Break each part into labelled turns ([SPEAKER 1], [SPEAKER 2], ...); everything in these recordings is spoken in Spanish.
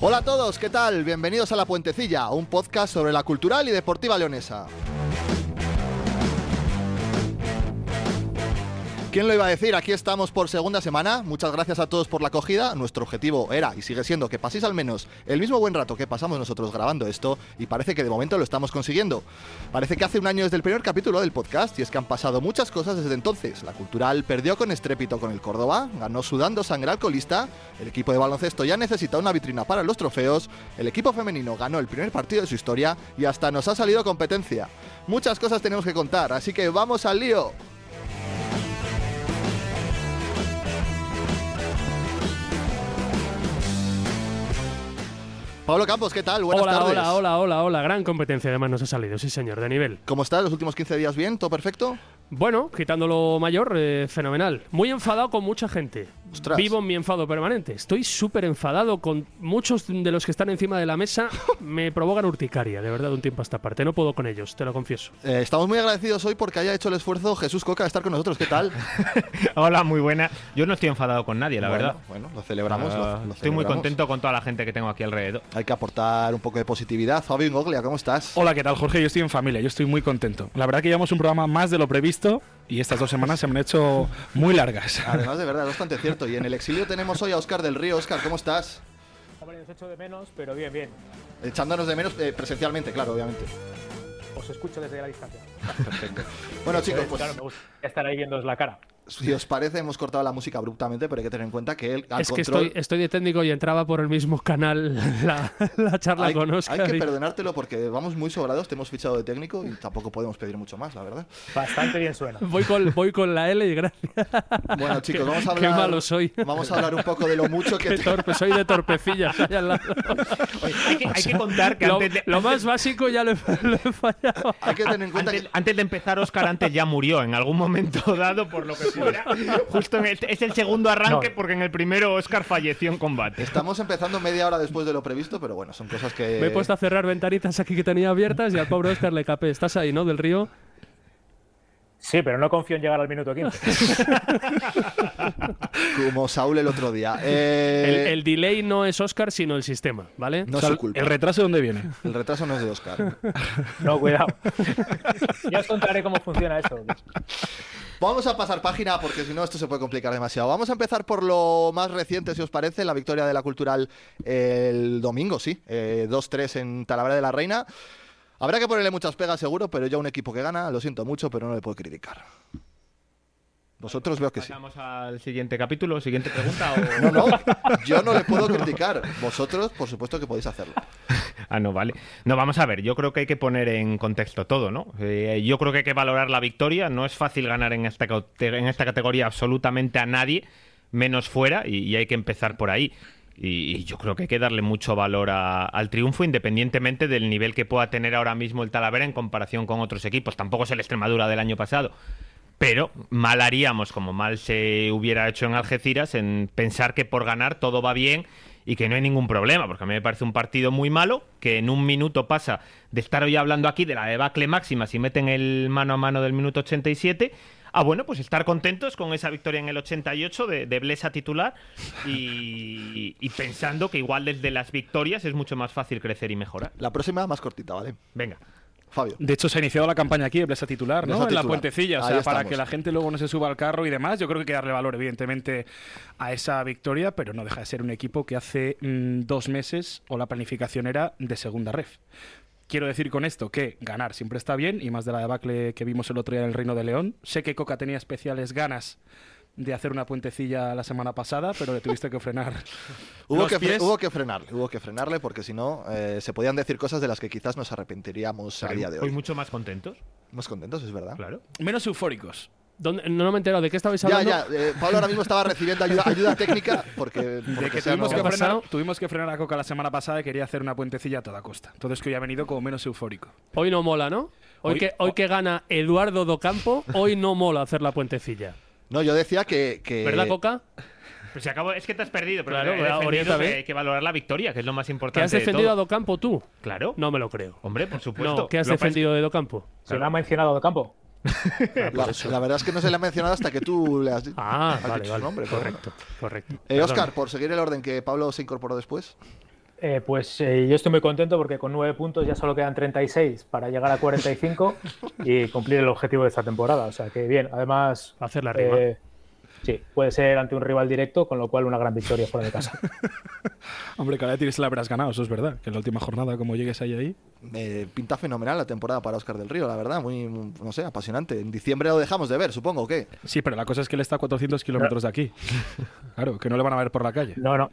[SPEAKER 1] Hola a todos, ¿qué tal? Bienvenidos a La Puentecilla, un podcast sobre la cultural y deportiva leonesa. ¿Quién lo iba a decir? Aquí estamos por segunda semana. Muchas gracias a todos por la acogida. Nuestro objetivo era y sigue siendo que paséis al menos el mismo buen rato que pasamos nosotros grabando esto y parece que de momento lo estamos consiguiendo. Parece que hace un año desde el primer capítulo del podcast y es que han pasado muchas cosas desde entonces. La cultural perdió con estrépito con el Córdoba, ganó sudando sangre al colista, el equipo de baloncesto ya necesita una vitrina para los trofeos, el equipo femenino ganó el primer partido de su historia y hasta nos ha salido competencia. Muchas cosas tenemos que contar, así que vamos al lío. Pablo Campos, ¿qué tal? Buenas
[SPEAKER 2] hola,
[SPEAKER 1] tardes.
[SPEAKER 2] hola, hola, hola, hola. Gran competencia además nos ha salido, sí señor, de nivel.
[SPEAKER 1] ¿Cómo estás? ¿Los últimos 15 días bien? ¿Todo perfecto?
[SPEAKER 2] Bueno, quitando lo mayor, eh, fenomenal. Muy enfadado con mucha gente.
[SPEAKER 1] Ostras.
[SPEAKER 2] Vivo en mi enfado permanente. Estoy súper enfadado con muchos de los que están encima de la mesa. Me provocan urticaria, de verdad, de un tiempo a esta parte. No puedo con ellos, te lo confieso.
[SPEAKER 1] Eh, estamos muy agradecidos hoy porque haya hecho el esfuerzo Jesús Coca de estar con nosotros. ¿Qué tal?
[SPEAKER 3] Hola, muy buena. Yo no estoy enfadado con nadie, la
[SPEAKER 1] Bueno,
[SPEAKER 3] verdad.
[SPEAKER 1] Bueno, lo celebramos. lo- lo
[SPEAKER 3] Ah, estoy muy
[SPEAKER 1] celebramos.
[SPEAKER 3] contento con toda la gente que tengo aquí alrededor.
[SPEAKER 1] Hay que aportar un poco de positividad. Fabio Ingoglia, ¿cómo estás?
[SPEAKER 4] Hola, ¿qué tal, Jorge? Yo estoy en familia, yo estoy muy contento. La verdad que llevamos un programa más de lo previsto y estas dos semanas se me han hecho muy largas.
[SPEAKER 1] Además, de verdad, es bastante cierto. Y en el exilio tenemos hoy a Óscar del Río. Óscar, ¿cómo estás?
[SPEAKER 5] Hombre, os echo de menos, pero bien, bien.
[SPEAKER 1] Echándonos de menos eh, presencialmente, claro, obviamente.
[SPEAKER 5] Os escucho desde la distancia.
[SPEAKER 1] Bueno, chicos, pues
[SPEAKER 5] Claro, me gusta estar ahí viéndoos la cara.
[SPEAKER 1] si os parece, hemos cortado la música abruptamente, pero hay que tener en cuenta que el al
[SPEAKER 2] es que
[SPEAKER 1] control.
[SPEAKER 2] estoy, estoy de técnico y entraba por el mismo canal la, la charla
[SPEAKER 1] hay,
[SPEAKER 2] con
[SPEAKER 1] hay
[SPEAKER 2] Oscar.
[SPEAKER 1] que
[SPEAKER 2] y-
[SPEAKER 1] perdonártelo porque vamos muy sobrados, te hemos fichado de técnico y tampoco podemos pedir mucho más, la verdad.
[SPEAKER 5] Bastante bien suena.
[SPEAKER 2] voy, con, voy con la L y gracias.
[SPEAKER 1] Bueno, chicos,
[SPEAKER 2] Qué-
[SPEAKER 1] vamos a
[SPEAKER 2] qué
[SPEAKER 1] hablar.
[SPEAKER 2] malo soy.
[SPEAKER 1] Vamos a hablar un poco de lo mucho que.
[SPEAKER 2] Qué
[SPEAKER 1] te-
[SPEAKER 2] torpe, soy de torpecillas. ahí al lado.
[SPEAKER 3] Oye, hay, que, hay que contar que
[SPEAKER 2] Lo,
[SPEAKER 3] antes, de,
[SPEAKER 2] lo más básico ya lo he- lo he fallado.
[SPEAKER 1] Hay que tener en cuenta
[SPEAKER 3] antes-
[SPEAKER 1] que.
[SPEAKER 3] antes de empezar, Oscar antes ya murió en algún momento dado, por lo que fuera. Justo en el- es el segundo arranque, porque en el primero Oscar falleció en combate.
[SPEAKER 1] Estamos empezando media hora después de lo previsto, pero bueno, son cosas que.
[SPEAKER 2] Me he puesto a cerrar ventanitas aquí que tenía abiertas y al pobre Oscar le capé. Estás ahí, ¿no? Del río.
[SPEAKER 5] Sí, pero no confío en llegar al minuto 15.
[SPEAKER 1] Como Saúl el otro día. Eh,
[SPEAKER 2] El, el delay no es Oscar, sino el sistema, ¿vale?
[SPEAKER 1] No
[SPEAKER 4] O sea,
[SPEAKER 1] es su culpa.
[SPEAKER 4] ¿El retraso dónde viene?
[SPEAKER 1] El retraso no es de Oscar.
[SPEAKER 5] No, cuidado. Ya os contaré cómo funciona eso.
[SPEAKER 1] Vamos a pasar página porque si no esto se puede complicar demasiado. Vamos a empezar por lo más reciente, si os parece, la victoria de la Cultural el domingo, sí. eh, 2-3 en Talavera de la Reina. Habrá que ponerle muchas pegas seguro, pero yo a un equipo que gana, lo siento mucho, pero no le puedo criticar. Vosotros veo que sí.
[SPEAKER 3] Pasamos al siguiente capítulo, siguiente pregunta. o-
[SPEAKER 1] No, no, yo no le puedo criticar. Vosotros, por supuesto que podéis hacerlo.
[SPEAKER 3] Ah, no, vale. No, vamos a ver, yo creo que hay que poner en contexto todo, ¿no? Eh, yo creo que hay que valorar la victoria, no es fácil ganar en esta, caute- en esta categoría absolutamente a nadie, menos fuera, y, y hay que empezar por ahí. Y, y yo creo que hay que darle mucho valor a- al triunfo, independientemente del nivel que pueda tener ahora mismo el Talavera en comparación con otros equipos. Tampoco es el Extremadura del año pasado. Pero mal haríamos, como mal se hubiera hecho en Algeciras, en pensar que por ganar todo va bien y que no hay ningún problema, porque a mí me parece un partido muy malo, que en un minuto pasa de estar hoy hablando aquí de la debacle máxima si meten el mano a mano del minuto 87, a bueno, pues estar contentos con esa victoria en el 88 de, de Blesa titular y, y pensando que igual desde las victorias es mucho más fácil crecer y mejorar.
[SPEAKER 1] La próxima más cortita, ¿vale?
[SPEAKER 3] Venga.
[SPEAKER 1] Pues Fabio.
[SPEAKER 4] De hecho, se ha iniciado la campaña aquí de Blesa titular, ¿no?
[SPEAKER 1] Blesa
[SPEAKER 4] en la
[SPEAKER 1] titular.
[SPEAKER 4] puentecilla, o
[SPEAKER 1] Ahí
[SPEAKER 4] sea, para
[SPEAKER 1] estamos.
[SPEAKER 4] que la gente luego no se suba al carro y demás. Yo creo que hay que darle valor, evidentemente, a esa victoria, pero no deja de ser un equipo que hace mm, dos meses o la planificación era de segunda ref. Quiero decir con esto que ganar siempre está bien, y más de la debacle que vimos el otro día en el Reino de León. Sé que Coca tenía especiales ganas de hacer una puentecilla la semana pasada, pero le tuviste que frenar.
[SPEAKER 1] Hubo
[SPEAKER 4] los
[SPEAKER 1] que, fre-
[SPEAKER 4] pies.
[SPEAKER 1] hubo que frenarle, hubo que frenarle porque si no eh, se podían decir cosas de las que quizás nos arrepentiríamos a día de
[SPEAKER 3] Hoy
[SPEAKER 1] hoy. Ah.
[SPEAKER 3] mucho más contentos,
[SPEAKER 1] Más contentos, es verdad.
[SPEAKER 3] claro.
[SPEAKER 4] Menos eufóricos.
[SPEAKER 2] ¿Dónde- No me he enterado de qué estabais
[SPEAKER 1] Ya,
[SPEAKER 2] hablando.
[SPEAKER 1] ya. eh, Pablo ahora mismo estaba recibiendo ayuda, ayuda técnica porque,
[SPEAKER 4] De
[SPEAKER 1] porque
[SPEAKER 4] que
[SPEAKER 1] sea,
[SPEAKER 4] tuvimos,
[SPEAKER 1] no-
[SPEAKER 4] que
[SPEAKER 2] ¿Qué ha
[SPEAKER 4] frenar,
[SPEAKER 2] pasado?
[SPEAKER 4] tuvimos que frenar a Coca la semana pasada y quería hacer una puentecilla a toda costa. Entonces que hoy ha venido como menos eufórico.
[SPEAKER 2] Hoy no mola, ¿no? Hoy,
[SPEAKER 4] Hoy-
[SPEAKER 2] que, hoy que gana Eduardo Docampo, hoy no mola hacer la puentecilla.
[SPEAKER 1] No, yo decía que. que-
[SPEAKER 2] ¿Verdad, Coca?
[SPEAKER 3] Pues se acabó, es que te has perdido, pero
[SPEAKER 2] Claro,
[SPEAKER 3] he
[SPEAKER 2] claro,
[SPEAKER 3] defendido
[SPEAKER 2] Orieta,
[SPEAKER 3] que
[SPEAKER 2] ¿ve?
[SPEAKER 3] hay que valorar la victoria, que es lo más
[SPEAKER 2] ¿Que
[SPEAKER 3] importante.
[SPEAKER 2] has
[SPEAKER 3] de
[SPEAKER 2] defendido
[SPEAKER 3] todo.
[SPEAKER 2] a Docampo tú?
[SPEAKER 3] Claro.
[SPEAKER 2] No me lo creo.
[SPEAKER 3] Hombre, por supuesto.
[SPEAKER 2] No, ¿qué has
[SPEAKER 3] Lo que pasa es
[SPEAKER 2] defendido de Docampo?
[SPEAKER 5] Se lo ha mencionado de campo.
[SPEAKER 1] La, la verdad es que no se le ha mencionado hasta que tú le has,
[SPEAKER 2] pues Ah,
[SPEAKER 1] has
[SPEAKER 2] vale,
[SPEAKER 1] dicho su
[SPEAKER 2] vale.
[SPEAKER 1] nombre, pero bueno.
[SPEAKER 2] correcto, correcto.
[SPEAKER 1] Eh,
[SPEAKER 2] Perdón.
[SPEAKER 1] Oscar, por seguir el orden que Pablo se incorporó después.
[SPEAKER 5] Eh, pues eh, yo estoy muy contento porque con nueve puntos ya solo quedan 36 para llegar a 45 y cumplir el objetivo de esta temporada. O sea que bien, además.
[SPEAKER 2] Hacer la rima.
[SPEAKER 5] eh, sí, puede ser ante un rival directo, con lo cual una gran victoria fuera de casa.
[SPEAKER 4] Hombre, cada tienes la habrás ganado, eso es verdad. Que en la última jornada, como llegues ahí ahí.
[SPEAKER 1] Eh, pinta fenomenal la temporada para Oscar del Río, la verdad. Muy, muy, no sé, apasionante. En diciembre lo dejamos de ver, supongo ¿o qué.
[SPEAKER 4] Sí, pero la cosa es que él está a 400 kilómetros de aquí. Claro, que no le van a ver por la calle.
[SPEAKER 5] No, no.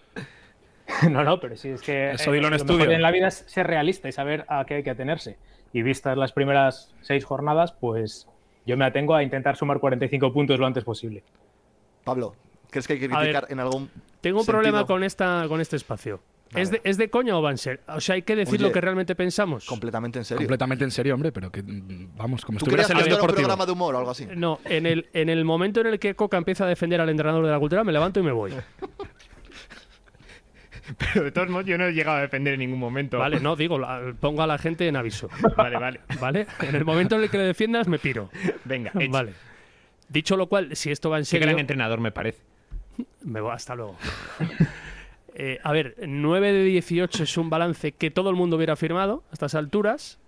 [SPEAKER 5] No, no, pero sí, es que
[SPEAKER 4] Eso dilo en
[SPEAKER 5] lo
[SPEAKER 4] estudio.
[SPEAKER 5] mejor en la vida es ser realista y saber a qué hay que atenerse. Y vistas las primeras seis jornadas, pues yo me atengo a intentar sumar 45 puntos lo antes posible.
[SPEAKER 1] Pablo, ¿crees que hay que
[SPEAKER 2] A ver,
[SPEAKER 1] criticar en algún.
[SPEAKER 2] Tengo un
[SPEAKER 1] sentido?
[SPEAKER 2] problema con, esta, con este espacio. ¿Es de, ¿Es de coña o van ser? O sea, hay que decir
[SPEAKER 1] Oye,
[SPEAKER 2] lo que realmente pensamos.
[SPEAKER 1] Completamente en serio.
[SPEAKER 4] Completamente en serio, hombre, pero que mm, vamos, como
[SPEAKER 1] ¿Tú
[SPEAKER 4] estuvieras
[SPEAKER 1] querías
[SPEAKER 4] en el
[SPEAKER 1] hacer un
[SPEAKER 4] deportivo.
[SPEAKER 1] programa de humor o algo así?
[SPEAKER 2] No, en el, en el momento en el que Coca empieza a defender al entrenador de la cultura, me levanto y me voy.
[SPEAKER 3] Pero de todos modos, yo no he llegado a defender en ningún momento.
[SPEAKER 2] Vale, no, digo, la- pongo a la gente en aviso.
[SPEAKER 3] Vale, vale.
[SPEAKER 2] ¿Vale? En el momento en el que le defiendas, me piro.
[SPEAKER 3] Venga, hecho.
[SPEAKER 2] Vale. Dicho lo cual, si esto va en
[SPEAKER 3] Qué
[SPEAKER 2] serio,
[SPEAKER 3] gran entrenador me parece.
[SPEAKER 2] me voy hasta luego. Eh, a ver, 9 de 18 es un balance que todo el mundo hubiera firmado a estas alturas.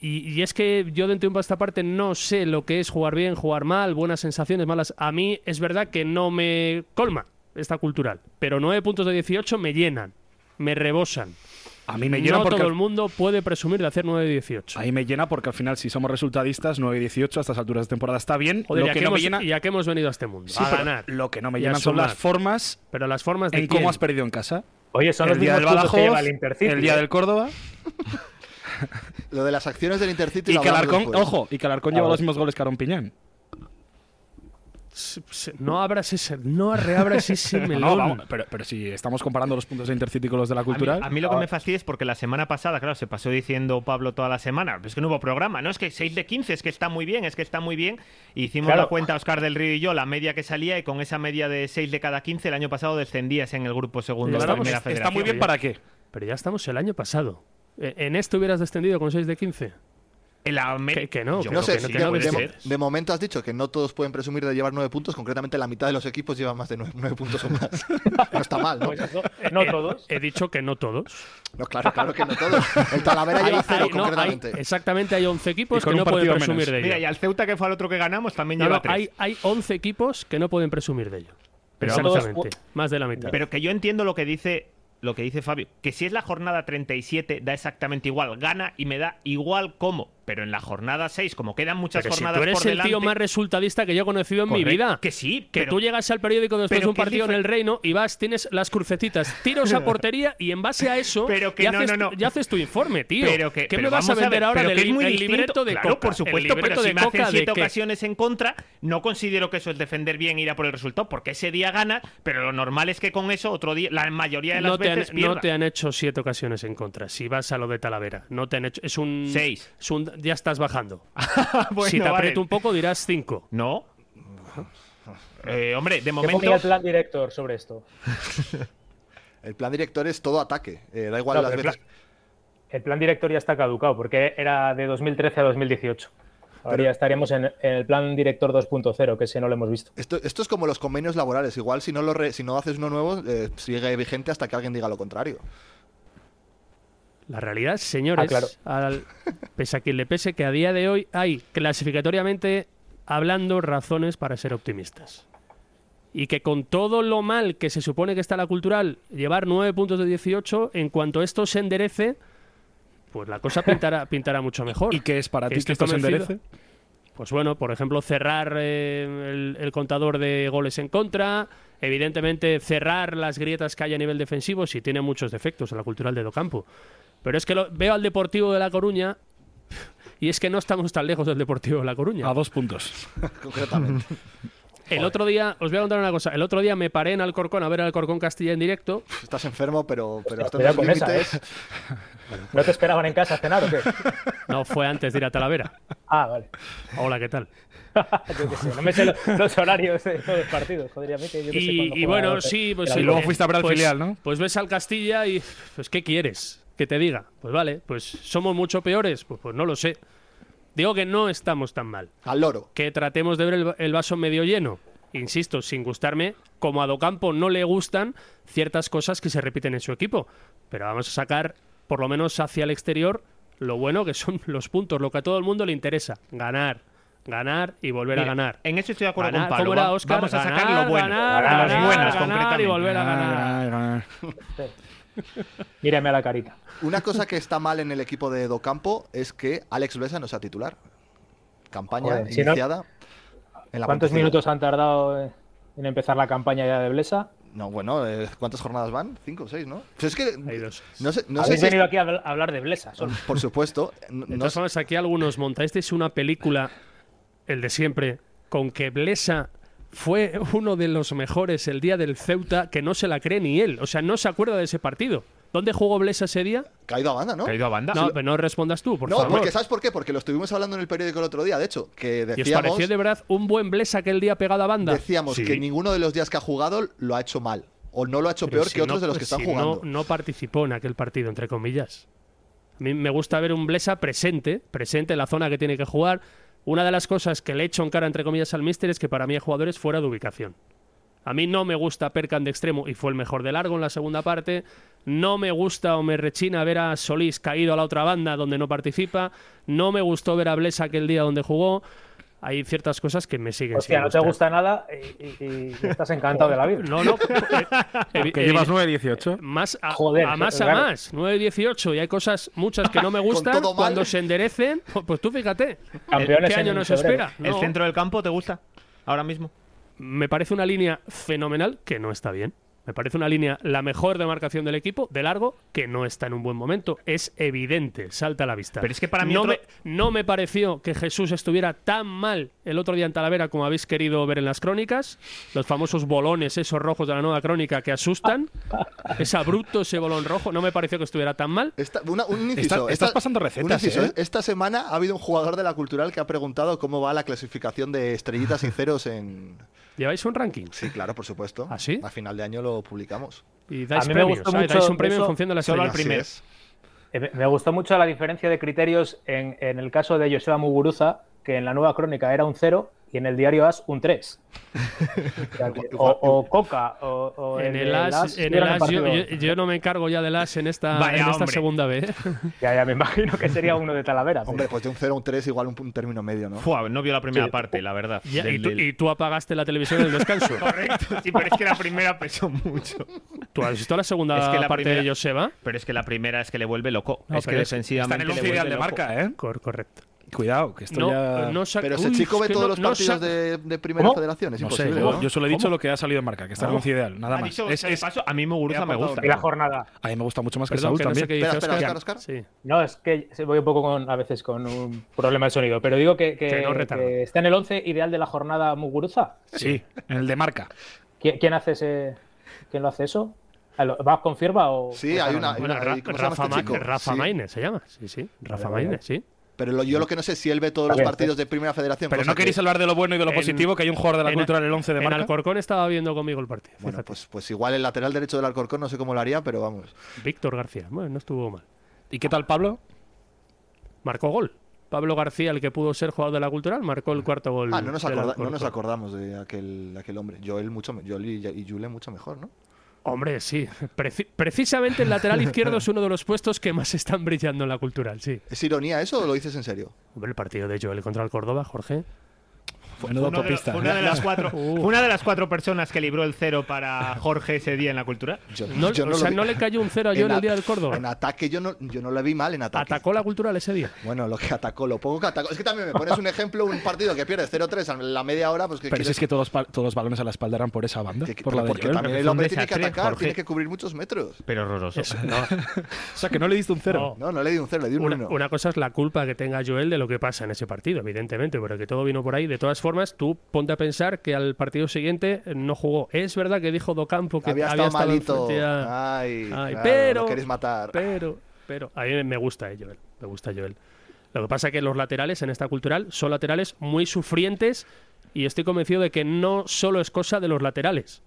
[SPEAKER 2] Y, y es que yo de un tiempo a esta parte no sé lo que es jugar bien, jugar mal, buenas sensaciones, malas. A mí es verdad que no me colma esta cultural, pero 9 puntos de 18 me llenan, me rebosan.
[SPEAKER 4] A mí me llena
[SPEAKER 2] no
[SPEAKER 4] porque.
[SPEAKER 2] todo el mundo puede presumir de hacer 9 de 18.
[SPEAKER 4] Ahí me llena porque al final, si somos resultadistas, 9 y 18 a estas alturas de temporada está bien.
[SPEAKER 2] Joder,
[SPEAKER 4] lo
[SPEAKER 2] ¿y a
[SPEAKER 4] que
[SPEAKER 2] qué
[SPEAKER 4] no me
[SPEAKER 2] hemos-
[SPEAKER 4] llena.
[SPEAKER 2] ¿Y a qué hemos venido a este mundo?
[SPEAKER 4] Sí,
[SPEAKER 2] a
[SPEAKER 4] pero
[SPEAKER 2] ganar.
[SPEAKER 4] Lo que no me
[SPEAKER 2] y a
[SPEAKER 4] llenan son
[SPEAKER 2] sumar.
[SPEAKER 4] las formas
[SPEAKER 2] Pero las formas de
[SPEAKER 4] en cómo
[SPEAKER 2] quién.
[SPEAKER 4] has perdido en casa.
[SPEAKER 5] Oye, son
[SPEAKER 4] El
[SPEAKER 5] los
[SPEAKER 4] día
[SPEAKER 5] mismos
[SPEAKER 4] del
[SPEAKER 5] puntos que
[SPEAKER 4] Badajoz,
[SPEAKER 5] lleva el Intercity.
[SPEAKER 4] el día
[SPEAKER 5] ¿eh?
[SPEAKER 4] del Córdoba.
[SPEAKER 1] Lo de las acciones del Intercity
[SPEAKER 4] Y
[SPEAKER 1] lo
[SPEAKER 4] que
[SPEAKER 1] hablamos
[SPEAKER 4] Alarcón,
[SPEAKER 1] después.
[SPEAKER 4] ojo, y que Alarcón lleva los mismos goles que Aaron Piñán.
[SPEAKER 2] Se- se- No abras ese, no reabras ese melón.
[SPEAKER 4] No, vamos, pero, pero si estamos comparando los puntos de Intercity con los de la
[SPEAKER 3] A mí,
[SPEAKER 4] cultural. Ah,
[SPEAKER 3] a mí lo que me fastidia es porque la semana pasada, claro, se pasó diciendo Pablo toda la semana, "Pero es que no hubo programa, no es que 6 de 15, es que está muy bien, es que está muy bien. Y hicimos
[SPEAKER 5] Claro.
[SPEAKER 3] la cuenta Oscar del Río y yo, la media que salía, y con esa media de 6 de cada 15, el año pasado descendías en el grupo segundo de la
[SPEAKER 4] Estamos-
[SPEAKER 3] primera federación.
[SPEAKER 4] pues
[SPEAKER 3] ¿eh?
[SPEAKER 4] está muy bien para qué.
[SPEAKER 2] Pero ya estamos el año pasado. E- En esto hubieras descendido con 6 de 15.
[SPEAKER 3] En la me-
[SPEAKER 2] Que- que no,
[SPEAKER 3] Yo
[SPEAKER 1] No
[SPEAKER 3] creo
[SPEAKER 1] sé,
[SPEAKER 3] que sí,
[SPEAKER 1] de,
[SPEAKER 2] que no
[SPEAKER 3] puede
[SPEAKER 1] de-
[SPEAKER 3] ser.
[SPEAKER 1] de momento has dicho que no todos pueden presumir de llevar nueve puntos, concretamente la mitad de los equipos llevan más de nueve, nueve puntos o más. No está mal, ¿no?
[SPEAKER 5] Pues eso,
[SPEAKER 3] Eh,
[SPEAKER 5] no todos.
[SPEAKER 2] He dicho que no todos.
[SPEAKER 1] No, claro, claro que no todos. El Talavera
[SPEAKER 2] Hay-
[SPEAKER 1] lleva cero,
[SPEAKER 2] hay- no,
[SPEAKER 1] concretamente.
[SPEAKER 2] hay- exactamente, hay 11
[SPEAKER 4] Y
[SPEAKER 2] equipos
[SPEAKER 4] con
[SPEAKER 2] que
[SPEAKER 4] un
[SPEAKER 2] no pueden
[SPEAKER 4] partido
[SPEAKER 2] presumir
[SPEAKER 4] menos.
[SPEAKER 2] de ello.
[SPEAKER 3] Mira, y al Ceuta, que fue al otro que ganamos, también
[SPEAKER 2] No,
[SPEAKER 3] lleva
[SPEAKER 2] no,
[SPEAKER 3] tres.
[SPEAKER 2] hay, hay 11 equipos que no pueden presumir de ello.
[SPEAKER 3] Pero vamos-
[SPEAKER 2] Exactamente, más de la mitad.
[SPEAKER 3] Pero que yo entiendo lo que dice lo que dice Fabio, que si es la jornada 37 da exactamente igual, gana y me da igual cómo. Pero en la jornada 6, como quedan muchas
[SPEAKER 2] Pero si
[SPEAKER 3] jornadas
[SPEAKER 2] tú eres
[SPEAKER 3] por
[SPEAKER 2] el
[SPEAKER 3] delante,
[SPEAKER 2] tío más resultadista que yo he conocido en mi
[SPEAKER 3] correcto,
[SPEAKER 2] vida.
[SPEAKER 3] Que sí,
[SPEAKER 2] Que
[SPEAKER 3] pero-
[SPEAKER 2] tú llegas al periódico después
[SPEAKER 3] pero
[SPEAKER 2] de un
[SPEAKER 3] que es
[SPEAKER 2] partido en
[SPEAKER 3] difer-
[SPEAKER 2] el Reino y vas, tienes las crucecitas, tiros a portería y en base a eso
[SPEAKER 3] Pero que
[SPEAKER 2] ya,
[SPEAKER 3] no,
[SPEAKER 2] haces,
[SPEAKER 3] no, no.
[SPEAKER 2] ya haces tu informe, tío.
[SPEAKER 3] Pero que,
[SPEAKER 2] ¿Qué
[SPEAKER 3] pero
[SPEAKER 2] me vas a
[SPEAKER 3] vamos
[SPEAKER 2] vender
[SPEAKER 3] ver,
[SPEAKER 2] ahora
[SPEAKER 3] pero
[SPEAKER 2] del
[SPEAKER 3] que es
[SPEAKER 2] li-
[SPEAKER 3] muy
[SPEAKER 2] el
[SPEAKER 3] distinto.
[SPEAKER 2] libreto de
[SPEAKER 3] Claro,
[SPEAKER 2] Coca?
[SPEAKER 3] por
[SPEAKER 2] El
[SPEAKER 3] supuesto,
[SPEAKER 2] libreto
[SPEAKER 3] pero si
[SPEAKER 2] de
[SPEAKER 3] me hacen
[SPEAKER 2] Coca de
[SPEAKER 3] siete
[SPEAKER 2] que-
[SPEAKER 3] ocasiones en contra, no considero que eso es defender bien ir a por el resultado, porque ese día gana, pero lo normal es que con eso otro día, la mayoría de las
[SPEAKER 2] no te, han,
[SPEAKER 3] veces
[SPEAKER 2] no
[SPEAKER 3] pierda.
[SPEAKER 2] te han hecho siete ocasiones en contra. Si vas a lo de Talavera, no te han hecho. Es un.
[SPEAKER 3] Seis. Ah,
[SPEAKER 2] es un- ya estás bajando.
[SPEAKER 3] Bueno,
[SPEAKER 2] si te
[SPEAKER 3] vale.
[SPEAKER 2] aprieto un poco, dirás cinco.
[SPEAKER 3] No. Eh, hombre, de
[SPEAKER 5] ¿Qué ponía
[SPEAKER 3] momento.
[SPEAKER 5] el plan director sobre esto?
[SPEAKER 1] El plan director es todo ataque. eh, da igual
[SPEAKER 5] No,
[SPEAKER 1] las
[SPEAKER 5] pero el
[SPEAKER 1] veces.
[SPEAKER 5] El plan director ya está caducado porque era de 2013 a 2018. Ahora ya estaríamos en, en el plan director 2.0, que ese no lo hemos visto.
[SPEAKER 1] Esto, esto es como los convenios laborales. Igual si no lo re- si no haces uno nuevo, eh, sigue vigente hasta que alguien diga lo contrario.
[SPEAKER 2] La realidad, señores,
[SPEAKER 5] Ah, claro.
[SPEAKER 2] al- pese a quien le pese, que a día de hoy hay clasificatoriamente hablando razones para ser optimistas. Y que con todo lo mal que se supone que está la cultural, llevar 9 puntos de 18, en cuanto esto se enderece, pues la cosa pintará, pintará mucho mejor.
[SPEAKER 4] ¿Y qué es para ti que
[SPEAKER 2] Estoy
[SPEAKER 4] esto se
[SPEAKER 2] convencido.
[SPEAKER 4] enderece?
[SPEAKER 2] Pues bueno, por ejemplo, cerrar eh, el, el contador de goles en contra, evidentemente cerrar las grietas que hay a nivel defensivo, si tiene muchos defectos en la cultural de Docampo. Pero es que lo- veo al Deportivo de La Coruña y es que no estamos tan lejos del Deportivo de La Coruña.
[SPEAKER 4] A dos puntos.
[SPEAKER 1] Concretamente.
[SPEAKER 2] el otro día, os voy a contar una cosa, el otro día me paré en Alcorcón a ver al Alcorcón Castilla en directo.
[SPEAKER 1] Estás enfermo, pero, pero esto no
[SPEAKER 5] Cuidado
[SPEAKER 1] es
[SPEAKER 5] con esa,
[SPEAKER 1] límites.
[SPEAKER 5] ¿eh? ¿No te esperaban en casa a cenar o qué?
[SPEAKER 2] No, fue antes de ir a Talavera.
[SPEAKER 5] Ah, vale.
[SPEAKER 2] Hola, ¿qué tal?
[SPEAKER 5] Yo qué sé, no me sé lo- los, horarios de todos los partidos. Joder, a mí que yo que sé
[SPEAKER 2] Y,
[SPEAKER 5] cuándo
[SPEAKER 2] y
[SPEAKER 5] juega
[SPEAKER 2] bueno,
[SPEAKER 5] el-
[SPEAKER 2] sí, pues
[SPEAKER 5] el
[SPEAKER 2] sí,
[SPEAKER 4] luego
[SPEAKER 2] eh,
[SPEAKER 5] Albacete.
[SPEAKER 4] fuiste a ver al
[SPEAKER 2] pues-
[SPEAKER 4] filial, ¿no?
[SPEAKER 2] Pues ves al Castilla y, pues, ¿qué quieres? Que te diga. Pues vale, pues somos mucho peores. Pues, pues no lo sé. Digo que no estamos tan mal.
[SPEAKER 1] Al loro.
[SPEAKER 2] Que tratemos de ver el, el vaso medio lleno. Insisto, sin gustarme, como a Docampo no le gustan ciertas cosas que se repiten en su equipo. Pero vamos a sacar, por lo menos hacia el exterior, lo bueno que son los puntos, lo que a todo el mundo le interesa. Ganar, ganar y volver a
[SPEAKER 3] Mira,
[SPEAKER 2] ganar.
[SPEAKER 3] En eso estoy de acuerdo
[SPEAKER 2] Ganar,
[SPEAKER 3] con Pablo.
[SPEAKER 2] ¿cómo era,
[SPEAKER 3] Va-
[SPEAKER 2] Óscar?
[SPEAKER 3] Vamos a
[SPEAKER 2] Ganar,
[SPEAKER 3] sacar lo bueno.
[SPEAKER 2] ganar,
[SPEAKER 3] a las
[SPEAKER 2] ganar, ganar
[SPEAKER 3] buenas,
[SPEAKER 2] y
[SPEAKER 3] concretamente.
[SPEAKER 2] volver
[SPEAKER 4] Ah,
[SPEAKER 2] a ganar.
[SPEAKER 5] Mírame a la carita.
[SPEAKER 1] Una cosa que está mal en el equipo de Docampo es que Alex Luesa no sea titular. Campaña
[SPEAKER 5] Joder, si no-
[SPEAKER 1] iniciada. en la
[SPEAKER 5] ¿Cuántos
[SPEAKER 1] Pontevedra.
[SPEAKER 5] minutos han tardado eh, en empezar la campaña ya de Blesa?
[SPEAKER 1] No, bueno, eh, ¿cuántas jornadas van? Cinco o seis, ¿no? Pues es que.
[SPEAKER 2] Hay dos.
[SPEAKER 1] No sé, no sé
[SPEAKER 5] Habéis
[SPEAKER 1] si.
[SPEAKER 5] venido aquí a habl- a hablar de Blesa. solo.
[SPEAKER 1] Por supuesto. no-
[SPEAKER 2] De
[SPEAKER 1] no
[SPEAKER 2] todas
[SPEAKER 1] sé-
[SPEAKER 2] formas, aquí algunos monta. Este es una película, el de siempre, con que Blesa fue uno de los mejores el día del Ceuta, que no se la cree ni él. O sea, no se acuerda de ese partido. ¿Dónde jugó Blesa ese día?
[SPEAKER 1] caído a banda, ¿no?
[SPEAKER 3] Caído a banda.
[SPEAKER 2] No, pero no respondas tú, por
[SPEAKER 1] no,
[SPEAKER 2] favor.
[SPEAKER 1] porque ¿sabes por qué? Porque lo estuvimos hablando en el periódico el otro día, de hecho, que
[SPEAKER 2] ¿Y os
[SPEAKER 1] decíamos,
[SPEAKER 2] pareció de verdad un buen Blesa aquel día pegado a banda?
[SPEAKER 1] decíamos
[SPEAKER 2] Sí.
[SPEAKER 1] que ninguno de los días que ha jugado lo ha hecho mal. O no lo ha hecho
[SPEAKER 2] Pero
[SPEAKER 1] peor
[SPEAKER 2] si
[SPEAKER 1] que otros
[SPEAKER 2] no- pues
[SPEAKER 1] de los que están
[SPEAKER 2] si
[SPEAKER 1] jugando.
[SPEAKER 2] No, no participó en aquel partido, entre comillas. A mí me gusta ver un Blesa presente, presente en la zona que tiene que jugar. Una de las cosas que le echo en cara, entre comillas, al míster es que para mí hay jugadores fuera de ubicación. A mí no me gusta Perkan de extremo y fue el mejor de largo en la segunda parte. No me gusta o me rechina ver a Solís caído a la otra banda donde no participa. No me gustó ver a Blesa aquel día donde jugó. Hay ciertas cosas que me siguen.
[SPEAKER 5] Hostia,
[SPEAKER 2] sin
[SPEAKER 5] Pues no te
[SPEAKER 2] gustar.
[SPEAKER 5] gusta nada y, y- y estás encantado de la vida.
[SPEAKER 2] No, no. eh, evi-
[SPEAKER 4] Que llevas
[SPEAKER 2] evi-
[SPEAKER 4] 9-18.
[SPEAKER 2] más a,
[SPEAKER 5] Joder,
[SPEAKER 2] a más a
[SPEAKER 5] claro.
[SPEAKER 2] más, 9-18 y hay cosas muchas que no me gustan
[SPEAKER 1] todo mal.
[SPEAKER 2] cuando se enderecen, pues, pues tú fíjate,
[SPEAKER 5] Campeones
[SPEAKER 2] ¿qué
[SPEAKER 5] en
[SPEAKER 2] año nos
[SPEAKER 5] febrero.
[SPEAKER 2] espera?
[SPEAKER 3] ¿El
[SPEAKER 2] No.
[SPEAKER 3] centro del campo te gusta? Ahora mismo.
[SPEAKER 2] Me parece una línea fenomenal que no está bien. Me parece una línea la mejor demarcación del equipo, de largo, que no está en un buen momento. Es evidente, salta a la vista.
[SPEAKER 3] Pero es que para mí
[SPEAKER 2] no,
[SPEAKER 3] otro-
[SPEAKER 2] me, no me pareció que Jesús estuviera tan mal el otro día en Talavera como habéis querido ver en las crónicas. Los famosos bolones, esos rojos de la nueva crónica que asustan. Es abrupto ese bolón rojo. No me pareció que estuviera tan mal.
[SPEAKER 1] Esta- una- un inciso,
[SPEAKER 4] Estás-
[SPEAKER 1] esta-
[SPEAKER 4] estás pasando recetas,
[SPEAKER 1] un inciso.
[SPEAKER 4] ¿eh?
[SPEAKER 1] Esta semana ha habido un jugador de la cultural que ha preguntado cómo va la clasificación de estrellitas y ceros en.
[SPEAKER 2] Lleváis un ranking.
[SPEAKER 1] Sí, claro, por supuesto.
[SPEAKER 2] ¿Ah, sí?
[SPEAKER 1] A final de año lo publicamos.
[SPEAKER 2] Y dais
[SPEAKER 5] A mí me
[SPEAKER 2] premios,
[SPEAKER 5] gustó
[SPEAKER 2] ¿sabes?
[SPEAKER 5] mucho
[SPEAKER 2] Dais un premio en
[SPEAKER 5] eso,
[SPEAKER 2] función de la
[SPEAKER 3] solo al
[SPEAKER 2] estrella.
[SPEAKER 3] primero.
[SPEAKER 1] Así es.
[SPEAKER 5] Eh, Me me gustó mucho la diferencia de criterios en, en el caso de Joseba Muguruza, que en la nueva crónica era un 0 y en el diario AS un 3. O, o Coca, o, o
[SPEAKER 2] En el as, en el
[SPEAKER 5] hubieran
[SPEAKER 2] as, yo,
[SPEAKER 5] repartido-
[SPEAKER 2] yo- yo no me encargo ya del as en esta,
[SPEAKER 3] Vaya,
[SPEAKER 2] en esta
[SPEAKER 3] hombre.
[SPEAKER 2] segunda vez.
[SPEAKER 5] Ya, ya, me imagino que sería uno de Talavera. pero-
[SPEAKER 1] Hombre, pues de un 0 a un 3, igual un, un término medio, ¿no?
[SPEAKER 3] Fua, no vio la primera
[SPEAKER 5] Sí.
[SPEAKER 3] parte, la verdad.
[SPEAKER 2] Ya, y,
[SPEAKER 3] del-
[SPEAKER 2] tú,
[SPEAKER 3] del-
[SPEAKER 2] y tú apagaste la televisión en el descanso.
[SPEAKER 3] Correcto, sí, pero es que la primera pesó mucho.
[SPEAKER 2] ¿Tú has visto la segunda
[SPEAKER 3] Es que la
[SPEAKER 2] parte de
[SPEAKER 3] primera-
[SPEAKER 2] Joseba?
[SPEAKER 3] Pero es que la primera es que le vuelve loco.
[SPEAKER 2] No,
[SPEAKER 3] es que
[SPEAKER 2] pero es-
[SPEAKER 3] defensivamente.
[SPEAKER 4] Está en el
[SPEAKER 3] le
[SPEAKER 4] 11
[SPEAKER 3] vuelve
[SPEAKER 4] ideal de
[SPEAKER 3] loco.
[SPEAKER 4] marca, ¿eh?
[SPEAKER 2] Cor- correcto.
[SPEAKER 4] Cuidado, que esto
[SPEAKER 2] No, eh,
[SPEAKER 4] ya.
[SPEAKER 2] no sa-
[SPEAKER 1] Pero ese
[SPEAKER 2] Uy,
[SPEAKER 1] chico
[SPEAKER 2] es
[SPEAKER 1] ve
[SPEAKER 2] que
[SPEAKER 1] todos
[SPEAKER 2] no-
[SPEAKER 1] los
[SPEAKER 2] no
[SPEAKER 1] partidos
[SPEAKER 2] sa-
[SPEAKER 1] de, de Primera
[SPEAKER 5] ¿Cómo?
[SPEAKER 1] Federación, es
[SPEAKER 4] No sé,
[SPEAKER 1] imposible.
[SPEAKER 4] yo,
[SPEAKER 1] ¿no?
[SPEAKER 4] yo solo he dicho lo que ha salido en marca, que está el ideal, nada
[SPEAKER 3] Ha
[SPEAKER 4] más.
[SPEAKER 3] dicho,
[SPEAKER 4] Es-
[SPEAKER 3] sea de
[SPEAKER 4] es-
[SPEAKER 3] paso, a mí Muguruza me gusta.
[SPEAKER 5] Y la jornada.
[SPEAKER 4] a mí me gusta mucho más que
[SPEAKER 2] Perdón,
[SPEAKER 4] Pues
[SPEAKER 2] que no
[SPEAKER 4] Saúl
[SPEAKER 2] sé
[SPEAKER 4] también.
[SPEAKER 2] qué
[SPEAKER 1] Espera,
[SPEAKER 2] dice
[SPEAKER 1] espera,
[SPEAKER 2] Óscar.
[SPEAKER 1] Óscar, Óscar.
[SPEAKER 2] Sí.
[SPEAKER 5] No, es que se- voy un poco con, a veces con un problema de sonido, pero digo Eh, que, que-
[SPEAKER 2] Que no retarda.
[SPEAKER 5] que está en el 11 ideal de la jornada Muguruza.
[SPEAKER 4] Sí, en el de marca.
[SPEAKER 5] ¿Qui- ¿Quién hace ese, quién lo hace eso? ¿A lo- ¿Vas con Fierva o?
[SPEAKER 1] Sí,
[SPEAKER 5] o
[SPEAKER 1] hay
[SPEAKER 5] no?
[SPEAKER 1] una- hay
[SPEAKER 2] Bueno,
[SPEAKER 1] una-
[SPEAKER 2] Ra-
[SPEAKER 1] ¿cómo se llama
[SPEAKER 2] Rafa,
[SPEAKER 1] este
[SPEAKER 2] Ma-
[SPEAKER 1] chico?
[SPEAKER 2] Rafa
[SPEAKER 1] Sí.
[SPEAKER 2] Maines se llama. Sí, sí. Rafa
[SPEAKER 5] vale, vale.
[SPEAKER 2] Maines, sí.
[SPEAKER 1] Pero lo- yo lo que no sé es si él ve todos
[SPEAKER 5] A
[SPEAKER 1] los
[SPEAKER 5] ver,
[SPEAKER 1] partidos de Primera Federación.
[SPEAKER 4] Pero
[SPEAKER 1] cosa
[SPEAKER 4] no queréis
[SPEAKER 1] que-
[SPEAKER 4] hablar de lo bueno y de lo
[SPEAKER 2] En-
[SPEAKER 4] positivo, que hay un jugador de la
[SPEAKER 2] en-
[SPEAKER 4] cultura en el 11 de
[SPEAKER 2] En
[SPEAKER 4] marca.
[SPEAKER 2] Alcorcón estaba viendo conmigo el partido.
[SPEAKER 1] Bueno,
[SPEAKER 2] fíjate.
[SPEAKER 1] pues, pues igual el lateral derecho del Alcorcón no sé cómo lo haría, pero vamos.
[SPEAKER 2] Víctor García. Bueno, no estuvo mal.
[SPEAKER 4] ¿Y qué tal, Pablo?
[SPEAKER 2] Marcó gol. Pablo García, el que pudo ser jugador de la cultural, marcó el cuarto gol.
[SPEAKER 1] Ah, no nos,
[SPEAKER 2] del
[SPEAKER 1] acorda- no
[SPEAKER 2] Alcorcón.
[SPEAKER 1] nos acordamos de aquel, aquel hombre. Joel, mucho, me- Joel y, y Jule mucho mejor, ¿no?
[SPEAKER 2] Hombre, sí. Preci- precisamente el lateral izquierdo es uno de los puestos que más están brillando en la cultural, sí.
[SPEAKER 1] ¿Es ironía eso o lo dices en serio?
[SPEAKER 2] Hombre, el partido de Joel contra el Córdoba, Jorge.
[SPEAKER 4] Menudo
[SPEAKER 3] Uno de-
[SPEAKER 4] copista.
[SPEAKER 3] una de las cuatro,
[SPEAKER 2] Uh.
[SPEAKER 3] una de las cuatro personas que libró el cero para Jorge ese día en la cultura.
[SPEAKER 1] Yo-
[SPEAKER 2] No,
[SPEAKER 1] yo
[SPEAKER 2] o sea,
[SPEAKER 1] vi-
[SPEAKER 2] no le cayó un cero a
[SPEAKER 1] en
[SPEAKER 2] Joel el
[SPEAKER 1] a-
[SPEAKER 2] día del Córdoba.
[SPEAKER 1] En ataque yo no, yo no le vi mal en ataque.
[SPEAKER 2] Atacó la cultural ese día.
[SPEAKER 1] Bueno, lo que atacó, lo poco que atacó. Es que también me pones un ejemplo, un partido que pierdes 0-3 a la media hora, pues que
[SPEAKER 4] Pero si
[SPEAKER 1] quieres
[SPEAKER 4] es que todos, pa- todos los balones a la espalda eran por esa banda,
[SPEAKER 1] que- que-
[SPEAKER 4] por la de
[SPEAKER 1] porque
[SPEAKER 4] Joel.
[SPEAKER 1] también
[SPEAKER 3] Pero
[SPEAKER 1] el
[SPEAKER 3] fue un
[SPEAKER 1] hombre tiene que
[SPEAKER 3] desastre,
[SPEAKER 1] atacar,
[SPEAKER 3] Jorge.
[SPEAKER 1] tiene que cubrir muchos metros.
[SPEAKER 3] Pero horroroso.
[SPEAKER 2] Eso, no.
[SPEAKER 4] O sea, que no le diste un cero.
[SPEAKER 2] No.
[SPEAKER 1] No, no le di un 0, le di un
[SPEAKER 2] Una,
[SPEAKER 1] 1.
[SPEAKER 2] una cosa es la culpa que tenga Joel de lo que pasa en ese partido, evidentemente, pero que todo vino por ahí. De todas formas, tú ponte a pensar que al partido siguiente eh, no jugó. Es verdad que dijo Docampo que
[SPEAKER 1] Había
[SPEAKER 2] había,
[SPEAKER 1] estado malito.
[SPEAKER 2] estado enfrente a-
[SPEAKER 1] Ay,
[SPEAKER 2] Ay,
[SPEAKER 1] claro,
[SPEAKER 2] pero-
[SPEAKER 1] lo queréis matar.
[SPEAKER 2] Pero, pero, a mí me gusta eh, Joel, me gusta Joel. Lo que pasa es que los laterales en esta cultural son laterales muy sufrientes y estoy convencido de que no solo es cosa de los laterales.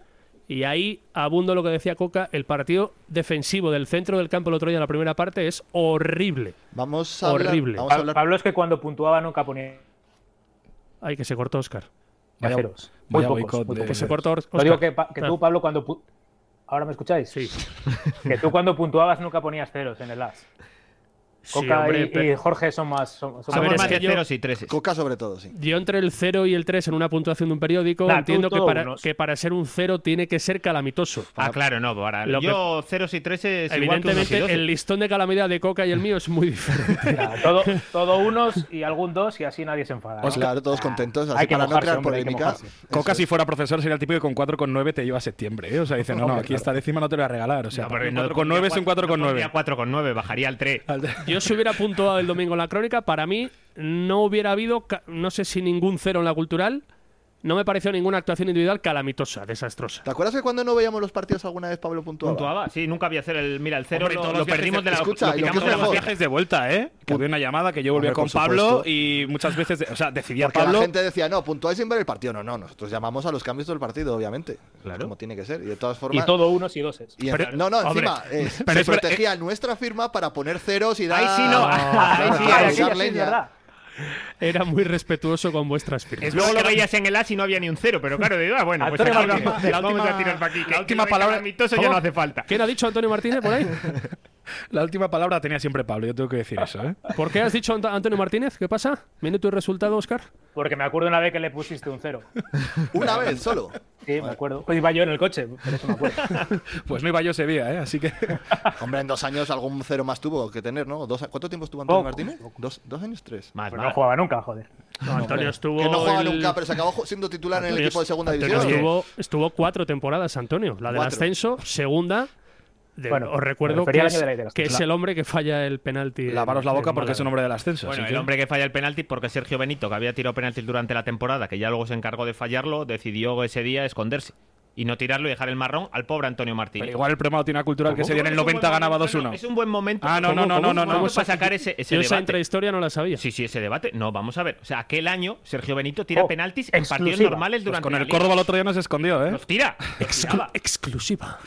[SPEAKER 2] Y ahí abundo lo que decía Coca, el partido defensivo del centro del campo el otro día en la primera parte es horrible.
[SPEAKER 1] Vamos a hablar-
[SPEAKER 2] Horrible.
[SPEAKER 1] vamos a
[SPEAKER 5] Pa-
[SPEAKER 1] hablar
[SPEAKER 5] Pablo es que cuando puntuaba nunca ponía
[SPEAKER 2] Ay, que se cortó Oscar.
[SPEAKER 4] Vaya-
[SPEAKER 5] ceros. Muy
[SPEAKER 4] vaya
[SPEAKER 5] pocos.
[SPEAKER 4] boicot
[SPEAKER 5] muy
[SPEAKER 4] de-
[SPEAKER 2] Que
[SPEAKER 5] pocos.
[SPEAKER 2] se cortó Or- Oscar.
[SPEAKER 5] Lo digo que, pa- que
[SPEAKER 2] Ah,
[SPEAKER 5] tú, Pablo, cuando. pu- ¿Ahora me escucháis?
[SPEAKER 2] Sí.
[SPEAKER 5] Que tú cuando puntuabas nunca ponías ceros en el as.
[SPEAKER 2] Sí,
[SPEAKER 5] Coca
[SPEAKER 2] hombre,
[SPEAKER 5] y,
[SPEAKER 2] pero-
[SPEAKER 5] y Jorge son más. Son, son
[SPEAKER 2] A ver,
[SPEAKER 3] Somos
[SPEAKER 2] es
[SPEAKER 3] más
[SPEAKER 2] que
[SPEAKER 3] de
[SPEAKER 2] yo-
[SPEAKER 3] ceros y treses.
[SPEAKER 1] Coca sobre todo, sí.
[SPEAKER 2] Yo entre el 0 y el 3 en una puntuación de un periódico
[SPEAKER 5] Nah, tú
[SPEAKER 2] entiendo que
[SPEAKER 5] todo
[SPEAKER 2] para,
[SPEAKER 5] unos.
[SPEAKER 2] que para ser un 0 tiene que ser calamitoso.
[SPEAKER 3] Ah, claro, no, ahora
[SPEAKER 2] Lo que-
[SPEAKER 3] yo ceros y treses igual que unos y
[SPEAKER 2] Evidentemente,
[SPEAKER 3] doces.
[SPEAKER 2] el listón de calamidad de Coca y el mío es muy diferente.
[SPEAKER 5] Claro, todo, todo unos y algún dos y así nadie se enfada. ¿no?
[SPEAKER 1] Claro, todos contentos. Así
[SPEAKER 5] hay que
[SPEAKER 1] para no
[SPEAKER 5] mojarse,
[SPEAKER 1] crear
[SPEAKER 5] hombre, hay que
[SPEAKER 1] polémica.
[SPEAKER 5] mojarse.
[SPEAKER 4] Coca, si fuera profesor, sería el típico que con 4,9 te lleva a septiembre. ¿eh? O sea, dice, no, no, aquí esta décima no te la voy a regalar. O sea,
[SPEAKER 3] No, porque
[SPEAKER 4] un
[SPEAKER 3] no
[SPEAKER 4] 4,9 es
[SPEAKER 3] pondría
[SPEAKER 4] un
[SPEAKER 3] cuatro- no
[SPEAKER 4] 4,9.
[SPEAKER 3] pondría 4,9, bajaría al 3.
[SPEAKER 2] Yo si hubiera puntuado el domingo en la crónica, para mí no hubiera habido, ca- no sé si ningún cero en la cultural, no me pareció ninguna actuación individual calamitosa, desastrosa.
[SPEAKER 1] ¿Te acuerdas que cuando no veíamos los partidos alguna vez Pablo puntuaba?
[SPEAKER 3] Puntuaba, sí, nunca había cero el mira el cero,
[SPEAKER 4] Hombre,
[SPEAKER 3] lo,
[SPEAKER 4] todos
[SPEAKER 3] lo
[SPEAKER 4] los viajes
[SPEAKER 3] perdimos
[SPEAKER 4] de-
[SPEAKER 3] de la
[SPEAKER 1] escucha,
[SPEAKER 3] lo
[SPEAKER 1] y lo que
[SPEAKER 3] quitamos
[SPEAKER 1] es
[SPEAKER 3] de la
[SPEAKER 4] los
[SPEAKER 1] mejor.
[SPEAKER 3] bocina.
[SPEAKER 4] viajes de vuelta, ¿eh? Que había una llamada que yo volvía
[SPEAKER 1] Hombre,
[SPEAKER 4] con
[SPEAKER 1] por
[SPEAKER 4] Pablo
[SPEAKER 1] supuesto.
[SPEAKER 4] y muchas veces, de- o sea, decidía
[SPEAKER 1] Porque
[SPEAKER 4] Pablo.
[SPEAKER 1] la gente decía, no, puntuáis sin ver el partido. No, no, nosotros llamamos a los cambios del partido, obviamente.
[SPEAKER 3] Claro.
[SPEAKER 1] Como tiene que ser. Y de todas
[SPEAKER 5] Y
[SPEAKER 1] formas.
[SPEAKER 5] todo unos y doses.
[SPEAKER 1] y en-
[SPEAKER 2] Pero-
[SPEAKER 1] no, no,
[SPEAKER 2] hombre,
[SPEAKER 1] encima. eh, se
[SPEAKER 4] pero es verdad,
[SPEAKER 1] protegía nuestra firma para poner ceros y dar.
[SPEAKER 3] Ahí sí no, ahí sí,
[SPEAKER 5] Ah,
[SPEAKER 1] claro,
[SPEAKER 3] ahí
[SPEAKER 5] aquella
[SPEAKER 1] claro.
[SPEAKER 3] sí.
[SPEAKER 5] sí es
[SPEAKER 1] Leña.
[SPEAKER 5] verdad.
[SPEAKER 2] Era muy respetuoso con vuestras firmas.
[SPEAKER 3] Luego lo veías en el as y no había ni un cero, pero claro, de, ah, bueno, pues
[SPEAKER 5] Antonio
[SPEAKER 3] aquí
[SPEAKER 5] Martín,
[SPEAKER 3] vamos,
[SPEAKER 5] la
[SPEAKER 3] vamos
[SPEAKER 4] última-
[SPEAKER 3] a tirar para aquí. que
[SPEAKER 4] la
[SPEAKER 3] el
[SPEAKER 4] última
[SPEAKER 3] tío
[SPEAKER 4] palabra-
[SPEAKER 3] calamitoso ya
[SPEAKER 2] ¿Cómo?
[SPEAKER 3] no hace falta.
[SPEAKER 2] ¿Quién ha dicho Antonio Martínez por ahí?
[SPEAKER 4] La última palabra tenía siempre Pablo, yo tengo que decir eso, ¿eh?
[SPEAKER 2] ¿Por qué has dicho Ant- Antonio Martínez? ¿Qué pasa? ¿Minuto y resultado, Oscar?
[SPEAKER 5] Porque me acuerdo una vez que le pusiste un cero.
[SPEAKER 1] Una vez solo.
[SPEAKER 5] Sí, me acuerdo. Pues iba yo en el coche, por eso me acuerdo.
[SPEAKER 4] Pues no iba yo ese día, ¿eh? Así que.
[SPEAKER 1] Hombre, en dos años algún cero más tuvo que tener, ¿no? Dos, ¿Cuánto tiempo estuvo
[SPEAKER 5] Poco,
[SPEAKER 1] Antonio Martínez? Dos, dos años, tres.
[SPEAKER 3] Más,
[SPEAKER 5] Pero
[SPEAKER 4] Pues
[SPEAKER 3] más.
[SPEAKER 5] no jugaba nunca, joder.
[SPEAKER 2] Antonio estuvo...
[SPEAKER 1] que no jugaba
[SPEAKER 2] el-
[SPEAKER 1] nunca, pero se acabó ju- siendo titular en el
[SPEAKER 2] Antonio-
[SPEAKER 1] equipo de segunda
[SPEAKER 2] Antonio
[SPEAKER 1] división.
[SPEAKER 2] Estuvo, estuvo cuatro temporadas, Antonio. La del
[SPEAKER 1] Cuatro.
[SPEAKER 2] ascenso, segunda. de-
[SPEAKER 5] Bueno,
[SPEAKER 2] os recuerdo
[SPEAKER 5] me
[SPEAKER 2] que
[SPEAKER 5] refería al
[SPEAKER 2] es,
[SPEAKER 5] año del- del
[SPEAKER 2] que es
[SPEAKER 5] ascenso.
[SPEAKER 2] el hombre que falla el penalti. en-
[SPEAKER 4] Lavaros la boca
[SPEAKER 2] en
[SPEAKER 4] porque es un
[SPEAKER 2] Málaga.
[SPEAKER 4] hombre del ascenso.
[SPEAKER 3] Bueno,
[SPEAKER 4] así
[SPEAKER 3] el
[SPEAKER 4] que-
[SPEAKER 3] hombre que falla el penalti, porque Sergio Benito, que había tirado penaltis durante la temporada, que ya luego se encargó de fallarlo, decidió ese día esconderse y no tirarlo y dejar el marrón al pobre Antonio Martín.
[SPEAKER 4] Pero igual el premio tiene una cultural que se en el 90 ganaba 2-1.
[SPEAKER 3] Es un buen momento.
[SPEAKER 4] Ah, no, no, no, no, no, no.
[SPEAKER 3] Vamos a sacar ese, ese
[SPEAKER 2] Yo esa
[SPEAKER 3] debate.
[SPEAKER 2] intrahistoria no la sabía.
[SPEAKER 3] Sí, sí, ese debate. No, vamos a ver. O sea, aquel año Sergio Benito tira
[SPEAKER 5] Oh,
[SPEAKER 3] penaltis en partidos
[SPEAKER 5] exclusiva.
[SPEAKER 3] normales
[SPEAKER 4] Pues
[SPEAKER 3] durante
[SPEAKER 4] con
[SPEAKER 3] la
[SPEAKER 4] el
[SPEAKER 3] liga.
[SPEAKER 4] Córdoba el otro día no se escondió, ¿eh?
[SPEAKER 3] Los tira. Los
[SPEAKER 2] Exclu-
[SPEAKER 3] tiraba.
[SPEAKER 2] exclusiva.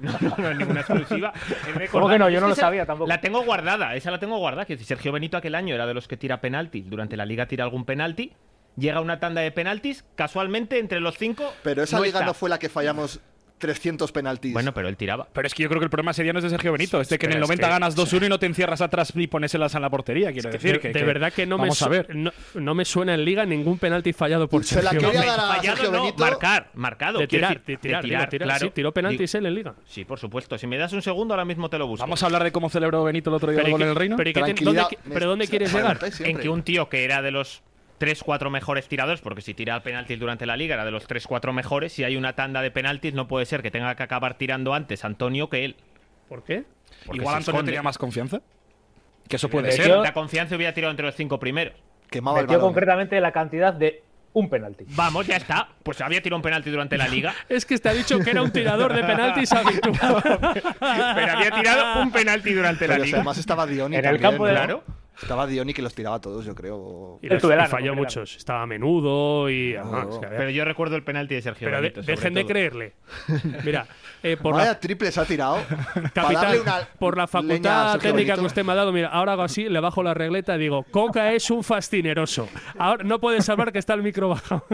[SPEAKER 3] No, no, no es ninguna exclusiva. Es
[SPEAKER 5] ¿Cómo que no? Yo
[SPEAKER 3] recordar-
[SPEAKER 5] no
[SPEAKER 3] es que
[SPEAKER 5] lo
[SPEAKER 3] esa-
[SPEAKER 5] sabía tampoco.
[SPEAKER 3] La tengo guardada, esa la tengo guardada. Que Sergio Benito aquel año era de los que tira penaltis. Durante la liga tira algún penalti. Llega una tanda de penaltis, casualmente entre los cinco.
[SPEAKER 1] Pero esa liga
[SPEAKER 3] está.
[SPEAKER 1] no fue la que fallamos 300 penaltis.
[SPEAKER 3] Bueno, pero él tiraba.
[SPEAKER 4] Pero es que yo creo que el problema ese día no es de Sergio Benito, es de que en el
[SPEAKER 3] Pero es
[SPEAKER 4] 90
[SPEAKER 3] que-
[SPEAKER 4] ganas 2-1 y no te encierras atrás ni ponéselas en la portería, quiero
[SPEAKER 2] Es que
[SPEAKER 4] decir.
[SPEAKER 2] de,
[SPEAKER 4] que,
[SPEAKER 2] de
[SPEAKER 4] que-
[SPEAKER 2] verdad que no me,
[SPEAKER 4] vamos a
[SPEAKER 2] su-
[SPEAKER 4] ver.
[SPEAKER 2] No, no me suena en liga ningún penalti fallado por
[SPEAKER 1] Se la
[SPEAKER 2] Sergio
[SPEAKER 1] quería
[SPEAKER 2] Gómez.
[SPEAKER 1] dar a
[SPEAKER 3] Fallado
[SPEAKER 1] Sergio
[SPEAKER 3] no,
[SPEAKER 1] Benito.
[SPEAKER 3] marcar, marcado.
[SPEAKER 2] de
[SPEAKER 3] quiero
[SPEAKER 2] tirar, de
[SPEAKER 3] decir,
[SPEAKER 2] tirar, de tirar,
[SPEAKER 3] claro.
[SPEAKER 2] sí, tiró penaltis eh.
[SPEAKER 3] Digo-
[SPEAKER 2] él en liga.
[SPEAKER 3] Sí, por supuesto. Si me das un segundo, ahora mismo te lo busco.
[SPEAKER 4] Vamos a hablar de cómo celebró Benito el otro día el
[SPEAKER 2] ¿y
[SPEAKER 4] gol
[SPEAKER 2] qué-
[SPEAKER 4] en el reino.
[SPEAKER 2] pero ¿y qué te-
[SPEAKER 1] Tranquilidad.
[SPEAKER 2] dónde qui- pero dónde
[SPEAKER 1] Me-
[SPEAKER 2] quieres
[SPEAKER 1] me
[SPEAKER 2] llegar?
[SPEAKER 1] adelantáis
[SPEAKER 3] en
[SPEAKER 1] siempre.
[SPEAKER 3] que un tío que era de los 3-4 mejores tiradores, porque si tira penaltis durante la liga era de los 3-4 mejores, si hay una tanda de penaltis no puede ser que tenga que acabar tirando antes Antonio que él.
[SPEAKER 2] ¿Por qué?
[SPEAKER 3] Porque
[SPEAKER 4] Igual
[SPEAKER 3] se
[SPEAKER 4] Antonio
[SPEAKER 3] esconde.
[SPEAKER 4] tenía más confianza. Que eso
[SPEAKER 3] Puede
[SPEAKER 5] De
[SPEAKER 4] puede
[SPEAKER 3] ser,
[SPEAKER 4] ser.
[SPEAKER 5] hecho-
[SPEAKER 3] la confianza hubiera tirado entre los cinco primeros.
[SPEAKER 1] Quemaba el
[SPEAKER 5] Metió
[SPEAKER 1] balón.
[SPEAKER 5] concretamente la cantidad de un penalti.
[SPEAKER 3] Vamos, ya está. Pues había tirado un penalti durante la liga.
[SPEAKER 2] Es que te ha dicho que era un tirador de penaltis habitual.
[SPEAKER 3] Pero había tirado un penalti durante la
[SPEAKER 1] Pero, o sea,
[SPEAKER 3] liga.
[SPEAKER 1] además estaba Dioni.
[SPEAKER 5] En el
[SPEAKER 1] también,
[SPEAKER 5] campo de-
[SPEAKER 1] ¿no?
[SPEAKER 3] Claro.
[SPEAKER 1] Estaba Dioni que los tiraba todos, yo creo.
[SPEAKER 2] Y, los-
[SPEAKER 5] tu verano,
[SPEAKER 2] y falló
[SPEAKER 5] tu verano.
[SPEAKER 2] muchos. Estaba a menudo y además,
[SPEAKER 1] no.
[SPEAKER 2] que había-
[SPEAKER 3] Pero yo recuerdo el penalti de Sergio
[SPEAKER 2] Pero de-
[SPEAKER 3] Benito, sobre
[SPEAKER 2] dejen de
[SPEAKER 3] todo.
[SPEAKER 2] creerle. Mira, eh, por,
[SPEAKER 1] Vaya
[SPEAKER 2] la,
[SPEAKER 1] triples ha tirado. para
[SPEAKER 2] capital,
[SPEAKER 1] darle una
[SPEAKER 2] por la
[SPEAKER 1] leña a
[SPEAKER 2] facultad
[SPEAKER 1] Sergio
[SPEAKER 2] técnica
[SPEAKER 1] Benito.
[SPEAKER 2] que usted me ha dado, mira, ahora hago así, le bajo la regleta y digo, Coca es un fascineroso. Ahora no puede salvar que está el micro bajado.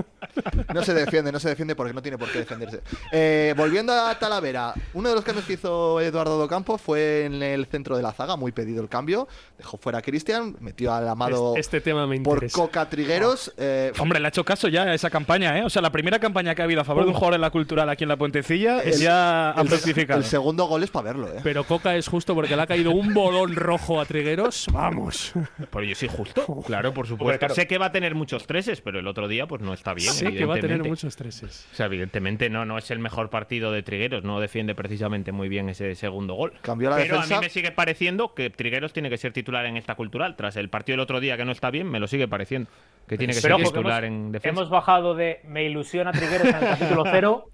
[SPEAKER 1] No se defiende, no se defiende porque no tiene por qué defenderse. Eh, volviendo a Talavera, uno de los cambios que hizo Eduardo Docampo fue en el centro de la zaga, muy pedido el cambio. Dejó fuera a Cristian, metió al amado
[SPEAKER 2] Este, este tema me
[SPEAKER 1] por
[SPEAKER 2] interesa.
[SPEAKER 1] Coca Trigueros. eh,
[SPEAKER 4] Hombre, le ha hecho caso ya a esa campaña, ¿eh? O sea, la primera campaña que ha habido a favor de un jugador en la cultural aquí en la Puentecilla
[SPEAKER 1] el-
[SPEAKER 4] es ya
[SPEAKER 1] el-
[SPEAKER 4] han fructificado.
[SPEAKER 1] El segundo gol es para verlo, ¿eh?
[SPEAKER 2] Pero Coca es justo porque le ha caído un bolón rojo a Trigueros. Vamos.
[SPEAKER 3] Pero yo soy justo. Claro, por supuesto. Sé que va a tener muchos treses, pero el otro día pues no está bien.
[SPEAKER 2] Sé que va a tener
[SPEAKER 3] evidentemente.
[SPEAKER 2] muchos treses.
[SPEAKER 3] O sea, evidentemente no, no es el mejor partido de Trigueros, no defiende precisamente muy bien ese segundo gol.
[SPEAKER 1] Cambió la
[SPEAKER 3] Pero
[SPEAKER 1] defensa.
[SPEAKER 3] a mí me sigue pareciendo que Trigueros tiene que ser titular en esta cultural. Tras el partido del otro día que no está bien, me lo sigue pareciendo. Que tiene que
[SPEAKER 5] Pero
[SPEAKER 3] ser
[SPEAKER 5] ojo, que
[SPEAKER 3] titular
[SPEAKER 5] hemos,
[SPEAKER 3] en defensa.
[SPEAKER 5] hemos bajado de me ilusiona Trigueros en el capítulo 0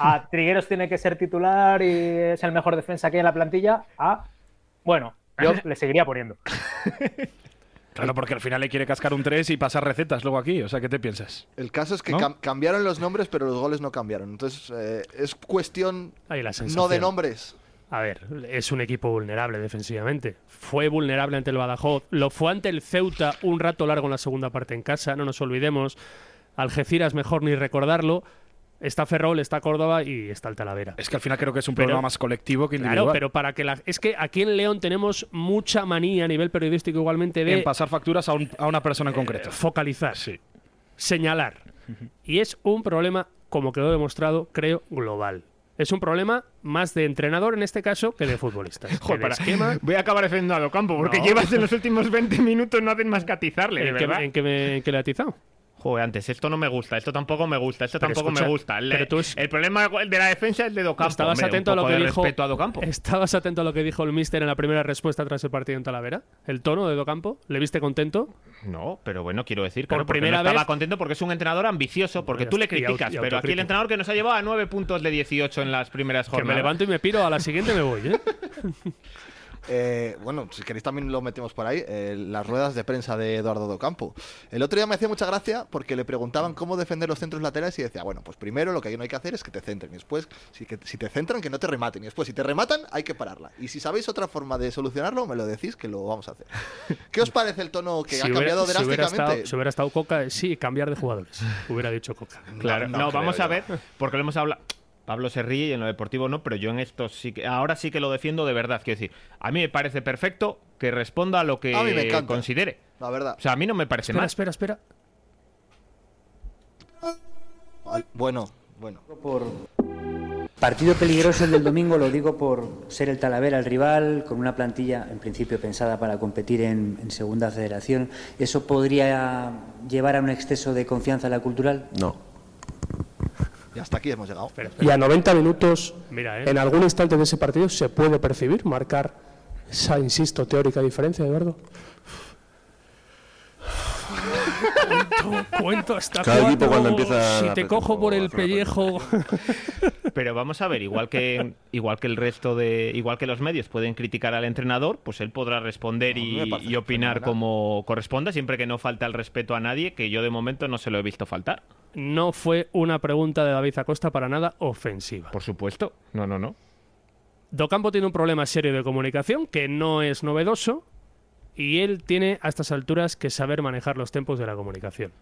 [SPEAKER 5] a Trigueros tiene que ser titular y es el mejor defensa que hay en la plantilla a bueno, yo le seguiría poniendo.
[SPEAKER 4] Claro, porque al final le quiere cascar un 3 y pasar recetas luego aquí. O sea, ¿qué te piensas?
[SPEAKER 1] El caso es que
[SPEAKER 4] ¿No?
[SPEAKER 1] cam- cambiaron los nombres, pero los goles no cambiaron. Entonces, eh, es cuestión
[SPEAKER 2] Ahí la sensación.
[SPEAKER 1] no de nombres.
[SPEAKER 2] A ver, es un equipo vulnerable defensivamente. Fue vulnerable ante el Badajoz, lo fue ante el Ceuta un rato largo en la segunda parte en casa, no nos olvidemos. Algeciras mejor ni recordarlo. Está Ferrol, está Córdoba y está el Talavera.
[SPEAKER 4] Es que al final creo que es un
[SPEAKER 2] Pero-
[SPEAKER 4] problema más colectivo que individual.
[SPEAKER 2] Claro, pero para que la es que aquí en León tenemos mucha manía a nivel periodístico igualmente de
[SPEAKER 4] En pasar facturas a, un- a una persona en concreto.
[SPEAKER 2] focalizar,
[SPEAKER 4] Sí.
[SPEAKER 2] señalar. Y es un problema, como quedó demostrado, creo, global. Es un problema más de entrenador en este caso que de futbolistas. que de esquema-
[SPEAKER 3] Voy a acabar defendiendo a Locampo,
[SPEAKER 2] porque llevas
[SPEAKER 3] en los últimos 20 minutos no hacen más catizarle,
[SPEAKER 2] ¿En qué, en qué me- en qué le ha atizado?
[SPEAKER 3] Joder, antes, esto no me gusta, esto tampoco me gusta, esto
[SPEAKER 2] Pero
[SPEAKER 3] tampoco
[SPEAKER 2] escucha,
[SPEAKER 3] me gusta. El,
[SPEAKER 2] pero tú es-
[SPEAKER 3] el problema de la defensa es el de Docampo.
[SPEAKER 2] ¿Estabas
[SPEAKER 3] hombre, un
[SPEAKER 2] atento a lo
[SPEAKER 3] poco
[SPEAKER 2] que
[SPEAKER 3] de
[SPEAKER 2] dijo?
[SPEAKER 3] respeto a Docampo.
[SPEAKER 2] ¿Estabas atento a lo que dijo el míster en la primera respuesta tras el partido en Talavera? ¿El tono de Docampo? ¿Le viste contento?
[SPEAKER 3] No, pero bueno, quiero decir,
[SPEAKER 2] Por
[SPEAKER 3] claro, porque
[SPEAKER 2] primera
[SPEAKER 3] no estaba
[SPEAKER 2] vez-
[SPEAKER 3] contento porque es un entrenador ambicioso, porque
[SPEAKER 2] Ya
[SPEAKER 3] tú le
[SPEAKER 2] está, y aut-
[SPEAKER 3] criticas,
[SPEAKER 2] y
[SPEAKER 3] pero aquí el
[SPEAKER 2] autocrítico.
[SPEAKER 3] entrenador que nos ha llevado a 9 puntos de 18 en las primeras
[SPEAKER 2] Que me
[SPEAKER 3] jornadas.
[SPEAKER 2] levanto y me piro, a la siguiente me voy, ¿eh?
[SPEAKER 1] Eh, bueno, si queréis también lo metemos por ahí, eh, las ruedas de prensa de Eduardo Docampo. El otro día me hacía mucha gracia porque le preguntaban cómo defender los centros laterales y decía, bueno, pues primero lo que no hay que hacer es que te centren, y después, si, que- si te centran, que no te rematen, y después, si te rematan, hay que pararla. Y si sabéis otra forma de solucionarlo, me lo decís que lo vamos a hacer. ¿Qué os parece el tono que ha
[SPEAKER 2] hubiera-
[SPEAKER 1] cambiado
[SPEAKER 2] si hubiera
[SPEAKER 1] drásticamente?
[SPEAKER 2] estado, si hubiera estado Coca, eh, sí, cambiar de jugadores. Hubiera dicho Coca.
[SPEAKER 3] Claro,
[SPEAKER 1] No,
[SPEAKER 3] no,
[SPEAKER 1] no creo
[SPEAKER 3] vamos
[SPEAKER 1] yo.
[SPEAKER 3] a ver, porque lo hemos hablado. Pablo se ríe y en lo deportivo no, pero yo en esto sí que. Ahora sí que lo defiendo de verdad. Quiero decir, a mí me parece perfecto que responda a lo que
[SPEAKER 1] A mí me encanta.
[SPEAKER 3] considere.
[SPEAKER 1] La verdad.
[SPEAKER 3] O sea, a mí no me parece
[SPEAKER 2] Espera,
[SPEAKER 3] mal.
[SPEAKER 2] espera, espera.
[SPEAKER 1] Ay, Bueno, bueno.
[SPEAKER 6] Partido peligroso el del domingo, lo digo por ser el Talavera el rival, con una plantilla en principio pensada para competir en, en Segunda Federación. ¿Eso podría llevar a un exceso de confianza en la cultural? No.
[SPEAKER 1] Y hasta aquí hemos llegado.
[SPEAKER 7] Y a 90 minutos,
[SPEAKER 2] Mira, eh.
[SPEAKER 7] en algún instante de ese partido, se puede percibir, marcar esa, insisto, teórica diferencia, Eduardo.
[SPEAKER 2] Cuento hasta
[SPEAKER 8] Cada equipo
[SPEAKER 2] cuatro,
[SPEAKER 8] cuando empieza
[SPEAKER 2] Si
[SPEAKER 8] la
[SPEAKER 2] te
[SPEAKER 8] pre-
[SPEAKER 2] cojo por
[SPEAKER 8] o
[SPEAKER 2] el
[SPEAKER 8] hace una
[SPEAKER 2] pellejo.
[SPEAKER 3] Pero vamos a ver, igual que, igual que el resto de. Igual que los medios pueden criticar al entrenador, pues él podrá responder
[SPEAKER 1] No, me
[SPEAKER 3] y,
[SPEAKER 1] parece
[SPEAKER 3] y opinar
[SPEAKER 1] fenomenal.
[SPEAKER 3] como corresponda, siempre que no falta el respeto a nadie, que yo de momento no se lo he visto faltar.
[SPEAKER 2] No fue una pregunta de David Acosta para nada ofensiva.
[SPEAKER 3] Por supuesto. No, no, no.
[SPEAKER 2] Docampo tiene un problema serio de comunicación que no es novedoso y él tiene a estas alturas que saber manejar los tiempos de la comunicación.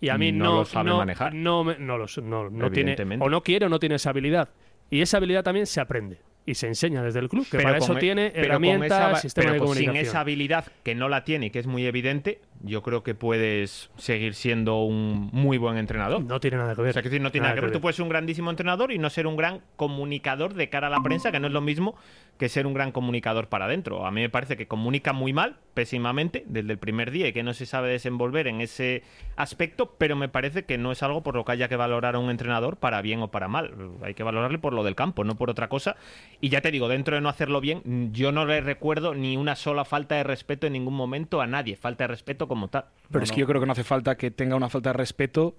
[SPEAKER 2] Y a mí
[SPEAKER 3] No
[SPEAKER 2] no
[SPEAKER 3] lo sabe
[SPEAKER 2] no-
[SPEAKER 3] manejar.
[SPEAKER 2] No, me- no los- no- no tiene
[SPEAKER 3] Evidentemente.
[SPEAKER 2] o no quiere o no tiene esa habilidad. Y esa habilidad también se aprende y se enseña desde el club, que
[SPEAKER 3] Pero
[SPEAKER 2] para
[SPEAKER 3] con
[SPEAKER 2] eso
[SPEAKER 3] e-
[SPEAKER 2] tiene
[SPEAKER 3] pero con
[SPEAKER 2] herramientas,
[SPEAKER 3] esa va-
[SPEAKER 2] sistema
[SPEAKER 3] pero
[SPEAKER 2] de
[SPEAKER 3] con-
[SPEAKER 2] comunicación.
[SPEAKER 3] Sin esa habilidad que no la tiene y que es muy evidente, yo creo que puedes seguir siendo un muy buen entrenador.
[SPEAKER 2] No tiene nada que ver.
[SPEAKER 3] O sea, que decir, no tiene nada que ver. Tú puedes ser un grandísimo entrenador y no ser un gran comunicador de cara a la prensa, que no es lo mismo que ser un gran comunicador para adentro. A mí me parece que comunica muy mal, pésimamente, desde el primer día y que no se sabe desenvolver en ese aspecto, pero me parece que no es algo por lo que haya que valorar a un entrenador para bien o para mal. Hay que valorarle por lo del campo, no por otra cosa. Y ya te digo, dentro de no hacerlo bien, yo no le recuerdo ni una sola falta de respeto en ningún momento a nadie. Falta de respeto como tal.
[SPEAKER 4] Pero
[SPEAKER 3] No,
[SPEAKER 4] es
[SPEAKER 3] no.
[SPEAKER 4] que yo creo que no hace falta que tenga una falta de respeto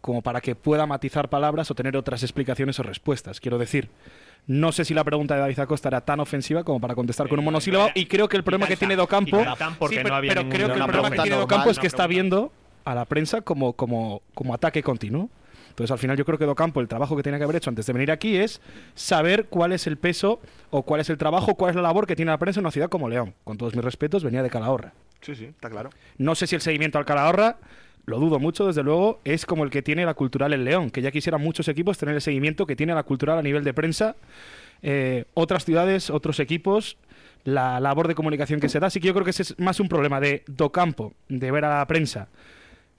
[SPEAKER 4] como para que pueda matizar palabras o tener otras explicaciones o respuestas. Quiero decir, no sé si la pregunta de David Acosta era tan ofensiva como para contestar con un monosílabo y creo que el problema que
[SPEAKER 3] tan-
[SPEAKER 4] tiene Docampo...
[SPEAKER 3] Eh, y tan- tan porque
[SPEAKER 4] Sí, pero,
[SPEAKER 3] no había
[SPEAKER 4] pero
[SPEAKER 3] ningún-
[SPEAKER 4] creo que el
[SPEAKER 3] una
[SPEAKER 4] problema que
[SPEAKER 3] pregunta
[SPEAKER 4] tiene
[SPEAKER 3] normal,
[SPEAKER 4] Docampo es
[SPEAKER 3] una
[SPEAKER 4] que está
[SPEAKER 3] pregunta.
[SPEAKER 4] viendo a la prensa como, como, como ataque continuo. Entonces, al final yo creo que Docampo, el trabajo que tenía que haber hecho antes de venir aquí es saber cuál es el peso o cuál es el trabajo, cuál es la labor que tiene la prensa en una ciudad como León. Con todos mis respetos, venía de Calahorra.
[SPEAKER 1] Sí, sí, está claro.
[SPEAKER 4] No sé si el seguimiento al Calahorra, lo dudo mucho, desde luego, es como el que tiene la cultural en León, que ya quisieran muchos equipos tener el seguimiento que tiene la cultural a nivel de prensa. Eh, otras ciudades, otros equipos, la labor de comunicación que se da. Así que yo creo que ese es más un problema de Docampo, de ver a la prensa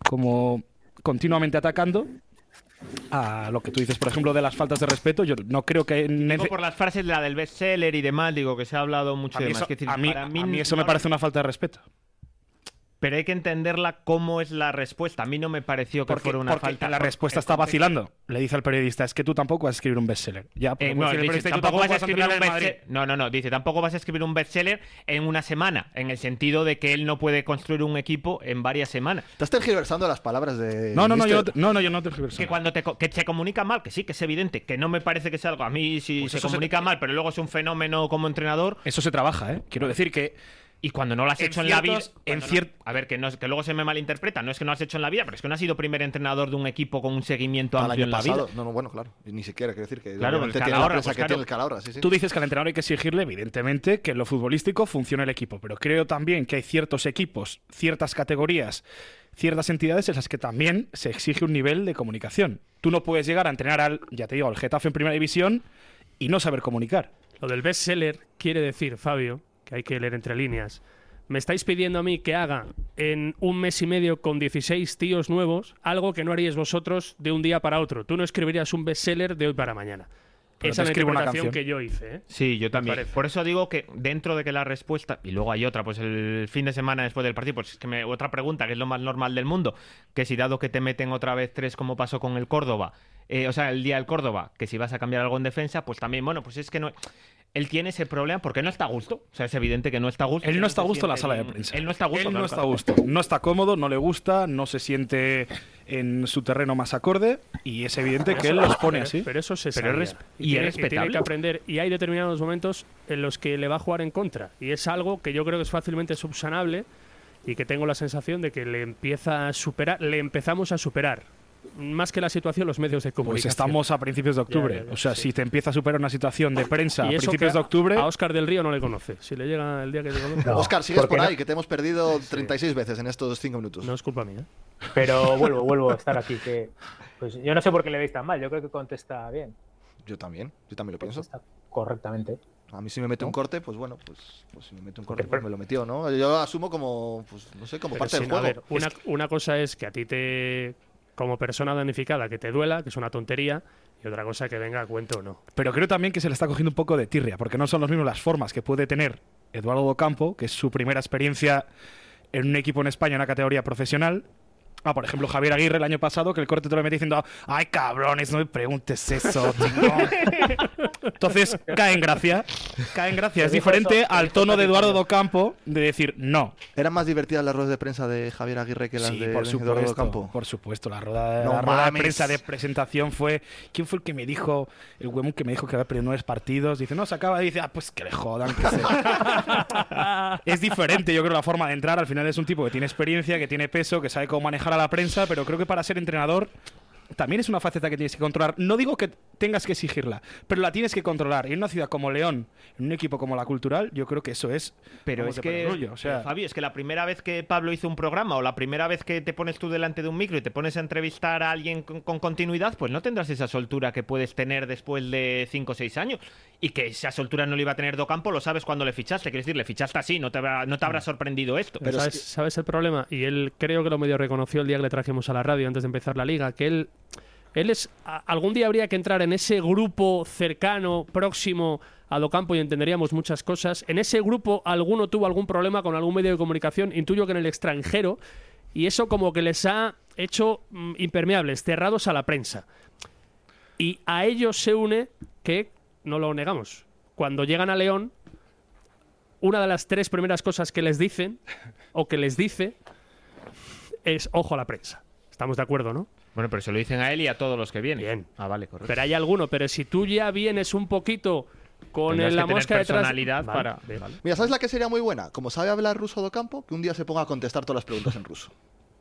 [SPEAKER 4] como continuamente atacando. A lo que tú dices, por ejemplo, de las faltas de respeto, yo no creo que.
[SPEAKER 3] Digo, por las frases de la del bestseller y demás, digo que se ha hablado mucho
[SPEAKER 4] A mí
[SPEAKER 3] de más.
[SPEAKER 4] eso-
[SPEAKER 3] Quiero decir,
[SPEAKER 4] a mí-
[SPEAKER 3] para
[SPEAKER 4] a mí eso
[SPEAKER 3] no-
[SPEAKER 4] me parece una falta de respeto.
[SPEAKER 3] Pero hay que entenderla cómo es la respuesta. A mí no me pareció que
[SPEAKER 4] porque,
[SPEAKER 3] fuera una
[SPEAKER 4] porque
[SPEAKER 3] falta.
[SPEAKER 4] la
[SPEAKER 3] por-
[SPEAKER 4] respuesta
[SPEAKER 3] el
[SPEAKER 4] está
[SPEAKER 3] contexto.
[SPEAKER 4] vacilando. Le dice al periodista, es que tú tampoco vas a escribir un bestseller. Ya,
[SPEAKER 3] Eh,
[SPEAKER 4] pues,
[SPEAKER 3] no,
[SPEAKER 4] el
[SPEAKER 3] dice,
[SPEAKER 4] periodista, "Y tú
[SPEAKER 3] tampoco vas a
[SPEAKER 4] entrenar
[SPEAKER 3] escribir un
[SPEAKER 4] en Madrid".
[SPEAKER 3] bestseller. No, no, no. Dice, tampoco vas a escribir un bestseller en una semana. En el sentido de que él no puede construir un equipo en varias semanas.
[SPEAKER 1] Estás tergiversando las palabras de.
[SPEAKER 4] No, no, no, yo no,
[SPEAKER 1] mister.
[SPEAKER 4] te- no, no, yo no te
[SPEAKER 3] Que cuando te, co- que se comunica mal, que sí, que es evidente, que no me parece que sea algo. A mí sí
[SPEAKER 4] Pues
[SPEAKER 3] se
[SPEAKER 4] eso se-
[SPEAKER 3] comunica mal, pero luego es un fenómeno como entrenador.
[SPEAKER 4] Eso se trabaja, ¿eh? Quiero decir que
[SPEAKER 3] Y cuando no lo has
[SPEAKER 4] En
[SPEAKER 3] hecho en la vida.
[SPEAKER 4] ciertos- en
[SPEAKER 3] cuando no-
[SPEAKER 4] cier-
[SPEAKER 3] a ver, que, no, es- que luego se me malinterpreta. No es que no lo has hecho en la vida, pero es que no has sido primer entrenador de un equipo con un seguimiento
[SPEAKER 1] Al
[SPEAKER 3] amplio
[SPEAKER 1] año
[SPEAKER 3] en la vida.
[SPEAKER 1] pasado. No, no, bueno, claro. Y Ni siquiera, quiero decir que.
[SPEAKER 3] Claro,
[SPEAKER 1] obviamente
[SPEAKER 3] pero el
[SPEAKER 1] tiene la
[SPEAKER 3] Calahorra,
[SPEAKER 1] prensa
[SPEAKER 3] pues
[SPEAKER 1] que
[SPEAKER 3] claro.
[SPEAKER 1] tiene el Calahorra, sí, sí.
[SPEAKER 4] tú dices que al entrenador hay que exigirle, evidentemente, que en lo futbolístico funcione el equipo. Pero creo también que hay ciertos equipos, ciertas categorías, ciertas entidades en las que también se exige un nivel de comunicación. Tú no puedes llegar a entrenar al, ya te digo, al Getafe en primera división y no saber comunicar.
[SPEAKER 2] Lo del bestseller quiere decir, Fabio, que hay que leer entre líneas. Me estáis pidiendo a mí que haga en un mes y medio con 16 tíos nuevos algo que no haríais vosotros de un día para otro. Tú no escribirías un bestseller de hoy para mañana.
[SPEAKER 4] Pero
[SPEAKER 2] Esa
[SPEAKER 4] te
[SPEAKER 2] es la
[SPEAKER 4] escribo una
[SPEAKER 2] interpretación
[SPEAKER 4] canción.
[SPEAKER 2] que yo hice. ¿eh?
[SPEAKER 3] Sí, yo también.
[SPEAKER 2] parece.
[SPEAKER 3] Por eso digo que dentro de que la respuesta, y luego hay otra, pues el fin de semana después del partido, pues es que me, otra pregunta, que es lo más normal del mundo, que si dado que te meten otra vez tres como pasó con el Córdoba, eh, o sea, el día del Córdoba, que si vas a cambiar algo en defensa, pues también, bueno, pues es que no... Él tiene ese problema porque no está a gusto. O sea, es evidente que no está a gusto.
[SPEAKER 4] Él no
[SPEAKER 3] se
[SPEAKER 4] está a gusto en la
[SPEAKER 3] siente
[SPEAKER 4] sala de
[SPEAKER 3] bien.
[SPEAKER 4] prensa.
[SPEAKER 3] Él no está a gusto.
[SPEAKER 4] Él
[SPEAKER 3] claro,
[SPEAKER 4] no está a
[SPEAKER 3] claro.
[SPEAKER 4] gusto. No está cómodo, no le gusta, no se siente en su terreno más acorde y es evidente que él los pone así.
[SPEAKER 2] Pero eso se
[SPEAKER 3] Pero
[SPEAKER 2] sabía.
[SPEAKER 3] es resp- y es
[SPEAKER 2] tiene- Tiene
[SPEAKER 3] respetable.
[SPEAKER 2] que aprender. Y hay determinados momentos en los que le va a jugar en contra. Y es algo que yo creo que es fácilmente subsanable y que tengo la sensación de que le empieza a superar, le empezamos a superar. Más que la situación, los medios de
[SPEAKER 4] Pues
[SPEAKER 2] comunicación.
[SPEAKER 4] estamos a principios de octubre.
[SPEAKER 2] Ya, ya, ya,
[SPEAKER 4] o sea,
[SPEAKER 2] sí.
[SPEAKER 4] si te empieza a superar una situación de prensa a
[SPEAKER 2] Y eso
[SPEAKER 4] principios
[SPEAKER 2] que
[SPEAKER 4] de
[SPEAKER 2] a-
[SPEAKER 4] octubre,
[SPEAKER 2] A Oscar del Río no le conoce. Si le llega el día que le conoce. No,
[SPEAKER 1] Oscar, sigues
[SPEAKER 5] porque
[SPEAKER 1] por
[SPEAKER 5] no-
[SPEAKER 1] ahí, que te hemos perdido 36 veces en estos 5 minutos.
[SPEAKER 2] es culpa mía. ¿eh?
[SPEAKER 5] Pero vuelvo, vuelvo a estar aquí. Que, pues yo no sé por qué le veis tan mal. Yo creo que contesta bien.
[SPEAKER 1] Yo también, yo también lo pienso.
[SPEAKER 5] Contesta Pues correctamente.
[SPEAKER 1] A mí si me mete un corte, pues bueno, pues, pues si me mete un corte, pues me lo metió, ¿no? Yo lo asumo como, pues no sé, como
[SPEAKER 2] Pero
[SPEAKER 1] parte
[SPEAKER 2] si
[SPEAKER 1] del
[SPEAKER 2] no, a
[SPEAKER 1] juego.
[SPEAKER 2] ver, una, una cosa es que a ti te. Como persona danificada, que te duela, que es una tontería. Y otra cosa que venga a cuento o no.
[SPEAKER 4] pero creo también que se le está cogiendo un poco de tirria, porque no son los mismos las formas que puede tener Eduardo Docampo, que es su primera experiencia en un equipo en España, en una categoría profesional. Ah, por ejemplo, Javier Aguirre el año pasado, que el corte te lo metí diciendo, ay cabrones, no me preguntes eso. chingón". Entonces cae en gracia, cae en gracia. Es
[SPEAKER 5] dijo eso-
[SPEAKER 4] diferente
[SPEAKER 5] te
[SPEAKER 4] al
[SPEAKER 5] dijo
[SPEAKER 4] tono
[SPEAKER 5] eso
[SPEAKER 4] de
[SPEAKER 5] a ti
[SPEAKER 4] Eduardo
[SPEAKER 5] también.
[SPEAKER 4] Docampo de decir, no,
[SPEAKER 1] Eran más divertidas las ruedas de prensa de Javier Aguirre que las
[SPEAKER 4] Sí,
[SPEAKER 1] de
[SPEAKER 4] por
[SPEAKER 1] Eduardo
[SPEAKER 4] supuesto,
[SPEAKER 1] Campo.
[SPEAKER 4] Por supuesto, la rueda,
[SPEAKER 1] No
[SPEAKER 4] la rueda de
[SPEAKER 1] mames.
[SPEAKER 4] prensa de presentación fue. ¿Quién fue el que me dijo, el huevón que me dijo que había perdido nueve partidos? Dice, no, se acaba. Y dice, ah, pues que le jodan. que se- es diferente, yo creo, la forma de entrar. Al final es un tipo que tiene experiencia, que tiene peso, que sabe cómo manejar a la prensa, pero creo que para ser entrenador. También es una faceta que tienes que controlar. No digo que tengas que exigirla, pero la tienes que controlar. Y en una ciudad como León, en un equipo como la Cultural, yo creo que eso es.
[SPEAKER 3] Pero
[SPEAKER 4] vamos,
[SPEAKER 3] es
[SPEAKER 4] de
[SPEAKER 3] que,
[SPEAKER 4] perogrullo, o sea,
[SPEAKER 3] Fabio, es que la primera vez que Pablo hizo un programa o la primera vez que te pones tú delante de un micro y te pones a entrevistar a alguien con, con continuidad, pues no tendrás esa soltura que puedes tener después de 5 o 6 años. Y que esa soltura no le iba a tener Docampo, lo sabes cuando le fichaste. Quiero decir, le fichaste así, no te habrá, no te habrá sorprendido esto.
[SPEAKER 2] Pero ¿sabes, sabes el problema? Y él creo que lo medio reconoció el día que le trajimos a la radio antes de empezar la liga, que él, él es... a- Algún día habría que entrar en ese grupo cercano, próximo a Docampo y entenderíamos muchas cosas. En ese grupo alguno tuvo algún problema con algún medio de comunicación, intuyo que en el extranjero, y eso como que les ha hecho mm, impermeables, cerrados a la prensa. Y a ello se une que, no lo negamos, cuando llegan a León, una de las tres primeras cosas que les dicen, o que les dice, es ojo a la prensa. Estamos de acuerdo, ¿no?
[SPEAKER 3] Bueno, pero se lo dicen a él y a todos los que vienen.
[SPEAKER 2] Bien.
[SPEAKER 3] Ah, vale, correcto.
[SPEAKER 2] Pero hay alguno, pero si tú ya vienes un poquito con
[SPEAKER 3] Tendrás
[SPEAKER 2] el-
[SPEAKER 3] que
[SPEAKER 2] la
[SPEAKER 3] tener
[SPEAKER 2] mosca detrás...
[SPEAKER 3] personalidad
[SPEAKER 2] Vale,
[SPEAKER 3] para-
[SPEAKER 2] bien.
[SPEAKER 3] vale.
[SPEAKER 1] Mira, ¿sabes la que sería muy buena? Como sabe hablar ruso Docampo, que un día se ponga a contestar todas las preguntas en ruso.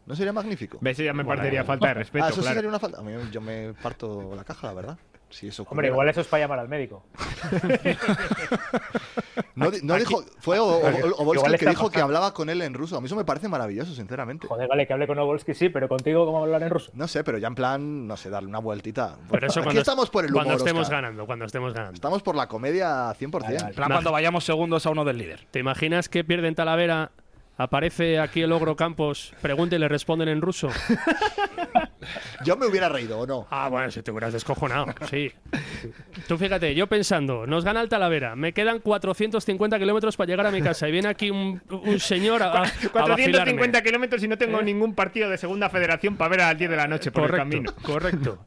[SPEAKER 1] ¿No sería magnífico?
[SPEAKER 3] ¿Ves? Eso ya me parecería falta de respeto.
[SPEAKER 1] ah, eso sí
[SPEAKER 3] claro.
[SPEAKER 1] sería una falta. A mí, yo me parto la caja, la verdad. Si eso
[SPEAKER 5] Hombre,
[SPEAKER 1] ocurriera.
[SPEAKER 5] igual eso es para llamar al médico.
[SPEAKER 1] No, di- no dijo. Fue o- o- o- Obolsky
[SPEAKER 5] Igual
[SPEAKER 1] el que
[SPEAKER 5] está
[SPEAKER 1] dijo que
[SPEAKER 5] pasando.
[SPEAKER 1] hablaba con él en ruso. A mí eso me parece maravilloso, sinceramente.
[SPEAKER 5] Joder, vale, que hable con Obolsky, sí, pero contigo, ¿cómo hablar en ruso?
[SPEAKER 1] No sé, pero ya en plan, no sé, darle una vueltita.
[SPEAKER 2] Pero eso
[SPEAKER 1] Aquí
[SPEAKER 2] cuando,
[SPEAKER 1] estamos por el humor.
[SPEAKER 2] cuando estemos
[SPEAKER 1] Óscar.
[SPEAKER 2] ganando, cuando estemos ganando.
[SPEAKER 1] Estamos por la comedia 100%.
[SPEAKER 4] en plan, cuando vayamos segundos a uno del líder.
[SPEAKER 2] ¿Te imaginas que pierden Talavera? Aparece aquí el ogro Campos, pregunta y le responden en ruso.
[SPEAKER 1] Yo me hubiera reído, ¿o no?
[SPEAKER 2] Ah, bueno, si te hubieras descojonado, sí. Tú fíjate, yo pensando, nos gana el Talavera, me quedan 450 kilómetros para llegar a mi casa y viene aquí un, un señor a, a- a vacilarme.
[SPEAKER 3] 450 kilómetros y no tengo ningún partido de segunda federación para ver a las 10 de la noche por
[SPEAKER 2] Eh. correcto,
[SPEAKER 3] el camino.
[SPEAKER 2] Correcto.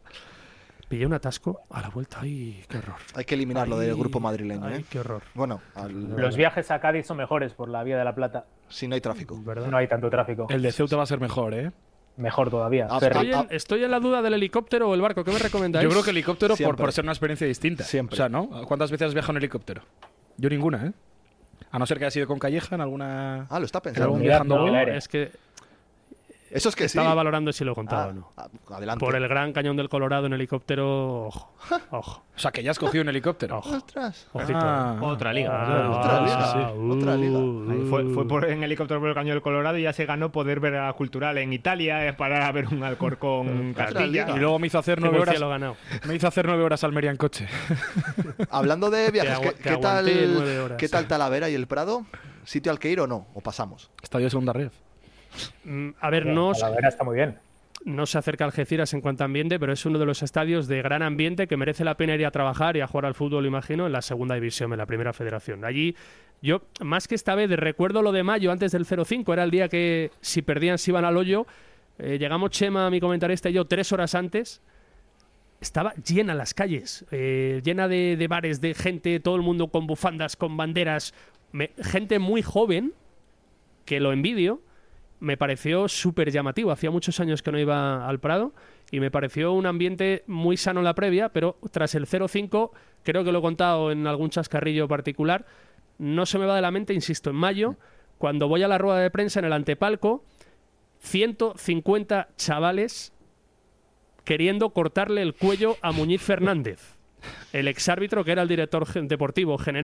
[SPEAKER 2] Pillé un atasco a la vuelta. ¡Ay, qué horror!
[SPEAKER 1] Hay que eliminarlo del grupo madrileño,
[SPEAKER 2] Ay,
[SPEAKER 1] ¿eh?
[SPEAKER 2] qué horror.
[SPEAKER 1] Bueno, al-
[SPEAKER 5] Los viajes a Cádiz son mejores por la Vía de la Plata.
[SPEAKER 1] si no hay tráfico.
[SPEAKER 2] ¿Verdad?
[SPEAKER 5] No hay tanto tráfico.
[SPEAKER 4] El de Ceuta va a ser mejor, ¿eh?
[SPEAKER 5] Mejor todavía.
[SPEAKER 1] Ah,
[SPEAKER 3] pues
[SPEAKER 5] ferry.
[SPEAKER 2] Estoy, en, estoy en la duda del helicóptero o el barco. ¿Qué me recomendáis?
[SPEAKER 4] Yo creo que helicóptero por,
[SPEAKER 1] Siempre.
[SPEAKER 4] por ser una experiencia distinta.
[SPEAKER 1] Siempre.
[SPEAKER 4] O sea, ¿no? ¿Cuántas veces has viajado en helicóptero? Yo ninguna, ¿eh? A no ser que haya sido con Calleja en alguna.
[SPEAKER 1] Ah, lo está pensando.
[SPEAKER 5] Claro,
[SPEAKER 4] algún
[SPEAKER 5] mira,
[SPEAKER 4] viajando
[SPEAKER 5] no,
[SPEAKER 4] vuelo.
[SPEAKER 5] la-
[SPEAKER 2] Es que
[SPEAKER 1] Eso es que sí.
[SPEAKER 2] estaba valorando si lo contaba
[SPEAKER 1] Ah,
[SPEAKER 2] o no.
[SPEAKER 1] ah, adelante.
[SPEAKER 2] Por el gran cañón del Colorado en helicóptero, ojo,
[SPEAKER 1] Ah.
[SPEAKER 2] ojo,
[SPEAKER 4] O sea, que ya has cogido un helicóptero.
[SPEAKER 2] ojo.
[SPEAKER 1] Ostras.
[SPEAKER 2] ojito.
[SPEAKER 4] Ah.
[SPEAKER 3] Otra liga.
[SPEAKER 1] Otra liga,
[SPEAKER 2] ah,
[SPEAKER 1] sí. Otra liga.
[SPEAKER 2] uh,
[SPEAKER 3] Ahí fue, fue por, en helicóptero por el cañón del Colorado y ya se ganó poder ver a la cultural en Italia eh, para ver un Alcorcón Castilla.
[SPEAKER 1] liga.
[SPEAKER 4] Y luego me hizo hacer
[SPEAKER 2] qué
[SPEAKER 4] nueve
[SPEAKER 2] buen
[SPEAKER 4] horas.
[SPEAKER 2] cielo ganado.
[SPEAKER 4] Me hizo hacer nueve horas Almería en coche.
[SPEAKER 1] Hablando de viajes,
[SPEAKER 2] agu-
[SPEAKER 1] ¿qué,
[SPEAKER 2] que
[SPEAKER 1] qué
[SPEAKER 2] aguanté nueve
[SPEAKER 1] tal,
[SPEAKER 2] horas.
[SPEAKER 1] ¿qué tal Talavera y el Prado? ¿Sitio al que ir o no? ¿O pasamos?
[SPEAKER 4] Estadio de segunda red.
[SPEAKER 2] Mm, A ver,
[SPEAKER 5] Bien,
[SPEAKER 2] no, os-
[SPEAKER 5] Talavera está muy bien.
[SPEAKER 2] no se acerca a Algeciras en cuanto a ambiente, pero es uno de los estadios de gran ambiente que merece la pena ir a trabajar y a jugar al fútbol, imagino, en la segunda división, en la primera federación. Allí, yo, más que esta vez, recuerdo lo de mayo antes del 0-5, era el día que si perdían se iban al hoyo. Eh, llegamos Chema, mi comentarista y yo, tres horas antes. Estaba llena las calles, eh, llena de, de bares, de gente, todo el mundo con bufandas, con banderas, Me- gente muy joven, que lo envidio, me pareció súper llamativo. Hacía muchos años que no iba al Prado y me pareció un ambiente muy sano en la previa, pero tras el 0-5, creo que lo he contado en algún chascarrillo particular, no se me va de la mente, insisto, en mayo, cuando voy a la rueda de prensa en el antepalco, 150 chavales queriendo cortarle el cuello a Muñiz Fernández, el exárbitro que era el director gen- deportivo general.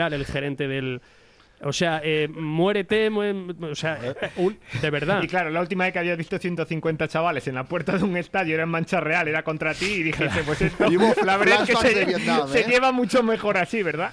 [SPEAKER 2] Era el gerente del, O sea, eh, muérete, mué- o sea, un- de verdad.
[SPEAKER 3] Y claro, la última vez que había visto 150 chavales en la puerta de un estadio era en Mancha Real, era contra ti y dijiste, pues esto,
[SPEAKER 1] Y hubo
[SPEAKER 3] la verdad es que
[SPEAKER 1] flashbacks
[SPEAKER 3] se,
[SPEAKER 1] de Vietnam,
[SPEAKER 3] se
[SPEAKER 1] ¿eh?
[SPEAKER 3] lleva mucho mejor así, ¿verdad?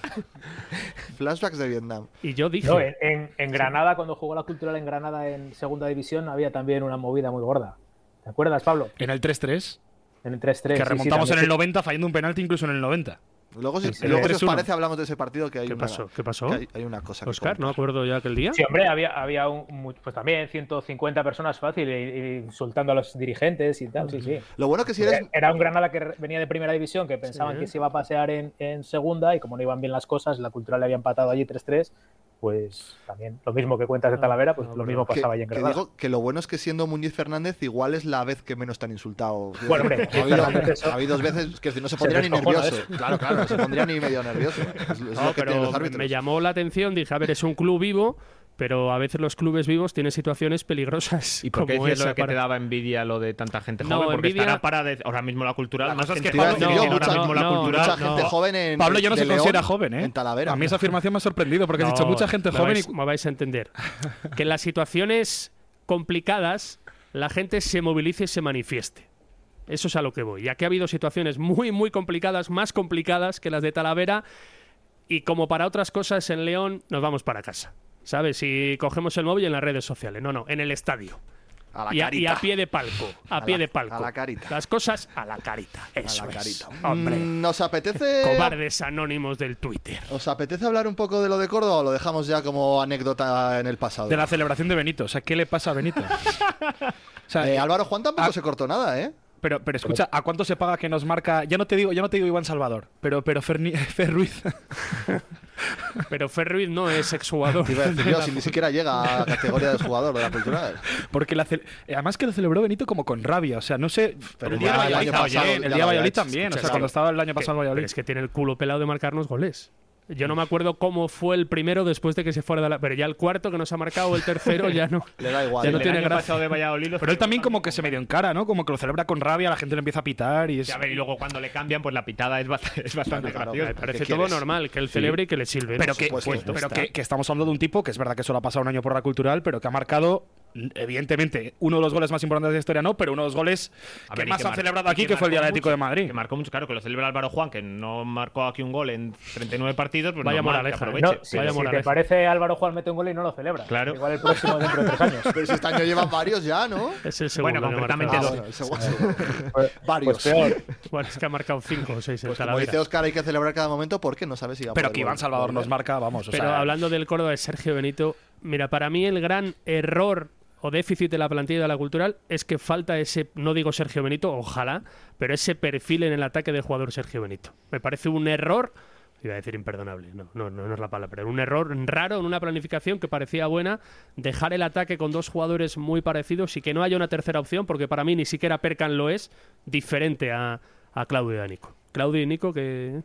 [SPEAKER 1] Flashbacks de Vietnam.
[SPEAKER 2] Y yo dije.
[SPEAKER 5] No,
[SPEAKER 3] eh.
[SPEAKER 5] en, en- en Granada, cuando jugó la cultural en Granada en segunda división, había también una movida muy gorda. ¿Te acuerdas, Pablo?
[SPEAKER 4] En el 3-3.
[SPEAKER 5] En el 3-3.
[SPEAKER 4] Que
[SPEAKER 5] sí, sí,
[SPEAKER 4] remontamos
[SPEAKER 5] también
[SPEAKER 4] en el
[SPEAKER 5] sí.
[SPEAKER 4] 90 fallando un penalti incluso en el 90.
[SPEAKER 1] Luego, si,
[SPEAKER 4] Sí,
[SPEAKER 1] luego,
[SPEAKER 4] sí.
[SPEAKER 1] si os
[SPEAKER 4] 3-1.
[SPEAKER 1] parece, hablamos de ese partido que hay
[SPEAKER 2] ¿Qué
[SPEAKER 1] una-
[SPEAKER 2] pasó? ¿Qué pasó?
[SPEAKER 1] que hay, hay una cosa. que
[SPEAKER 2] Oscar, no me acuerdo ya aquel día.
[SPEAKER 5] Sí, hombre, había, había un- mu- pues también 150 personas fácil y- y insultando a los dirigentes y tal, sí, sí.
[SPEAKER 1] Lo bueno que si eres-
[SPEAKER 5] Era- Era un Granada que re- venía de primera división, que pensaban
[SPEAKER 2] Sí.
[SPEAKER 5] que se iba a pasear en, en segunda y como no iban bien las cosas, la cultural le había empatado allí 3-3, pues también lo mismo que cuentas de Talavera, pues lo mismo
[SPEAKER 1] Que-
[SPEAKER 5] pasaba allí en
[SPEAKER 1] que
[SPEAKER 5] Granada.
[SPEAKER 1] digo que lo bueno es que siendo Muñiz Fernández, igual es la vez que menos te han insultado.
[SPEAKER 5] Bueno, hombre,
[SPEAKER 1] ha habido,
[SPEAKER 5] Fernández, eso-
[SPEAKER 1] ha habido dos veces que no se
[SPEAKER 5] Se
[SPEAKER 1] pondría ni
[SPEAKER 5] descojona
[SPEAKER 1] nervioso.
[SPEAKER 5] eso.
[SPEAKER 1] Claro, claro, no se pondría ni medio nervioso. Es, es lo
[SPEAKER 2] No,
[SPEAKER 1] que tienen
[SPEAKER 2] pero
[SPEAKER 1] los árbitros.
[SPEAKER 2] me llamó la atención, dije, a ver, es un club vivo, pero a veces los clubes vivos tienen situaciones peligrosas.
[SPEAKER 3] ¿Y por qué
[SPEAKER 2] como es
[SPEAKER 3] decías
[SPEAKER 2] lo
[SPEAKER 3] lo
[SPEAKER 2] de
[SPEAKER 3] de que te
[SPEAKER 2] Pará.
[SPEAKER 3] daba envidia lo de tanta gente
[SPEAKER 2] No,
[SPEAKER 3] joven? porque
[SPEAKER 2] envidia-
[SPEAKER 3] estará para de- ahora mismo la cultural. más es que
[SPEAKER 1] Te iba a
[SPEAKER 3] Pablo
[SPEAKER 1] decir
[SPEAKER 3] dice
[SPEAKER 1] yo,
[SPEAKER 3] que ahora
[SPEAKER 1] mucha-
[SPEAKER 3] mismo la
[SPEAKER 2] no,
[SPEAKER 3] cultural.
[SPEAKER 1] mucha gente
[SPEAKER 3] no.
[SPEAKER 1] joven en
[SPEAKER 4] Pablo ya no
[SPEAKER 1] de
[SPEAKER 4] se considera
[SPEAKER 1] León,
[SPEAKER 4] joven, ¿eh?
[SPEAKER 1] En Talavera.
[SPEAKER 4] A mí esa afirmación me ha sorprendido porque has dicho
[SPEAKER 2] No,
[SPEAKER 4] mucha gente
[SPEAKER 2] me
[SPEAKER 4] joven
[SPEAKER 2] vais-
[SPEAKER 4] y.
[SPEAKER 2] Me vais a entender. Que en las situaciones complicadas la gente se movilice y se manifieste. Eso es a lo que voy. Ya que ha habido situaciones muy, muy complicadas, más complicadas que las de Talavera, y como para otras cosas en León, nos vamos para casa. ¿Sabes? Si cogemos el móvil en las redes sociales. No, no, en el estadio.
[SPEAKER 1] A la
[SPEAKER 2] y, a, y
[SPEAKER 1] carita.
[SPEAKER 2] a pie de palco. A,
[SPEAKER 1] A la-
[SPEAKER 2] pie de palco.
[SPEAKER 1] a la carita.
[SPEAKER 2] Las cosas a la carita. Eso
[SPEAKER 1] la
[SPEAKER 2] es.
[SPEAKER 1] carita.
[SPEAKER 2] Hombre.
[SPEAKER 1] Mm, Nos apetece.
[SPEAKER 2] Cobardes anónimos del Twitter.
[SPEAKER 1] ¿Os apetece hablar un poco de lo de Córdoba o lo dejamos ya como anécdota en el pasado?
[SPEAKER 4] De la celebración de Benito. O sea, ¿qué le pasa a Benito? O sea,
[SPEAKER 1] Eh, Álvaro Juan tampoco
[SPEAKER 4] Ah.
[SPEAKER 1] se cortó nada, ¿eh?
[SPEAKER 4] Pero, pero escucha, ¿a cuánto se paga que nos marca? Ya no te digo, ya no te digo Iván Salvador, pero, pero Ferni- Fer Ruiz.
[SPEAKER 2] Pero Ferruiz no es exjugador.
[SPEAKER 1] Te iba a decir yo, si ni siquiera llega a la categoría de jugador de la cultural.
[SPEAKER 4] Porque la ce- además que lo celebró Benito como con rabia. O sea, no sé. Pero el día
[SPEAKER 1] ya
[SPEAKER 4] de
[SPEAKER 1] el
[SPEAKER 4] Valladolid
[SPEAKER 1] año pasado
[SPEAKER 4] también.
[SPEAKER 1] ya
[SPEAKER 4] El
[SPEAKER 1] lo
[SPEAKER 4] día de
[SPEAKER 1] había
[SPEAKER 4] Valladolid
[SPEAKER 1] hecho.
[SPEAKER 4] también. O
[SPEAKER 2] Escucha,
[SPEAKER 4] sea, cuando estaba el año
[SPEAKER 2] Que-
[SPEAKER 4] pasado en
[SPEAKER 2] pero
[SPEAKER 4] Valladolid.
[SPEAKER 2] es que tiene el culo pelado de marcarnos goles. Yo no me acuerdo cómo fue el primero después de que se fuera de la. Pero ya el cuarto que nos ha marcado, el tercero ya no.
[SPEAKER 1] Le da igual.
[SPEAKER 2] Ya no
[SPEAKER 1] ¿eh?
[SPEAKER 2] tiene
[SPEAKER 3] El año
[SPEAKER 2] gracia.
[SPEAKER 3] pasado de Valladolid. los
[SPEAKER 4] Pero él también como que se medio encara, ¿no? Como que lo celebra con rabia, la gente le empieza a pitar y es.
[SPEAKER 3] Y a ver, y luego cuando le cambian, pues la pitada es bast- es bastante
[SPEAKER 1] Claro,
[SPEAKER 3] graciosa.
[SPEAKER 2] Me parece
[SPEAKER 1] ¿Qué
[SPEAKER 2] todo
[SPEAKER 1] quieres?
[SPEAKER 2] normal, que él celebre y que le silbe.
[SPEAKER 4] Pero,
[SPEAKER 2] por
[SPEAKER 4] que,
[SPEAKER 2] supuesto.
[SPEAKER 4] pues,
[SPEAKER 1] supuesto,
[SPEAKER 4] pero
[SPEAKER 1] está.
[SPEAKER 4] que, que estamos hablando de un tipo que es verdad que solo ha pasado un año por la cultural, pero que ha marcado, evidentemente, uno de los goles más importantes de la historia, no, pero uno de los goles
[SPEAKER 3] A
[SPEAKER 4] que
[SPEAKER 3] ver, y
[SPEAKER 4] más han
[SPEAKER 3] mar-
[SPEAKER 4] celebrado
[SPEAKER 3] y
[SPEAKER 4] aquí, que, fue el Día
[SPEAKER 3] marcó
[SPEAKER 4] Atlético de
[SPEAKER 3] mucho,
[SPEAKER 4] Madrid.
[SPEAKER 3] Que marcó mucho, claro, que lo celebra Álvaro Juan, que no marcó aquí un gol en 39 partidos, pues
[SPEAKER 2] Vaya
[SPEAKER 3] normal, que
[SPEAKER 2] moraleja, ¿eh?
[SPEAKER 3] aproveche.
[SPEAKER 5] No,
[SPEAKER 2] Eche,
[SPEAKER 5] si,
[SPEAKER 2] vaya
[SPEAKER 5] si te
[SPEAKER 2] moraleja.
[SPEAKER 5] parece Álvaro Juan mete un gol y no lo celebra.
[SPEAKER 3] Claro.
[SPEAKER 5] Igual el próximo dentro de tres años.
[SPEAKER 1] Pero si este año llevan varios ya, ¿no?
[SPEAKER 2] Es el segundo.
[SPEAKER 3] Bueno,
[SPEAKER 2] que marca.
[SPEAKER 3] concretamente
[SPEAKER 1] Ah,
[SPEAKER 3] dos.
[SPEAKER 1] bueno, el segundo.
[SPEAKER 5] Pues-
[SPEAKER 1] Varios.
[SPEAKER 5] pues peor.
[SPEAKER 2] Bueno, es que ha marcado cinco o seis en
[SPEAKER 1] Pues como
[SPEAKER 2] Talavera.
[SPEAKER 1] dice Oscar, hay que celebrar cada momento porque no sabes si va a
[SPEAKER 4] Pero
[SPEAKER 1] poder
[SPEAKER 4] que Iván
[SPEAKER 1] volver.
[SPEAKER 4] Salvador nos marca, vamos. O
[SPEAKER 2] Pero
[SPEAKER 4] sea,
[SPEAKER 2] hablando del Córdoba de Sergio Benito, mira, para mí el gran error o déficit de la plantilla de la cultural es que falta ese, no digo Sergio Benito, ojalá, pero ese perfil en el ataque del jugador Sergio Benito. Me parece un error, iba a decir imperdonable, no, no, no, no es la palabra, pero un error raro en una planificación que parecía buena, dejar el ataque con dos jugadores muy parecidos y que no haya una tercera opción, porque para mí ni siquiera Percan lo es, diferente a, a Claudio y a Nico. Claudio y Nico que...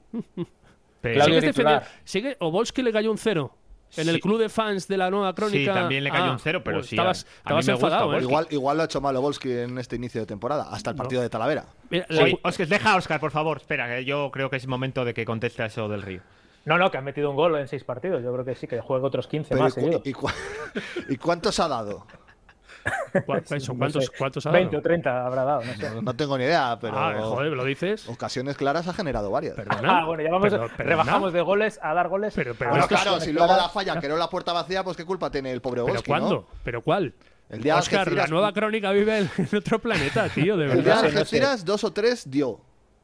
[SPEAKER 3] Pero-
[SPEAKER 5] Claudio
[SPEAKER 2] ¿Sigues defendiendo-
[SPEAKER 5] titular.
[SPEAKER 2] sigue- Obolski le cayó un cero. En
[SPEAKER 3] Sí.
[SPEAKER 2] el club de fans de la nueva crónica.
[SPEAKER 3] Sí, también le cayó
[SPEAKER 2] Ah,
[SPEAKER 3] un cero, pero
[SPEAKER 2] pues
[SPEAKER 3] sí,
[SPEAKER 2] Estabas,
[SPEAKER 3] a- a
[SPEAKER 2] estabas
[SPEAKER 3] mí me gusta
[SPEAKER 2] enfadado, ¿eh?
[SPEAKER 3] Obolski.
[SPEAKER 1] Igual, igual lo ha hecho mal Obolski en este inicio de temporada, hasta el partido de Talavera.
[SPEAKER 2] Mira, la-
[SPEAKER 3] Sí, Óscar, deja a Oscar, por favor. Espera, que yo creo que es momento de que conteste a eso del Río.
[SPEAKER 5] No, no, que han metido un gol en seis partidos. Yo creo que sí, que juegue otros 15
[SPEAKER 1] Pero ¿y,
[SPEAKER 5] más.
[SPEAKER 1] cu-
[SPEAKER 5] seguidos.
[SPEAKER 1] y cu- y cuántos ha dado?
[SPEAKER 2] ¿cu- eso,
[SPEAKER 5] ¿eh? No
[SPEAKER 2] ¿Cuántos,
[SPEAKER 5] sé,
[SPEAKER 2] cuántos ha
[SPEAKER 5] 20 o
[SPEAKER 2] dado?
[SPEAKER 5] 30 habrá dado, no sé.
[SPEAKER 1] No tengo ni idea, pero
[SPEAKER 2] Ah, joder, ¿lo dices?
[SPEAKER 3] oh,
[SPEAKER 1] ocasiones claras ha generado varias.
[SPEAKER 2] Perdona.
[SPEAKER 5] Ah, bueno, ya vamos,
[SPEAKER 2] Pero- perdona.
[SPEAKER 5] rebajamos de goles a dar goles.
[SPEAKER 2] Pero- pero
[SPEAKER 5] a
[SPEAKER 1] Bueno,
[SPEAKER 5] las
[SPEAKER 1] claro,
[SPEAKER 5] ocasiones
[SPEAKER 1] si luego
[SPEAKER 5] claras.
[SPEAKER 1] la falla, que no la puerta vacía, pues qué culpa tiene el pobre
[SPEAKER 2] ¿Pero
[SPEAKER 1] Obolski,
[SPEAKER 2] cuándo?
[SPEAKER 1] ¿no?
[SPEAKER 2] ¿Pero cuál?
[SPEAKER 1] El día de
[SPEAKER 2] Óscar, la
[SPEAKER 1] Algeciras-
[SPEAKER 2] nueva crónica vive en, en otro planeta, tío, de
[SPEAKER 1] El día de
[SPEAKER 2] verdad.
[SPEAKER 5] sé, no sé.
[SPEAKER 1] Algeciras, dos o tres dio.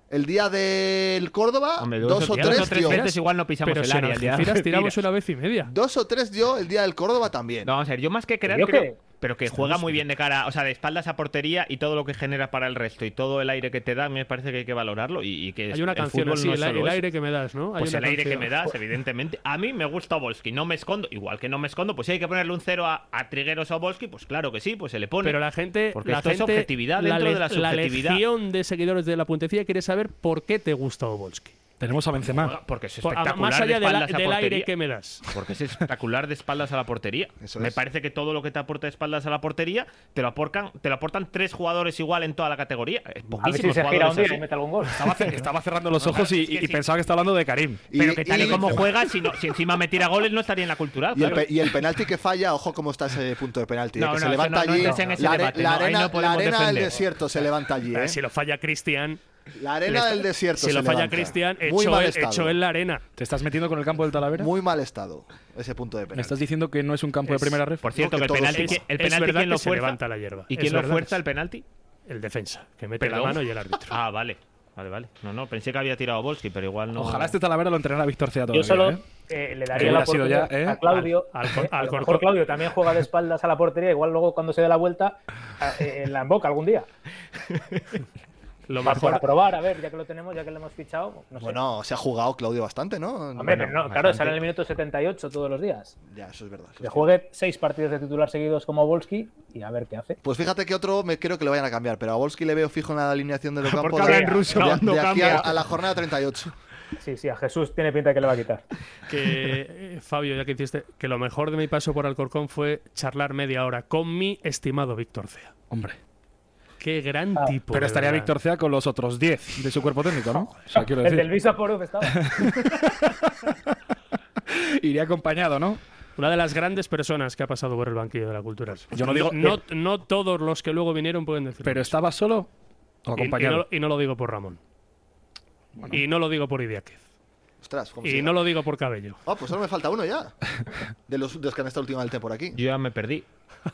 [SPEAKER 1] El día del Córdoba,
[SPEAKER 3] Hombre,
[SPEAKER 1] dos, o tres, dio.
[SPEAKER 3] veces igual no pisamos
[SPEAKER 2] Pero
[SPEAKER 3] el
[SPEAKER 2] si en
[SPEAKER 3] área. el día de
[SPEAKER 2] Algeciras tiramos
[SPEAKER 3] Algeciras.
[SPEAKER 2] una vez y media.
[SPEAKER 1] Dos o tres dio el día del Córdoba también.
[SPEAKER 3] No, vamos a ver, yo más que crear,
[SPEAKER 5] Yo
[SPEAKER 3] creo-
[SPEAKER 5] que-
[SPEAKER 3] pero que juega muy bien de cara, o sea, de espaldas a portería y todo lo que genera para el resto y todo el aire que te da, a mí me parece que hay que valorarlo y, y que
[SPEAKER 2] Hay una
[SPEAKER 3] el
[SPEAKER 2] canción
[SPEAKER 3] fútbol
[SPEAKER 2] así,
[SPEAKER 3] no es
[SPEAKER 2] el,
[SPEAKER 3] solo
[SPEAKER 2] el
[SPEAKER 3] eso.
[SPEAKER 2] aire que me das, ¿no? Hay
[SPEAKER 3] Pues
[SPEAKER 2] una
[SPEAKER 3] el aire que
[SPEAKER 2] canción.
[SPEAKER 3] me das, evidentemente. A mí me gusta Obolski, no me escondo. Igual que no me escondo, pues si hay que ponerle un cero a, a Trigueros a Obolski, pues claro que sí, pues se le pone.
[SPEAKER 2] Pero la gente.
[SPEAKER 3] Porque
[SPEAKER 2] la
[SPEAKER 3] esto es
[SPEAKER 2] gente-
[SPEAKER 3] objetividad dentro
[SPEAKER 2] le-
[SPEAKER 3] de la subjetividad.
[SPEAKER 2] legión de seguidores de la puntecilla quiere saber por qué te gusta Obolski.
[SPEAKER 4] Tenemos a Benzema.
[SPEAKER 3] Porque es
[SPEAKER 2] Por- a-
[SPEAKER 3] espectacular
[SPEAKER 2] más allá
[SPEAKER 3] de
[SPEAKER 2] del-
[SPEAKER 3] espaldas a
[SPEAKER 2] del aire
[SPEAKER 3] portería.
[SPEAKER 2] que me das.
[SPEAKER 3] Porque es espectacular de espaldas a la portería. Me parece que todo lo que te aporta de espaldas a la portería te lo aportan, te lo aportan tres jugadores igual en toda la categoría. Es
[SPEAKER 5] A ver si
[SPEAKER 3] poquísimos
[SPEAKER 5] se gira un
[SPEAKER 3] jugadores
[SPEAKER 5] día
[SPEAKER 3] así.
[SPEAKER 5] y mete algún gol.
[SPEAKER 4] Estaba, ce- estaba cerrando los
[SPEAKER 3] No,
[SPEAKER 4] ojos
[SPEAKER 3] claro,
[SPEAKER 4] y,
[SPEAKER 3] es que
[SPEAKER 4] y
[SPEAKER 3] sí.
[SPEAKER 4] pensaba que estaba hablando de Karim.
[SPEAKER 3] Pero que tal y, como juega, si, no- si encima me tira goles, no estaría en la cultural.
[SPEAKER 1] Y el,
[SPEAKER 3] claro.
[SPEAKER 1] pe- y el penalti que falla, ojo cómo está ese punto de penalti. eh, que
[SPEAKER 3] No, no,
[SPEAKER 1] se
[SPEAKER 3] eso
[SPEAKER 1] levanta
[SPEAKER 3] no, no
[SPEAKER 1] allí.
[SPEAKER 3] entres en ese
[SPEAKER 1] la, are-
[SPEAKER 3] debate,
[SPEAKER 1] la
[SPEAKER 3] no, ahí
[SPEAKER 1] arena,
[SPEAKER 3] no podemos
[SPEAKER 1] la arena del
[SPEAKER 3] defender.
[SPEAKER 1] desierto se levanta allí.
[SPEAKER 2] Pero
[SPEAKER 1] eh.
[SPEAKER 2] Si lo falla Cristian.
[SPEAKER 1] La arena
[SPEAKER 2] le-
[SPEAKER 1] del desierto
[SPEAKER 2] Si
[SPEAKER 1] se
[SPEAKER 2] lo falla
[SPEAKER 1] levanta.
[SPEAKER 2] Cristian,
[SPEAKER 1] Muy
[SPEAKER 2] echó
[SPEAKER 1] mal
[SPEAKER 2] él-
[SPEAKER 1] estado.
[SPEAKER 2] echó él la arena.
[SPEAKER 4] ¿Te estás metiendo con el campo del Talavera?
[SPEAKER 1] Muy mal estado ese punto de
[SPEAKER 4] ¿Me
[SPEAKER 1] penalti.
[SPEAKER 4] estás diciendo que no es un campo
[SPEAKER 2] Es-
[SPEAKER 4] de primera red?
[SPEAKER 3] Por cierto, que el
[SPEAKER 2] todos
[SPEAKER 3] penalti,
[SPEAKER 2] es-
[SPEAKER 3] que- el
[SPEAKER 2] es
[SPEAKER 3] penalti
[SPEAKER 2] verdad
[SPEAKER 3] ¿quién lo
[SPEAKER 2] que se
[SPEAKER 3] fuerza?
[SPEAKER 2] levanta la hierba.
[SPEAKER 3] ¿Y
[SPEAKER 2] Es
[SPEAKER 3] quién lo
[SPEAKER 2] verdad
[SPEAKER 3] fuerza
[SPEAKER 2] que
[SPEAKER 3] el penalti?
[SPEAKER 2] El defensa, que mete la
[SPEAKER 3] ¿Perdón?
[SPEAKER 2] mano y el árbitro.
[SPEAKER 3] Ah, vale. Vale, vale. No, no, pensé que había tirado Volsky, pero igual no.
[SPEAKER 4] Ojalá este Talavera lo entrenara Víctor Cea todavía.
[SPEAKER 5] Yo solo
[SPEAKER 4] ¿eh?
[SPEAKER 5] eh, le daría
[SPEAKER 4] Que
[SPEAKER 5] la
[SPEAKER 4] hubiera sido
[SPEAKER 5] oportunidad
[SPEAKER 4] ya, ¿eh?
[SPEAKER 5] a Claudio.
[SPEAKER 2] Al-
[SPEAKER 5] eh, a lo
[SPEAKER 2] Alcorcón.
[SPEAKER 5] mejor Claudio también juega de espaldas a la portería, igual luego cuando se dé la vuelta eh, eh, la emboca algún día.
[SPEAKER 2] Lo
[SPEAKER 5] Para, para
[SPEAKER 2] mejor.
[SPEAKER 5] probar, a ver, ya que lo tenemos, ya que lo hemos fichado. No sé.
[SPEAKER 1] Bueno, se ha jugado Claudio bastante, ¿no?
[SPEAKER 5] Hombre, pero no, claro, sale en el
[SPEAKER 1] bastante.
[SPEAKER 5] minuto 78 todos los días.
[SPEAKER 1] Ya, eso es verdad. eso
[SPEAKER 5] Que
[SPEAKER 1] es
[SPEAKER 5] juegue seis partidos de titular seguidos como Volsky y a ver qué hace.
[SPEAKER 1] Pues fíjate que otro me creo que lo vayan a cambiar, pero a Volsky le veo fijo en la alineación de los
[SPEAKER 5] Porque
[SPEAKER 1] campos
[SPEAKER 5] habla
[SPEAKER 1] de,
[SPEAKER 5] en ruso,
[SPEAKER 1] de-
[SPEAKER 5] no
[SPEAKER 1] de aquí a,
[SPEAKER 5] cambia.
[SPEAKER 1] a la jornada 38.
[SPEAKER 5] Sí, sí, a Jesús tiene pinta de que le va a quitar.
[SPEAKER 2] Que, eh, Fabio, ya que hiciste, que lo mejor de mi paso por Alcorcón fue charlar media hora con mi estimado Víctor Cea.
[SPEAKER 4] Hombre.
[SPEAKER 2] Qué
[SPEAKER 5] Ah,
[SPEAKER 2] gran tipo.
[SPEAKER 4] Pero
[SPEAKER 3] Pues
[SPEAKER 2] de
[SPEAKER 4] estaría
[SPEAKER 2] verdad.
[SPEAKER 4] Víctor Cea con los otros 10 de su cuerpo técnico, ¿no? O sea, quiero
[SPEAKER 5] El del
[SPEAKER 4] decir.
[SPEAKER 5] Visa Poruf estaba.
[SPEAKER 4] Iría acompañado, ¿no?
[SPEAKER 2] Una de las grandes personas que ha pasado por el banquillo de la cultura.
[SPEAKER 4] Yo no digo-
[SPEAKER 2] No, no todos los que luego vinieron pueden decir.
[SPEAKER 4] Pero estaba solo
[SPEAKER 2] Y-
[SPEAKER 4] o
[SPEAKER 2] y, no,
[SPEAKER 4] acompañado.
[SPEAKER 2] y no lo digo por Ramón. Y no lo digo por Idiáquez.
[SPEAKER 1] Ostras,
[SPEAKER 4] Pues
[SPEAKER 1] ¿cómo se
[SPEAKER 2] Y
[SPEAKER 1] llama?
[SPEAKER 2] no lo digo por Cabello.
[SPEAKER 1] Ah, pues ahora me falta uno ya. De los, de los que han estado últimamente por aquí.
[SPEAKER 3] Yo ya me perdí.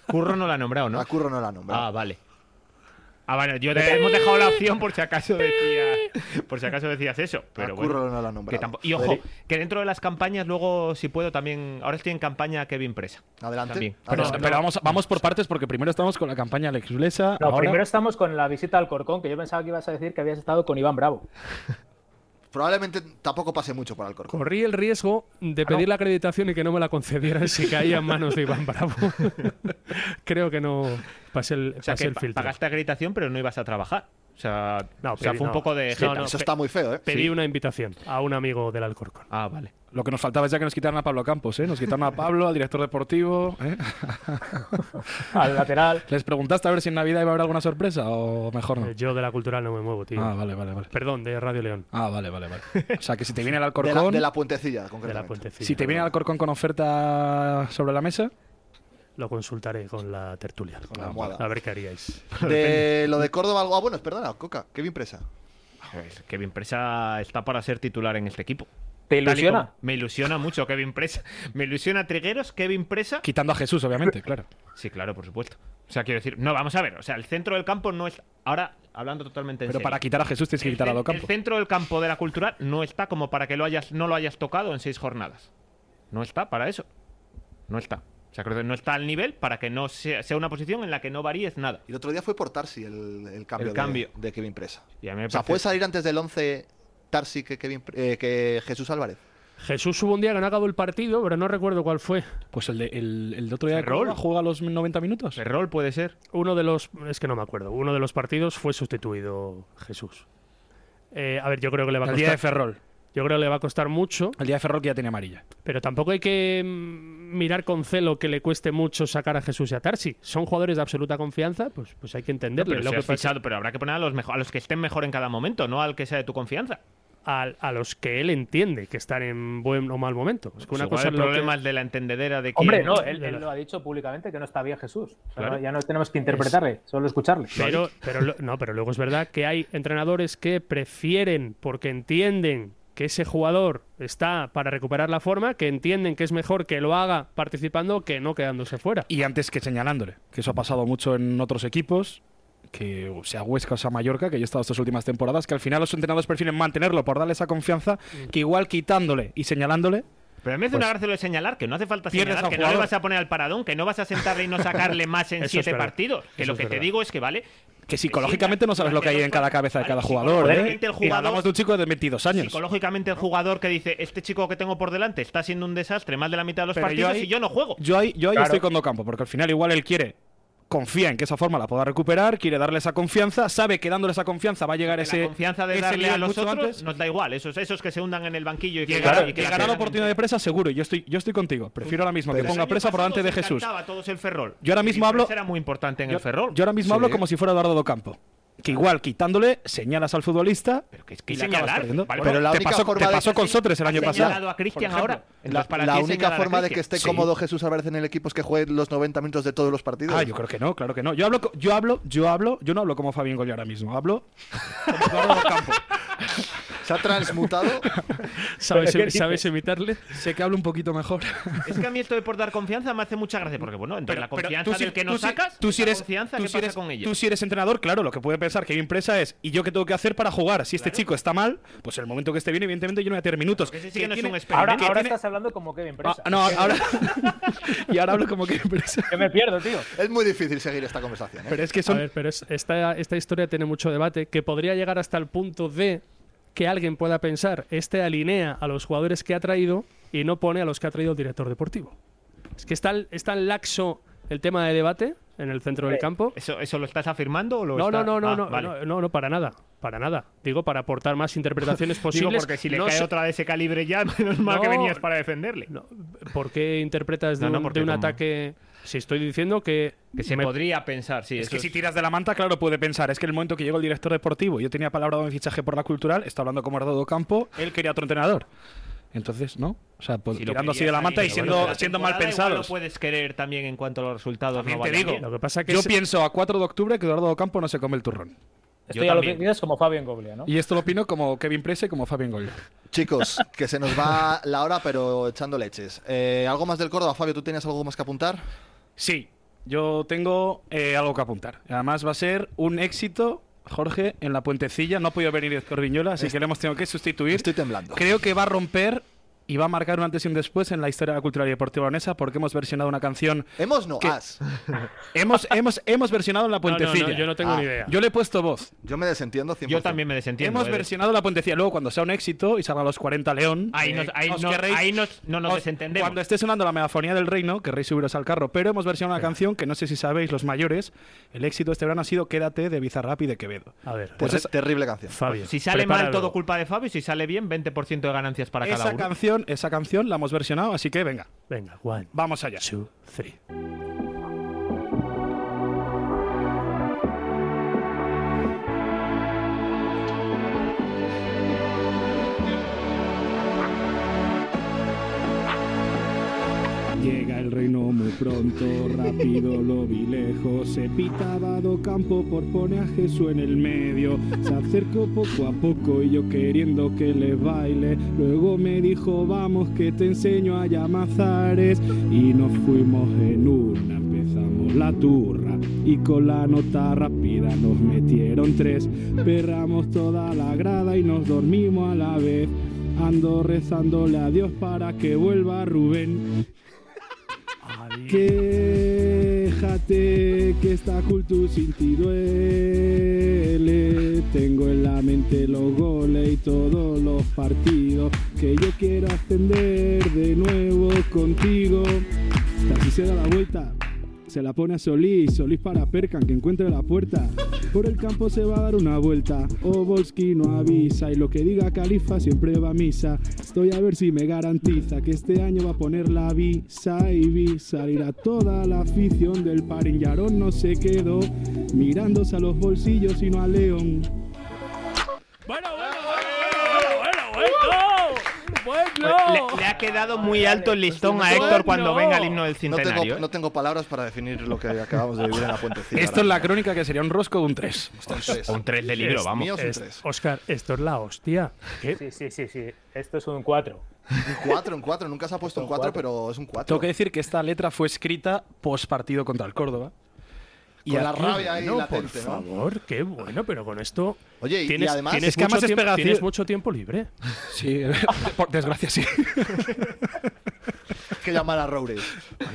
[SPEAKER 3] Curro no la ha nombrado, ¿no?
[SPEAKER 1] A Curro no la nombra.
[SPEAKER 3] Ah, vale. Ah, bueno, yo te hemos dejado la opción por si acaso decías, por si acaso decías eso.
[SPEAKER 1] a
[SPEAKER 3] Pero bueno.
[SPEAKER 1] Ah, Curro no la ha
[SPEAKER 3] Que
[SPEAKER 1] nombrado.
[SPEAKER 3] tampo- y ojo,
[SPEAKER 1] Federico,
[SPEAKER 3] que dentro de las campañas, luego, si puedo, también. Ahora estoy en campaña Kevin Presa.
[SPEAKER 1] Adelante.
[SPEAKER 3] También.
[SPEAKER 4] Pero,
[SPEAKER 1] Adelante.
[SPEAKER 4] pero vamos, vamos por partes porque primero estamos con la campaña Alex Blesa.
[SPEAKER 5] No,
[SPEAKER 4] ahora-
[SPEAKER 5] primero estamos con la visita al Corcón, que yo pensaba que ibas a decir que habías estado con Iván Bravo.
[SPEAKER 1] Probablemente tampoco pase mucho por Alcorcón.
[SPEAKER 2] Corrí el riesgo de pedir la acreditación y que no me la concedieran si caía en manos de Iván Bravo. Creo que no pasé el,
[SPEAKER 3] O sea,
[SPEAKER 2] pasé
[SPEAKER 3] que
[SPEAKER 2] el
[SPEAKER 3] pa-
[SPEAKER 2] filtro.
[SPEAKER 3] pagaste acreditación, pero no ibas a trabajar. O sea,
[SPEAKER 2] No,
[SPEAKER 3] o sea,
[SPEAKER 2] pedí-
[SPEAKER 3] fue un
[SPEAKER 2] no.
[SPEAKER 3] poco de.
[SPEAKER 2] No,
[SPEAKER 3] jeta.
[SPEAKER 2] no.
[SPEAKER 1] Eso está muy feo, ¿eh?
[SPEAKER 2] Pedí una invitación a un amigo del Alcorcón.
[SPEAKER 3] Ah, vale.
[SPEAKER 4] Lo que nos faltaba es ya que nos quitaran a Pablo Campos, ¿eh? Nos quitaron a Pablo, al director deportivo. ¿eh?
[SPEAKER 5] Al lateral.
[SPEAKER 4] ¿Les preguntaste a ver si en Navidad iba a haber alguna sorpresa o mejor no?
[SPEAKER 2] Eh, Yo de la cultural no me muevo, tío.
[SPEAKER 4] Ah, vale, vale, vale.
[SPEAKER 2] Perdón, de Radio León.
[SPEAKER 4] Ah, vale, vale, vale. O sea, que si te viene
[SPEAKER 1] De
[SPEAKER 4] el
[SPEAKER 1] la,
[SPEAKER 4] Alcorcón,
[SPEAKER 1] de la puentecilla,
[SPEAKER 2] De la
[SPEAKER 1] concretamente.
[SPEAKER 2] puentecilla.
[SPEAKER 4] si te viene el Alcorcón con oferta sobre la mesa,
[SPEAKER 2] Lo consultaré con la tertulia.
[SPEAKER 3] Ah,
[SPEAKER 1] la almohada.
[SPEAKER 2] a ver qué haríais.
[SPEAKER 1] De lo de Córdoba algo. Ah, bueno, perdona, Coca, qué bien presa.
[SPEAKER 3] Joder, Kevin Presa está para ser titular en este equipo.
[SPEAKER 5] ¿Te
[SPEAKER 3] Tal y
[SPEAKER 5] ilusiona?
[SPEAKER 3] como- Me ilusiona mucho Kevin Presa. Me ilusiona Trigueros, Kevin Presa.
[SPEAKER 4] quitando a Jesús, obviamente, claro.
[SPEAKER 3] Sí, claro, por supuesto. O sea, quiero decir, no, vamos a ver. O sea, el centro del campo no es. Ahora, hablando totalmente en
[SPEAKER 4] Pero
[SPEAKER 3] serio.
[SPEAKER 4] para quitar a Jesús tienes que
[SPEAKER 3] el,
[SPEAKER 4] quitar a
[SPEAKER 3] cen-
[SPEAKER 4] Docampo.
[SPEAKER 3] el centro del campo de la cultural no está como para que lo hayas, no lo hayas tocado en seis jornadas. No está para eso. No está. O sea, creo que no está al nivel para que no sea, sea una posición en la que no varíes nada.
[SPEAKER 1] Y el otro día fue por Tarsi el, el cambio,
[SPEAKER 3] El
[SPEAKER 1] de-
[SPEAKER 3] cambio.
[SPEAKER 1] De, Kevin Presa.
[SPEAKER 3] Y a mí me
[SPEAKER 1] O sea,
[SPEAKER 3] parece-
[SPEAKER 1] puede salir antes del 11 Tarsi que, Kevin, Pre- eh, que Jesús Álvarez.
[SPEAKER 2] Jesús hubo un día que no acabó el partido, pero no recuerdo cuál fue.
[SPEAKER 4] Pues el, de, el, el de otro día de
[SPEAKER 3] Ferrol.
[SPEAKER 4] Córdoba juega los 90 minutos.
[SPEAKER 3] Ferrol puede ser.
[SPEAKER 2] Uno de los. Es que no me acuerdo. Uno de los partidos fue sustituido Jesús. Eh, a ver, yo creo que le va a
[SPEAKER 4] El día de
[SPEAKER 2] costar.
[SPEAKER 4] Ferrol.
[SPEAKER 2] Yo creo que le va a costar mucho,
[SPEAKER 4] El día de Ferrol que ya tenía amarilla.
[SPEAKER 2] pero tampoco hay que mm, mirar con celo que le cueste mucho sacar a Jesús y a Tarsi. Son jugadores de absoluta confianza, pues, pues hay que entenderlo.
[SPEAKER 3] Pero,
[SPEAKER 2] Lo
[SPEAKER 3] si
[SPEAKER 2] que
[SPEAKER 3] has
[SPEAKER 2] pasa-
[SPEAKER 3] fichado, pero habrá que poner a los, mejo- a los que estén mejor en cada momento, no al que sea de tu confianza.
[SPEAKER 2] a, a los que él entiende que están en buen o mal momento. Es que una
[SPEAKER 3] Pues
[SPEAKER 2] cosa
[SPEAKER 3] Igual el
[SPEAKER 2] es lo que-
[SPEAKER 3] problema es de la entendedera de quién-
[SPEAKER 5] Hombre, no, él, él lo ha dicho públicamente que no está bien Jesús. O sea,
[SPEAKER 3] Claro.
[SPEAKER 5] no- ya no tenemos que interpretarle, solo escucharle.
[SPEAKER 2] Pero, pero, lo- no, pero luego es verdad que hay entrenadores que prefieren, porque entienden que ese jugador está para recuperar la forma, que entienden que es mejor que lo haga participando que no quedándose fuera.
[SPEAKER 4] Y antes que señalándole, que eso ha pasado mucho en otros equipos, que o sea Huesca o sea Mallorca, que yo he estado estas últimas temporadas, que al final los entrenadores prefieren mantenerlo por darle esa confianza,
[SPEAKER 3] Mm.
[SPEAKER 4] que igual quitándole y señalándole,
[SPEAKER 3] Pero a mí me hace
[SPEAKER 4] Pues-
[SPEAKER 3] una gracia lo de señalar, que no hace falta
[SPEAKER 4] Pierdes
[SPEAKER 3] señalar,
[SPEAKER 4] al
[SPEAKER 3] que no le
[SPEAKER 4] jugador.
[SPEAKER 3] vas a poner al paradón, que no vas a sentarle y no sacarle más en
[SPEAKER 2] Eso es
[SPEAKER 3] siete
[SPEAKER 2] verdad.
[SPEAKER 3] partidos. Que
[SPEAKER 2] Eso
[SPEAKER 3] lo
[SPEAKER 2] es
[SPEAKER 3] que te
[SPEAKER 2] verdad.
[SPEAKER 3] digo es que vale.
[SPEAKER 4] que psicológicamente no sabes lo que hay en cada cabeza de
[SPEAKER 3] Vale,
[SPEAKER 4] cada jugador. ¿eh?
[SPEAKER 3] psicológicamente el
[SPEAKER 4] Y
[SPEAKER 3] jugador-
[SPEAKER 4] hablamos de un chico de 22 años.
[SPEAKER 3] Psicológicamente el jugador que dice, este chico que tengo por delante está siendo un desastre más de la mitad de los
[SPEAKER 4] Pero yo
[SPEAKER 3] partidos
[SPEAKER 4] ahí-
[SPEAKER 3] y yo no juego.
[SPEAKER 4] Yo ahí, yo ahí
[SPEAKER 5] Claro.
[SPEAKER 4] estoy con Docampo, porque al final igual él quiere confía en que esa forma la pueda recuperar, quiere darle esa confianza, sabe que dándole esa confianza va a llegar ese.
[SPEAKER 3] la confianza de
[SPEAKER 4] ese
[SPEAKER 3] darle
[SPEAKER 4] líder
[SPEAKER 3] a los
[SPEAKER 4] mucho
[SPEAKER 3] otros
[SPEAKER 4] antes.
[SPEAKER 3] nos da igual. Esos, esos que se hundan en el banquillo y que
[SPEAKER 4] Llegará,
[SPEAKER 3] y que
[SPEAKER 4] llegará la oportunidad de presa, seguro. Yo estoy, yo estoy contigo. Prefiero ahora mismo que
[SPEAKER 3] Pero el
[SPEAKER 4] ponga
[SPEAKER 3] año
[SPEAKER 4] presa por
[SPEAKER 3] pasado
[SPEAKER 4] delante de
[SPEAKER 3] se
[SPEAKER 4] Jesús.
[SPEAKER 3] cantaba a todos el Ferrol.
[SPEAKER 4] Yo ahora
[SPEAKER 3] Y
[SPEAKER 4] mismo hablo-
[SPEAKER 3] Presa Era muy importante en
[SPEAKER 4] Yo-
[SPEAKER 3] el Ferrol.
[SPEAKER 4] Yo ahora
[SPEAKER 3] Sí.
[SPEAKER 4] mismo hablo como si fuera Eduardo Docampo. Que igual quitándole, señalas al futbolista. Pero que,
[SPEAKER 3] que señalar, vale,
[SPEAKER 4] pero
[SPEAKER 3] pero la
[SPEAKER 4] te
[SPEAKER 3] única
[SPEAKER 4] pasó,
[SPEAKER 3] forma
[SPEAKER 4] te
[SPEAKER 3] de-
[SPEAKER 4] pasó con Sotres el
[SPEAKER 3] ha
[SPEAKER 4] año
[SPEAKER 3] señalado
[SPEAKER 4] pasado.
[SPEAKER 3] a Cristian
[SPEAKER 4] Por ejemplo.
[SPEAKER 3] ahora. Entonces, para
[SPEAKER 1] la
[SPEAKER 3] ti es
[SPEAKER 1] única
[SPEAKER 3] señalar a
[SPEAKER 1] forma de que
[SPEAKER 3] Cristian.
[SPEAKER 1] esté
[SPEAKER 3] Sí.
[SPEAKER 1] cómodo Jesús Álvarez en el equipo es que juegue los 90 minutos de todos los partidos.
[SPEAKER 4] Ah, yo creo que no, claro que no. Yo hablo, co- yo hablo, yo hablo, yo no hablo como Fabián Goya ahora mismo. Hablo
[SPEAKER 1] Se ha transmutado.
[SPEAKER 2] ¿Sabes,
[SPEAKER 4] ¿Pero qué
[SPEAKER 2] sabes
[SPEAKER 4] dices?
[SPEAKER 2] imitarle?
[SPEAKER 4] Sé que hablo un poquito mejor.
[SPEAKER 3] Es que a mí esto de por dar confianza me hace mucha gracia. Porque, bueno, entre la confianza
[SPEAKER 4] tú si-
[SPEAKER 3] del que
[SPEAKER 4] tú
[SPEAKER 3] nos
[SPEAKER 4] si-
[SPEAKER 3] sacas,
[SPEAKER 4] tú si
[SPEAKER 3] esa
[SPEAKER 4] eres,
[SPEAKER 3] confianza,
[SPEAKER 4] tú
[SPEAKER 3] ¿qué
[SPEAKER 4] si
[SPEAKER 3] pasa
[SPEAKER 4] eres-
[SPEAKER 3] con ella?
[SPEAKER 4] Tú si eres entrenador, claro, lo que puede pensar Kevin Presa es ¿y yo qué tengo que hacer para jugar? Si este chico está mal, pues en el momento que esté bien, evidentemente yo no voy a tener minutos. Que tiene-
[SPEAKER 5] Ahora,
[SPEAKER 4] que
[SPEAKER 5] ahora
[SPEAKER 4] tiene-
[SPEAKER 5] estás hablando como Kevin Presa.
[SPEAKER 4] Ah, no, ahora y ahora hablo como Kevin Presa.
[SPEAKER 5] Yo me pierdo, tío.
[SPEAKER 1] Es muy difícil seguir esta conversación. ¿eh?
[SPEAKER 4] Pero es que son-
[SPEAKER 2] A ver, pero es- esta, esta historia tiene mucho debate que podría llegar hasta el punto de que alguien pueda pensar, este alinea a los jugadores que ha traído y no pone a los que ha traído el director deportivo. Es que es tan, es tan laxo el tema de debate en el centro del
[SPEAKER 3] Sí.
[SPEAKER 2] campo.
[SPEAKER 3] ¿Eso, ¿Eso lo estás afirmando o lo
[SPEAKER 2] No, no,
[SPEAKER 3] Eh, está-
[SPEAKER 2] no, no,
[SPEAKER 3] Ah,
[SPEAKER 2] no,
[SPEAKER 3] vale.
[SPEAKER 2] no, no, no, para nada. Para nada. Digo, para aportar más interpretaciones posibles.
[SPEAKER 3] Digo, porque si le
[SPEAKER 2] No
[SPEAKER 3] cae
[SPEAKER 2] sé-
[SPEAKER 3] otra de ese calibre ya, menos mal que
[SPEAKER 2] No,
[SPEAKER 3] venías para defenderle.
[SPEAKER 2] ¿Por qué interpretas de
[SPEAKER 3] No, no,
[SPEAKER 2] un,
[SPEAKER 3] porque
[SPEAKER 2] de un
[SPEAKER 3] como-
[SPEAKER 2] ataque? Si estoy diciendo que.
[SPEAKER 3] Que se
[SPEAKER 2] me-
[SPEAKER 3] podría pensar, sí.
[SPEAKER 4] Es
[SPEAKER 3] eso
[SPEAKER 4] que si tiras de la manta, claro, puede pensar. Es que en el momento que llegó el director deportivo, yo tenía palabra de un fichaje por la cultural, está hablando como Eduardo Campo, él quería otro entrenador. Entonces, ¿no. O sea, pues,
[SPEAKER 3] Si lo
[SPEAKER 4] tirando así
[SPEAKER 3] querías
[SPEAKER 4] de la
[SPEAKER 3] ahí,
[SPEAKER 4] manta y
[SPEAKER 3] pero
[SPEAKER 4] siendo,
[SPEAKER 3] bueno, la
[SPEAKER 4] siendo mal
[SPEAKER 3] temporada igual
[SPEAKER 4] pensados.
[SPEAKER 3] Lo puedes querer también en cuanto a los resultados.
[SPEAKER 4] También
[SPEAKER 3] no
[SPEAKER 4] te
[SPEAKER 3] vayan
[SPEAKER 4] digo,
[SPEAKER 3] bien.
[SPEAKER 2] Lo que pasa que
[SPEAKER 4] yo
[SPEAKER 2] es-
[SPEAKER 4] pienso a 4 de octubre que Eduardo Campo no se come el turrón.
[SPEAKER 5] Estoy a lo que dices como Fabián Goblia, ¿no?
[SPEAKER 4] Y esto lo opino como Kevin Prese y como Fabián Goya.
[SPEAKER 1] Chicos, que se nos va la hora, pero echando leches. Eh, ¿Algo más del Córdoba, Fabio? ¿Tú tenías algo más que apuntar?
[SPEAKER 4] Sí, yo tengo eh, algo que apuntar. Además, va a ser un éxito, Jorge, en la puentecilla. No ha podido venir Corviñola, así que le hemos tenido que sustituir.
[SPEAKER 1] Estoy temblando.
[SPEAKER 4] Creo que va a romper y va a marcar un antes y un después en la historia de la cultura y deportiva leonesa porque hemos versionado una canción.
[SPEAKER 1] Hemos no,
[SPEAKER 4] que-
[SPEAKER 1] has.
[SPEAKER 4] Hemos, hemos, hemos versionado en la puentecilla.
[SPEAKER 2] yo no tengo ni idea.
[SPEAKER 4] Yo le he puesto voz.
[SPEAKER 1] Yo me desentiendo 100%.
[SPEAKER 3] Yo también me desentiendo.
[SPEAKER 4] hemos
[SPEAKER 3] eh.
[SPEAKER 4] versionado la puentecilla. Luego, cuando sea un éxito y salga a los 40 León,
[SPEAKER 3] Ahí,
[SPEAKER 4] eh,
[SPEAKER 3] nos, ahí,
[SPEAKER 4] os
[SPEAKER 3] no,
[SPEAKER 4] querréis-
[SPEAKER 3] ahí nos- no nos
[SPEAKER 4] os-
[SPEAKER 3] desentendemos.
[SPEAKER 4] Cuando esté sonando la megafonía del reino, querréis subiros al carro, pero hemos versionado una canción que no sé si sabéis los mayores. El éxito de este verano ha sido Quédate de Bizarrap y de Quevedo.
[SPEAKER 2] A ver,
[SPEAKER 4] Pues
[SPEAKER 1] Terri-
[SPEAKER 4] esa-
[SPEAKER 1] terrible canción.
[SPEAKER 2] Fabio.
[SPEAKER 3] Si sale mal,
[SPEAKER 2] prepáralo.
[SPEAKER 3] todo culpa de Fabio. Si sale bien, 20% de ganancias para cada
[SPEAKER 4] esa
[SPEAKER 3] uno.
[SPEAKER 4] canción, esa canción la hemos versionado, así que venga,
[SPEAKER 2] Venga, one,
[SPEAKER 4] vamos allá.
[SPEAKER 2] two, three.
[SPEAKER 4] Llega el reino muy pronto, rápido lo vi lejos. Se pitaba do campo por poner a Jesús en el medio. Se acercó poco a poco y yo queriendo que le baile. Luego me dijo, vamos que te enseño a llamazares. Y nos fuimos en una, empezamos la turra. Y con la nota rápida nos metieron tres. Perramos toda la grada y nos dormimos a la vez. Ando rezándole a Dios para que vuelva Rubén. Quéjate que esta cultura sin ti duele. Tengo en la mente los goles y todos los partidos. Que yo quiero ascender de nuevo contigo. Casi se da la vuelta. Se la pone a Solís, Solís para Perkan, que encuentre la puerta. Por el campo se va a dar una vuelta. Obolski no avisa y lo que diga Califa siempre va a misa. Estoy a ver si me garantiza que este año va a poner la visa y visa. Salir a toda la afición del Parinjarón no se quedó mirándose a los bolsillos sino a León.
[SPEAKER 2] Bueno, bueno, bueno, bueno, bueno, bueno.
[SPEAKER 3] Le, le ha quedado muy alto el listón a
[SPEAKER 2] Bueno.
[SPEAKER 3] Héctor cuando venga el himno del
[SPEAKER 1] No
[SPEAKER 3] centenario.
[SPEAKER 1] tengo,
[SPEAKER 3] ¿eh?
[SPEAKER 1] no tengo palabras para definir lo que acabamos de vivir en la puentecilla.
[SPEAKER 4] crónica que sería un rosco de un 3.
[SPEAKER 3] O un 3 de libro,
[SPEAKER 2] Es
[SPEAKER 3] vamos.
[SPEAKER 1] mío.
[SPEAKER 2] Es- Oscar, esto es la hostia. ¿Qué?
[SPEAKER 5] Sí, sí, sí, sí. Esto es un 4.
[SPEAKER 1] Un 4, un 4. Nunca se ha puesto un 4, pero es un 4.
[SPEAKER 4] Tengo que decir que esta letra fue escrita post partido contra el Córdoba.
[SPEAKER 1] Con la
[SPEAKER 4] aquí-
[SPEAKER 1] rabia ahí
[SPEAKER 2] No, por
[SPEAKER 1] latente, ¿no?
[SPEAKER 2] favor, qué bueno, pero con esto
[SPEAKER 1] Oye, y, y
[SPEAKER 2] tienes,
[SPEAKER 1] además.
[SPEAKER 2] tienes
[SPEAKER 4] es que
[SPEAKER 2] mucho
[SPEAKER 4] además es
[SPEAKER 2] tiempo,
[SPEAKER 4] pegaci-
[SPEAKER 2] tienes mucho tiempo libre.
[SPEAKER 4] Sí, por desgracia sí.
[SPEAKER 1] que llamar a Roures.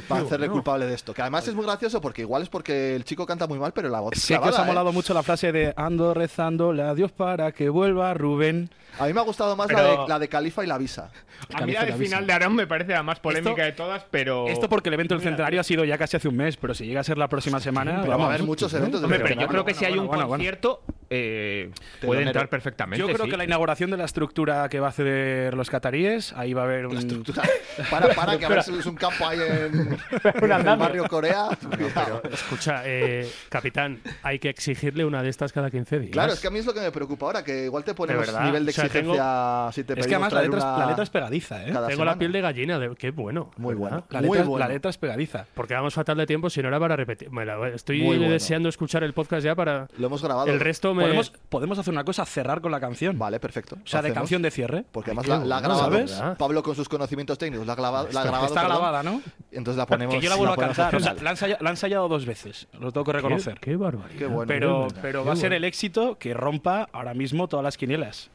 [SPEAKER 1] para hacerle culpable de esto. Que además es muy gracioso porque igual es porque el chico canta muy mal, pero la voz es
[SPEAKER 4] Sí que os
[SPEAKER 1] clavada,
[SPEAKER 4] ha
[SPEAKER 1] ¿eh?
[SPEAKER 4] molado mucho la frase de ando rezando a Dios para que vuelva Rubén.
[SPEAKER 1] A mí me ha gustado más la
[SPEAKER 4] Pero-
[SPEAKER 1] de, la de Califa y la Visa.
[SPEAKER 3] A mí la de Ah, final de Aarón me parece la más polémica de todas, pero.
[SPEAKER 4] Esto porque el evento del
[SPEAKER 3] Mira,
[SPEAKER 4] centenario ha sido ya casi hace un mes, pero si llega a ser la próxima semana.
[SPEAKER 3] pero va a haber muchos
[SPEAKER 4] ¿eh?
[SPEAKER 3] eventos del Hombre, pero yo centenario. creo que si hay un concierto, puede entrar perfectamente.
[SPEAKER 4] Yo creo
[SPEAKER 3] sí.
[SPEAKER 4] que la inauguración de la estructura que va a hacer los cataríes, ahí va a haber una estructura.
[SPEAKER 1] Para, para, que a ver si es un campo ahí en, en el barrio Corea. Cuidado.
[SPEAKER 2] Escucha, eh, capitán, hay que exigirle una de estas cada 15 días.
[SPEAKER 1] Claro, es que a mí es lo que me preocupa ahora, que igual te ponemos
[SPEAKER 2] verdad.
[SPEAKER 1] nivel de
[SPEAKER 2] O sea,
[SPEAKER 1] exigencia
[SPEAKER 2] tengo-
[SPEAKER 1] si te
[SPEAKER 2] Es que
[SPEAKER 1] pedimos
[SPEAKER 2] además la
[SPEAKER 1] traer
[SPEAKER 2] letra es-
[SPEAKER 1] una-
[SPEAKER 2] la letra
[SPEAKER 4] es pegadiza, ¿eh?
[SPEAKER 1] cada
[SPEAKER 2] Tengo la
[SPEAKER 1] semana.
[SPEAKER 2] piel de gallina, de, qué bueno.
[SPEAKER 1] Muy bueno.
[SPEAKER 4] La letra,
[SPEAKER 2] Muy
[SPEAKER 4] la
[SPEAKER 2] bueno.
[SPEAKER 4] letra es pegadiza.
[SPEAKER 2] Porque vamos fatal de tiempo, si no era para repetir. Me la- estoy
[SPEAKER 4] Muy bueno.
[SPEAKER 2] deseando escuchar el podcast ya para.
[SPEAKER 1] Lo hemos grabado.
[SPEAKER 2] El resto me.
[SPEAKER 4] ¿Podemos, podemos hacer una cosa, cerrar con la canción.
[SPEAKER 1] Vale, perfecto.
[SPEAKER 4] O sea, de
[SPEAKER 1] Hacemos.
[SPEAKER 4] canción de cierre.
[SPEAKER 1] Porque además la, la ha
[SPEAKER 4] ¿No
[SPEAKER 1] grabado
[SPEAKER 4] sabes? Ah.
[SPEAKER 1] Pablo con sus conocimientos técnicos, la ha grabado. La ha
[SPEAKER 4] Está-
[SPEAKER 1] grabado
[SPEAKER 4] está
[SPEAKER 1] perdón.
[SPEAKER 4] grabada, ¿no?
[SPEAKER 1] Entonces la ponemos.
[SPEAKER 4] que yo la vuelvo a
[SPEAKER 1] ponemos
[SPEAKER 4] cantar.
[SPEAKER 1] al
[SPEAKER 4] O sea,
[SPEAKER 1] final.
[SPEAKER 4] la, han ensaya- la han ensayado dos veces. Lo tengo que reconocer.
[SPEAKER 2] Qué, qué barbaridad.
[SPEAKER 1] Qué bueno,
[SPEAKER 4] pero
[SPEAKER 1] qué bueno.
[SPEAKER 4] pero
[SPEAKER 1] Qué
[SPEAKER 4] va a ser
[SPEAKER 1] bueno.
[SPEAKER 4] el éxito que rompa ahora mismo todas las quinielas.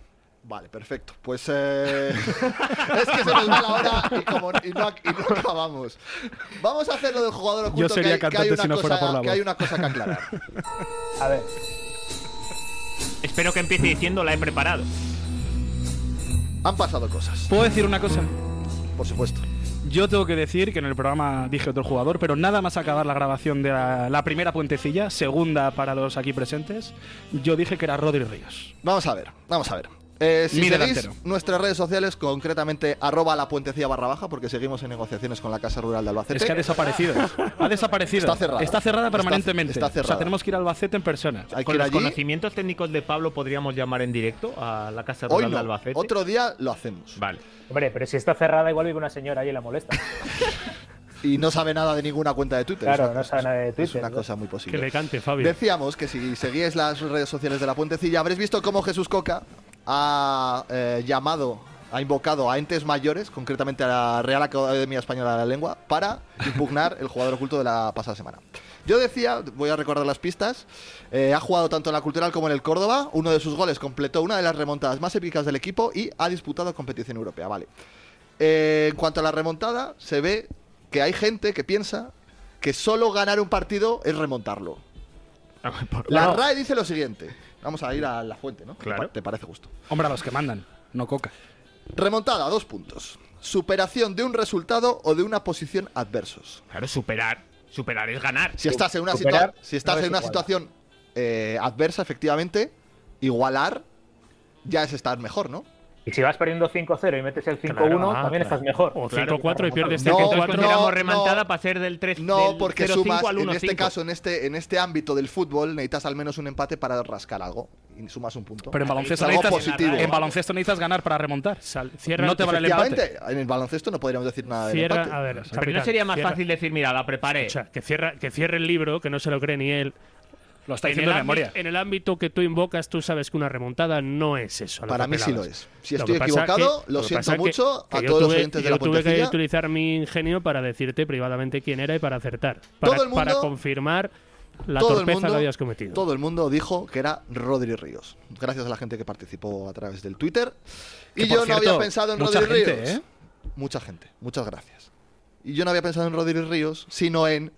[SPEAKER 1] Vale, perfecto. Pues eh, es que se nos va la hora y, como- y no, ac- y no acabamos. Vamos a hacer lo del jugador oculto.
[SPEAKER 4] sería
[SPEAKER 1] que hay, que hay
[SPEAKER 4] cantante
[SPEAKER 1] una
[SPEAKER 4] si no fuera
[SPEAKER 1] cosa-
[SPEAKER 4] por la
[SPEAKER 1] que
[SPEAKER 4] voz.
[SPEAKER 1] hay una cosa que aclarar.
[SPEAKER 5] A ver.
[SPEAKER 3] Espero que empiece diciendo la he preparado.
[SPEAKER 1] Han pasado cosas,
[SPEAKER 4] ¿Puedo decir una cosa?
[SPEAKER 1] por supuesto.
[SPEAKER 4] Yo tengo que decir que en el programa dije otro jugador, pero nada más acabar la grabación de la, la primera puentecilla, segunda para los aquí presentes, yo dije que era Rodri Ríos.
[SPEAKER 1] Vamos a ver, vamos a ver. Eh, si
[SPEAKER 4] Mi
[SPEAKER 1] seguís
[SPEAKER 4] delantero.
[SPEAKER 1] nuestras redes sociales, concretamente arroba la puentecilla barra baja, porque seguimos en negociaciones con la Casa Rural de Albacete.
[SPEAKER 4] Es que ha desaparecido. Ha desaparecido.
[SPEAKER 1] Está cerrada. Está-
[SPEAKER 4] permanentemente.
[SPEAKER 1] está
[SPEAKER 4] O sea,
[SPEAKER 1] cerrada.
[SPEAKER 4] tenemos que ir a Albacete en persona.
[SPEAKER 1] Hay que
[SPEAKER 3] Con
[SPEAKER 1] ir
[SPEAKER 3] los
[SPEAKER 1] allí.
[SPEAKER 3] conocimientos técnicos de Pablo podríamos llamar en directo a la Casa
[SPEAKER 1] Hoy
[SPEAKER 3] Rural de
[SPEAKER 1] no.
[SPEAKER 3] Albacete.
[SPEAKER 1] Otro día lo hacemos.
[SPEAKER 3] Vale.
[SPEAKER 5] Hombre, pero si está cerrada, igual vive una señora allí y la molesta.
[SPEAKER 1] Y no sabe nada de ninguna cuenta de Twitter.
[SPEAKER 5] Claro,
[SPEAKER 1] Es una-
[SPEAKER 5] no sabe nada de Twitter.
[SPEAKER 1] Es una
[SPEAKER 5] ¿no?
[SPEAKER 1] cosa muy
[SPEAKER 2] Que
[SPEAKER 1] posible.
[SPEAKER 2] le cante, Fabio.
[SPEAKER 1] Decíamos que si seguíais las redes sociales de la Puentecilla habréis visto cómo Jesús Coca ha eh, llamado, ha invocado a entes mayores, concretamente a la Real Academia Española de la Lengua, para impugnar el jugador oculto de la pasada semana. Yo decía, voy a recordar las pistas, eh, ha jugado tanto en la Cultural como en el Córdoba, uno de sus goles completó una de las remontadas más épicas del equipo y ha disputado competición europea, vale. Eh, en cuanto a la remontada, se ve que hay gente que piensa que solo ganar un partido es remontarlo.
[SPEAKER 2] Ah,
[SPEAKER 1] La RAE dice lo siguiente. Vamos a ir a la fuente, ¿no?
[SPEAKER 3] Claro.
[SPEAKER 1] ¿Te parece justo?
[SPEAKER 4] Hombre, a los que mandan, no coca.
[SPEAKER 1] Remontada, dos puntos. Superación de un resultado o de una posición adversos.
[SPEAKER 3] Claro, superar. Superar es ganar.
[SPEAKER 1] Si estás en una,
[SPEAKER 5] Superar,
[SPEAKER 1] situa- si estás
[SPEAKER 5] no es
[SPEAKER 1] en una
[SPEAKER 5] igual.
[SPEAKER 1] situación eh, adversa, efectivamente, igualar ya es estar mejor, ¿no?
[SPEAKER 5] Y si vas perdiendo 5-0 y metes el 5-1,
[SPEAKER 2] ah,
[SPEAKER 5] también
[SPEAKER 2] claro.
[SPEAKER 5] estás mejor.
[SPEAKER 2] O
[SPEAKER 3] Claro,
[SPEAKER 2] 5-4 y pierdes
[SPEAKER 1] No,
[SPEAKER 2] 5-4.
[SPEAKER 3] Entonces consideramos
[SPEAKER 1] no,
[SPEAKER 3] remontada
[SPEAKER 1] no.
[SPEAKER 3] para ser del 3
[SPEAKER 1] No,
[SPEAKER 3] del
[SPEAKER 1] porque
[SPEAKER 3] 0-5
[SPEAKER 1] sumas,
[SPEAKER 3] al
[SPEAKER 1] en
[SPEAKER 3] 1-5.
[SPEAKER 1] este caso, en este, en este ámbito del fútbol, necesitas al menos un empate para rascar algo. Y sumas un punto.
[SPEAKER 4] Pero en baloncesto,
[SPEAKER 1] Es algo
[SPEAKER 4] necesitas,
[SPEAKER 1] positivo.
[SPEAKER 4] en baloncesto necesitas ganar para remontar.
[SPEAKER 2] Sal- cierra
[SPEAKER 4] no
[SPEAKER 2] el-
[SPEAKER 4] te vale el empate.
[SPEAKER 1] Efectivamente, en el baloncesto no podríamos decir nada de
[SPEAKER 2] Cierra,
[SPEAKER 1] empate.
[SPEAKER 2] a ver,
[SPEAKER 3] Pero
[SPEAKER 2] capitán,
[SPEAKER 3] no sería más
[SPEAKER 2] cierra-
[SPEAKER 3] fácil decir, mira, la preparé.
[SPEAKER 2] escucha, que, cierra, que cierre el libro, que no se lo cree ni él.
[SPEAKER 4] Lo está
[SPEAKER 2] en,
[SPEAKER 4] diciendo
[SPEAKER 2] el
[SPEAKER 4] de
[SPEAKER 2] ámbito,
[SPEAKER 4] memoria.
[SPEAKER 2] en el ámbito que tú invocas, tú sabes que una remontada no es eso. a lo
[SPEAKER 1] Para
[SPEAKER 2] que
[SPEAKER 1] mí sí
[SPEAKER 2] apelabas.
[SPEAKER 1] lo es. Si
[SPEAKER 2] Lo
[SPEAKER 1] estoy
[SPEAKER 2] que pasa
[SPEAKER 1] equivocado, lo
[SPEAKER 2] que
[SPEAKER 1] siento
[SPEAKER 2] pasa que-
[SPEAKER 1] mucho
[SPEAKER 2] que
[SPEAKER 1] a
[SPEAKER 2] yo
[SPEAKER 1] todos los
[SPEAKER 2] tuve-
[SPEAKER 1] oyentes de la
[SPEAKER 2] Yo tuve que
[SPEAKER 1] Pontecilla.
[SPEAKER 2] utilizar mi ingenio para decirte privadamente quién era y para acertar. Para,
[SPEAKER 1] Todo el
[SPEAKER 2] para
[SPEAKER 1] mundo-
[SPEAKER 2] confirmar la
[SPEAKER 1] todo el
[SPEAKER 2] torpeza
[SPEAKER 1] mundo,
[SPEAKER 2] que habías cometido.
[SPEAKER 1] Todo el mundo dijo que era Rodri Ríos. Gracias a la gente que participó a través del Twitter. Y
[SPEAKER 4] Que, por
[SPEAKER 1] yo no había
[SPEAKER 4] cierto,
[SPEAKER 1] pensado en
[SPEAKER 4] mucha
[SPEAKER 1] Rodri
[SPEAKER 4] gente,
[SPEAKER 1] Ríos.
[SPEAKER 4] ¿eh?
[SPEAKER 1] Mucha gente, muchas gracias. Y yo no había pensado en Rodri Ríos, sino en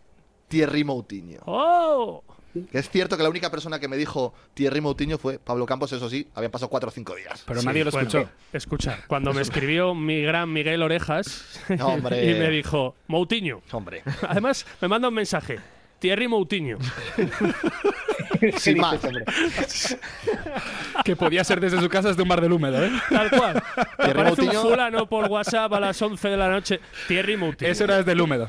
[SPEAKER 1] Thierry Moutinho.
[SPEAKER 2] ¡Oh!
[SPEAKER 1] Que es cierto que la única persona que me dijo Thierry Moutinho fue Pablo Campos, eso sí, habían pasado cuatro o cinco días.
[SPEAKER 4] Pero
[SPEAKER 2] Sí,
[SPEAKER 4] nadie lo
[SPEAKER 2] bueno,
[SPEAKER 4] escuchó.
[SPEAKER 2] Escucha, cuando me escribió mi gran Miguel Orejas
[SPEAKER 1] No, hombre.
[SPEAKER 2] y me dijo, Moutinho.
[SPEAKER 1] Hombre,
[SPEAKER 2] Además, me manda un mensaje. Thierry Moutinho.
[SPEAKER 1] sin más.
[SPEAKER 4] Que podía ser desde su casa, desde un bar del húmedo, ¿eh?
[SPEAKER 2] Tal cual. Me
[SPEAKER 1] Thierry
[SPEAKER 2] aparece un
[SPEAKER 1] Moutinho.
[SPEAKER 2] fulano por WhatsApp a las 11 de la noche. Thierry Moutinho.
[SPEAKER 4] Eso era desde el húmedo.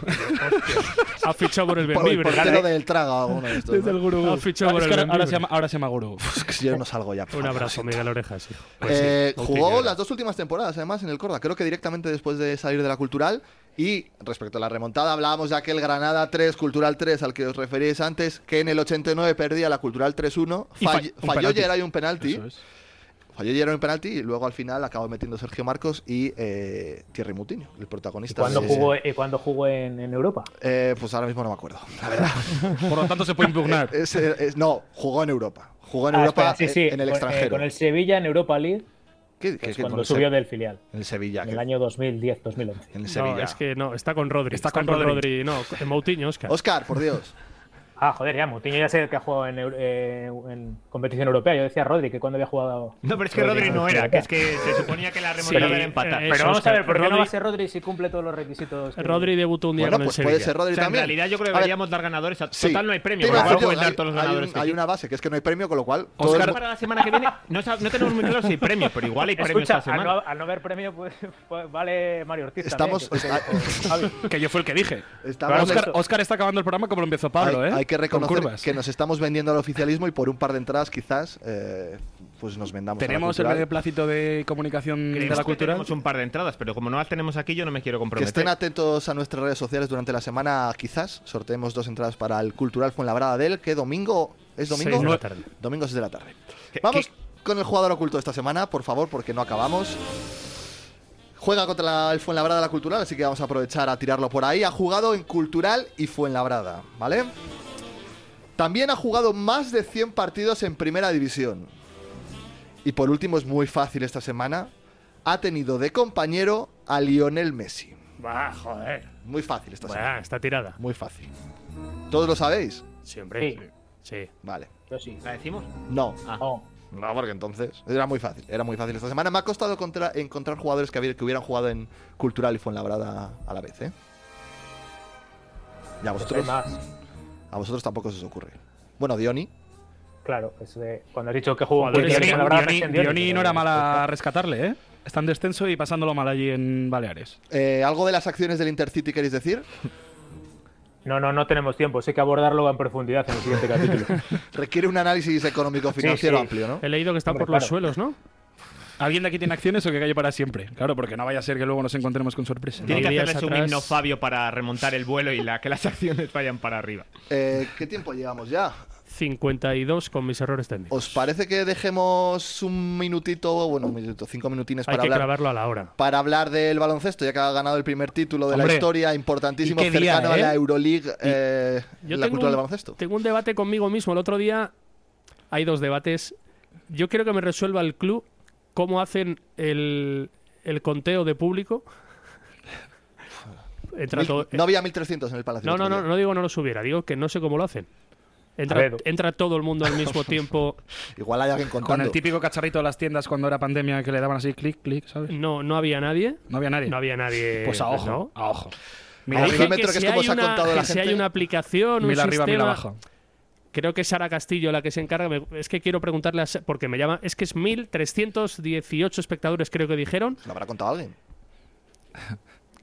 [SPEAKER 2] Ha fichado por el
[SPEAKER 1] Por el
[SPEAKER 2] Benvibre.
[SPEAKER 1] portero del traga o alguno de estos. ¿no?
[SPEAKER 4] gurú.
[SPEAKER 2] Ha fichado por el
[SPEAKER 4] ahora, ahora
[SPEAKER 2] Benvibre.
[SPEAKER 4] se llama, ahora se llama gurú.
[SPEAKER 1] Es Pues que yo no salgo ya. por
[SPEAKER 2] Un
[SPEAKER 1] favor,
[SPEAKER 2] abrazo, Miguel Orejas. hijo.
[SPEAKER 4] Pues
[SPEAKER 1] Eh, jugó
[SPEAKER 3] era.
[SPEAKER 1] las dos últimas temporadas, además, en el Córdoba. Creo que directamente después de salir de la Cultural. Y respecto a la remontada, hablábamos de aquel Granada 3, Cultural 3, al que os referíais antes, que en el 89 perdía la Cultural 3-1.
[SPEAKER 4] Y
[SPEAKER 1] fall-
[SPEAKER 4] fa- un
[SPEAKER 1] falló
[SPEAKER 4] penalti.
[SPEAKER 1] Geray un penalti.
[SPEAKER 4] Eso es.
[SPEAKER 1] Falló Geray un penalti y luego al final acabó metiendo Sergio Marcos y eh, Thierry Moutinho, el protagonista.
[SPEAKER 5] Cuando
[SPEAKER 1] de-
[SPEAKER 5] jugó, eh, cuando jugó en, en Europa.
[SPEAKER 1] Eh, pues ahora mismo no me acuerdo, la verdad.
[SPEAKER 4] Por lo tanto, se puede impugnar.
[SPEAKER 1] Es- es- no, jugó en Europa. Jugó en
[SPEAKER 5] Ah,
[SPEAKER 1] Europa
[SPEAKER 5] espera, sí,
[SPEAKER 1] eh,
[SPEAKER 5] sí,
[SPEAKER 1] en
[SPEAKER 5] con-
[SPEAKER 1] el
[SPEAKER 5] eh,
[SPEAKER 1] extranjero.
[SPEAKER 5] con el Sevilla en Europa League.
[SPEAKER 1] ¿Qué-
[SPEAKER 5] que
[SPEAKER 1] qué-
[SPEAKER 5] es
[SPEAKER 1] qué-
[SPEAKER 5] cuando
[SPEAKER 1] con el
[SPEAKER 5] subió
[SPEAKER 1] Se-
[SPEAKER 5] del filial.
[SPEAKER 1] En el Sevilla.
[SPEAKER 5] En
[SPEAKER 1] que-
[SPEAKER 5] el año 2010-2011.
[SPEAKER 1] En
[SPEAKER 2] No, es que no, está con Rodri.
[SPEAKER 5] Está
[SPEAKER 2] Está,
[SPEAKER 5] con
[SPEAKER 2] con,
[SPEAKER 5] Rodri.
[SPEAKER 2] Rodri. No, en Moutinho, Oscar.
[SPEAKER 1] Oscar, por Dios.
[SPEAKER 5] Ah, joder, ya, Moutinho ya sé que ha jugado en, Euro- eh, en competición europea. Yo decía Rodri que cuando había jugado.
[SPEAKER 3] No, pero es que Rodri no era, que es que se suponía que la remontada
[SPEAKER 5] Sí,
[SPEAKER 3] era empatar.
[SPEAKER 5] Pero vamos a ver, ¿por qué no va a ser Rodri si cumple todos los requisitos? que-
[SPEAKER 2] Rodri debutó un día
[SPEAKER 1] Bueno,
[SPEAKER 2] con
[SPEAKER 1] pues
[SPEAKER 2] el
[SPEAKER 1] puede
[SPEAKER 2] Sevilla.
[SPEAKER 1] ser Rodri
[SPEAKER 3] O sea, en
[SPEAKER 1] también.
[SPEAKER 3] realidad yo creo que
[SPEAKER 1] A ver,
[SPEAKER 3] deberíamos dar ganadores a
[SPEAKER 1] Sí.
[SPEAKER 3] total no hay premio,
[SPEAKER 1] Te iba
[SPEAKER 3] porque
[SPEAKER 1] a
[SPEAKER 3] no
[SPEAKER 1] decir yo,
[SPEAKER 3] pueden
[SPEAKER 1] hay-
[SPEAKER 3] dar todos los
[SPEAKER 1] hay un-
[SPEAKER 3] ganadores que
[SPEAKER 1] Hay una base, que es que no hay premio, con lo cual. todo el
[SPEAKER 3] Oscar
[SPEAKER 1] mu-
[SPEAKER 3] para la semana que viene no, sab- no tenemos muy claro si hay premio, pero igual hay premio
[SPEAKER 5] Escucha,
[SPEAKER 3] esta
[SPEAKER 5] al
[SPEAKER 3] semana.
[SPEAKER 5] no, al no ver premio, pues, pues vale Mario Ortiz.
[SPEAKER 1] Estamos-
[SPEAKER 5] También, que fue el que dijo Javi.
[SPEAKER 4] Que yo fue el que dije.
[SPEAKER 1] Estamos-
[SPEAKER 4] Oscar, está acabando el programa como lo empezó Pablo,
[SPEAKER 1] hay,
[SPEAKER 4] ¿eh?
[SPEAKER 1] hay que
[SPEAKER 4] Con
[SPEAKER 1] reconocer
[SPEAKER 4] curvas.
[SPEAKER 1] que nos estamos vendiendo al oficialismo y por un par de entradas, quizás, eh, pues nos vendamos. a la
[SPEAKER 4] Tenemos el
[SPEAKER 1] cultural.
[SPEAKER 4] beneplácito de comunicación
[SPEAKER 3] Creemos
[SPEAKER 4] de la
[SPEAKER 3] que
[SPEAKER 4] cultura.
[SPEAKER 3] tenemos un par de entradas, pero como no las tenemos aquí, yo no me
[SPEAKER 1] Que
[SPEAKER 3] quiero comprometer.
[SPEAKER 1] estén atentos a nuestras redes sociales durante la semana, quizás. Sorteemos dos entradas para el Cultural Fuenlabrada del que domingo. ¿Es domingo?
[SPEAKER 2] Seis de la tarde.
[SPEAKER 1] Domingo 6 de la tarde. Vamos con el jugador oculto esta semana, por favor, porque no acabamos. Juega contra la- el Fuenlabrada la Cultural, así que vamos a aprovechar a tirarlo por ahí. Ha jugado en Cultural y Fuenlabrada, ¿vale? También ha jugado más de 100 partidos en Primera División. Y por último, es muy fácil esta semana. Ha tenido de compañero a Lionel Messi.
[SPEAKER 2] Va, joder.
[SPEAKER 1] Muy fácil esta
[SPEAKER 2] Va,
[SPEAKER 1] semana.
[SPEAKER 2] está tirada.
[SPEAKER 1] Muy fácil. ¿Todos lo sabéis?
[SPEAKER 2] Siempre.
[SPEAKER 5] Sí.
[SPEAKER 2] Sí.
[SPEAKER 1] Vale.
[SPEAKER 5] Yo sí.
[SPEAKER 3] ¿La decimos? Ah.
[SPEAKER 1] No.
[SPEAKER 5] No.
[SPEAKER 1] No, porque entonces. Era muy fácil. Era muy fácil esta semana. Me ha costado contra- encontrar jugadores que, habi- que hubieran jugado en Cultural y Fuenlabrada a la vez, ¿eh? Y a
[SPEAKER 5] Pues hay
[SPEAKER 1] vosotros.
[SPEAKER 5] más.
[SPEAKER 1] A vosotros tampoco se os ocurre. Bueno, Dioni.
[SPEAKER 5] Claro, es de- cuando has dicho que jugó
[SPEAKER 4] Pues
[SPEAKER 5] en
[SPEAKER 4] Dioni,
[SPEAKER 5] Cultural, la verdad,
[SPEAKER 4] Dioni-
[SPEAKER 5] pensé en Dioni,
[SPEAKER 4] Dioni no
[SPEAKER 5] pero-
[SPEAKER 4] era mala rescatarle, ¿eh? Está en descenso y pasándolo mal allí en Baleares.
[SPEAKER 1] eh, ¿Algo de las acciones del Intercity queréis decir?
[SPEAKER 5] No, no, no tenemos tiempo. Sé que abordarlo en profundidad en el siguiente capítulo.
[SPEAKER 1] Requiere un análisis económico-financiero
[SPEAKER 5] Sí, sí.
[SPEAKER 1] amplio, ¿no?
[SPEAKER 2] He leído que está
[SPEAKER 5] Hombre,
[SPEAKER 2] por los
[SPEAKER 5] claro.
[SPEAKER 2] suelos, ¿no?
[SPEAKER 4] ¿Alguien de aquí tiene acciones o que calle para siempre? Claro, porque no vaya a ser que luego nos encontremos con sorpresa.
[SPEAKER 3] Tiene
[SPEAKER 2] No,
[SPEAKER 3] que
[SPEAKER 2] días
[SPEAKER 3] hacerles un
[SPEAKER 2] atrás.
[SPEAKER 3] himno Fabio para remontar el vuelo y la, que las acciones vayan para arriba.
[SPEAKER 1] Eh, ¿Qué tiempo llevamos ya?
[SPEAKER 2] 52 con mis errores técnicos.
[SPEAKER 1] ¿Os parece que dejemos un minutito, bueno, un minuto, cinco minutines
[SPEAKER 2] Hay
[SPEAKER 1] para
[SPEAKER 2] que
[SPEAKER 1] hablar?
[SPEAKER 2] clavarlo a la hora.
[SPEAKER 1] para hablar del baloncesto, ya que ha ganado el primer título de la
[SPEAKER 4] Hombre,
[SPEAKER 1] historia, importantísimo,
[SPEAKER 4] ¿y qué día,
[SPEAKER 1] cercano a
[SPEAKER 4] eh?
[SPEAKER 1] la Euroleague, eh,
[SPEAKER 2] Yo
[SPEAKER 1] la
[SPEAKER 2] tengo
[SPEAKER 1] cultura
[SPEAKER 2] un-
[SPEAKER 1] del baloncesto.
[SPEAKER 2] Tengo un debate conmigo mismo. El otro día hay dos debates. Yo quiero que me resuelva el club cómo hacen el, el conteo de público. Entra
[SPEAKER 1] Mil-
[SPEAKER 4] eh,
[SPEAKER 2] todo-
[SPEAKER 1] no había 1300 en el Palacio.
[SPEAKER 2] no,
[SPEAKER 1] el
[SPEAKER 2] no,
[SPEAKER 1] otro
[SPEAKER 2] no,
[SPEAKER 1] día.
[SPEAKER 2] no digo no lo subiera, digo que no sé cómo lo hacen.
[SPEAKER 5] A
[SPEAKER 2] Entra,
[SPEAKER 5] ver.
[SPEAKER 2] entra todo el mundo al mismo tiempo.
[SPEAKER 1] Igual hay alguien contando.
[SPEAKER 4] Con el típico cacharrito de las tiendas cuando era pandemia que le daban así clic, clic, ¿sabes?
[SPEAKER 2] No, no había nadie.
[SPEAKER 4] No había nadie.
[SPEAKER 2] No había nadie.
[SPEAKER 4] Pues a ojo,
[SPEAKER 2] ¿no?
[SPEAKER 4] a ojo.
[SPEAKER 1] A
[SPEAKER 4] Mira,
[SPEAKER 1] ojo,
[SPEAKER 4] arriba,
[SPEAKER 2] Dicen
[SPEAKER 1] metro, que es
[SPEAKER 2] si
[SPEAKER 1] como
[SPEAKER 2] hay
[SPEAKER 1] se ha
[SPEAKER 2] una-
[SPEAKER 1] contado la
[SPEAKER 2] que si
[SPEAKER 1] gente.
[SPEAKER 2] hay una aplicación, un
[SPEAKER 4] mira arriba, mira
[SPEAKER 2] sistema-
[SPEAKER 4] abajo.
[SPEAKER 2] creo que es Sara Castillo la que se encarga. me- Es que quiero preguntarle a Sa- porque me llama. Es que es 1.318 espectadores, creo que dijeron.
[SPEAKER 1] ¿Lo habrá contado alguien?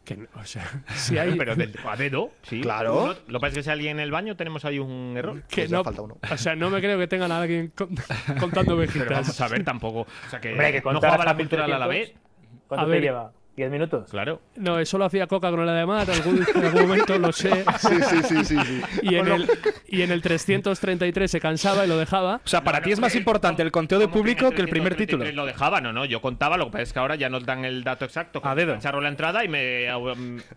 [SPEAKER 2] Que, no- o sea, si hay.
[SPEAKER 3] Pero del- a dedo, sí.
[SPEAKER 1] Claro.
[SPEAKER 3] Uno- lo que pasa es que si alguien en el baño tenemos ahí un error.
[SPEAKER 2] que
[SPEAKER 1] Pues ya
[SPEAKER 2] no,
[SPEAKER 1] falta uno.
[SPEAKER 2] O sea, no me creo que tengan a alguien con- contando
[SPEAKER 3] Pero vamos
[SPEAKER 2] ovejitas.
[SPEAKER 3] a ver tampoco. O sea, que,
[SPEAKER 5] Hombre, que
[SPEAKER 3] no
[SPEAKER 5] contar
[SPEAKER 3] jugaba la
[SPEAKER 5] hasta
[SPEAKER 3] cultural a la
[SPEAKER 5] 1300.
[SPEAKER 3] vez.
[SPEAKER 5] ¿Cuánto
[SPEAKER 2] A
[SPEAKER 5] te
[SPEAKER 2] ver.
[SPEAKER 5] lleva? ¿10 minutos?
[SPEAKER 3] Claro.
[SPEAKER 2] No, eso lo hacía Coca con la de Mar. Algún, en algún momento lo sé.
[SPEAKER 1] Sí, sí, sí, sí. sí.
[SPEAKER 2] Y en, el, y en el 333 se cansaba y lo dejaba.
[SPEAKER 4] O sea, para ti es más
[SPEAKER 3] eh,
[SPEAKER 4] importante el conteo de
[SPEAKER 3] ¿Cómo
[SPEAKER 4] público
[SPEAKER 3] en
[SPEAKER 4] que el primer
[SPEAKER 3] 333
[SPEAKER 4] título.
[SPEAKER 3] Lo dejaba, no, no. Yo contaba, lo que pasa es que ahora ya nos dan el dato exacto.
[SPEAKER 4] A dedo.
[SPEAKER 3] Echaron la entrada y me,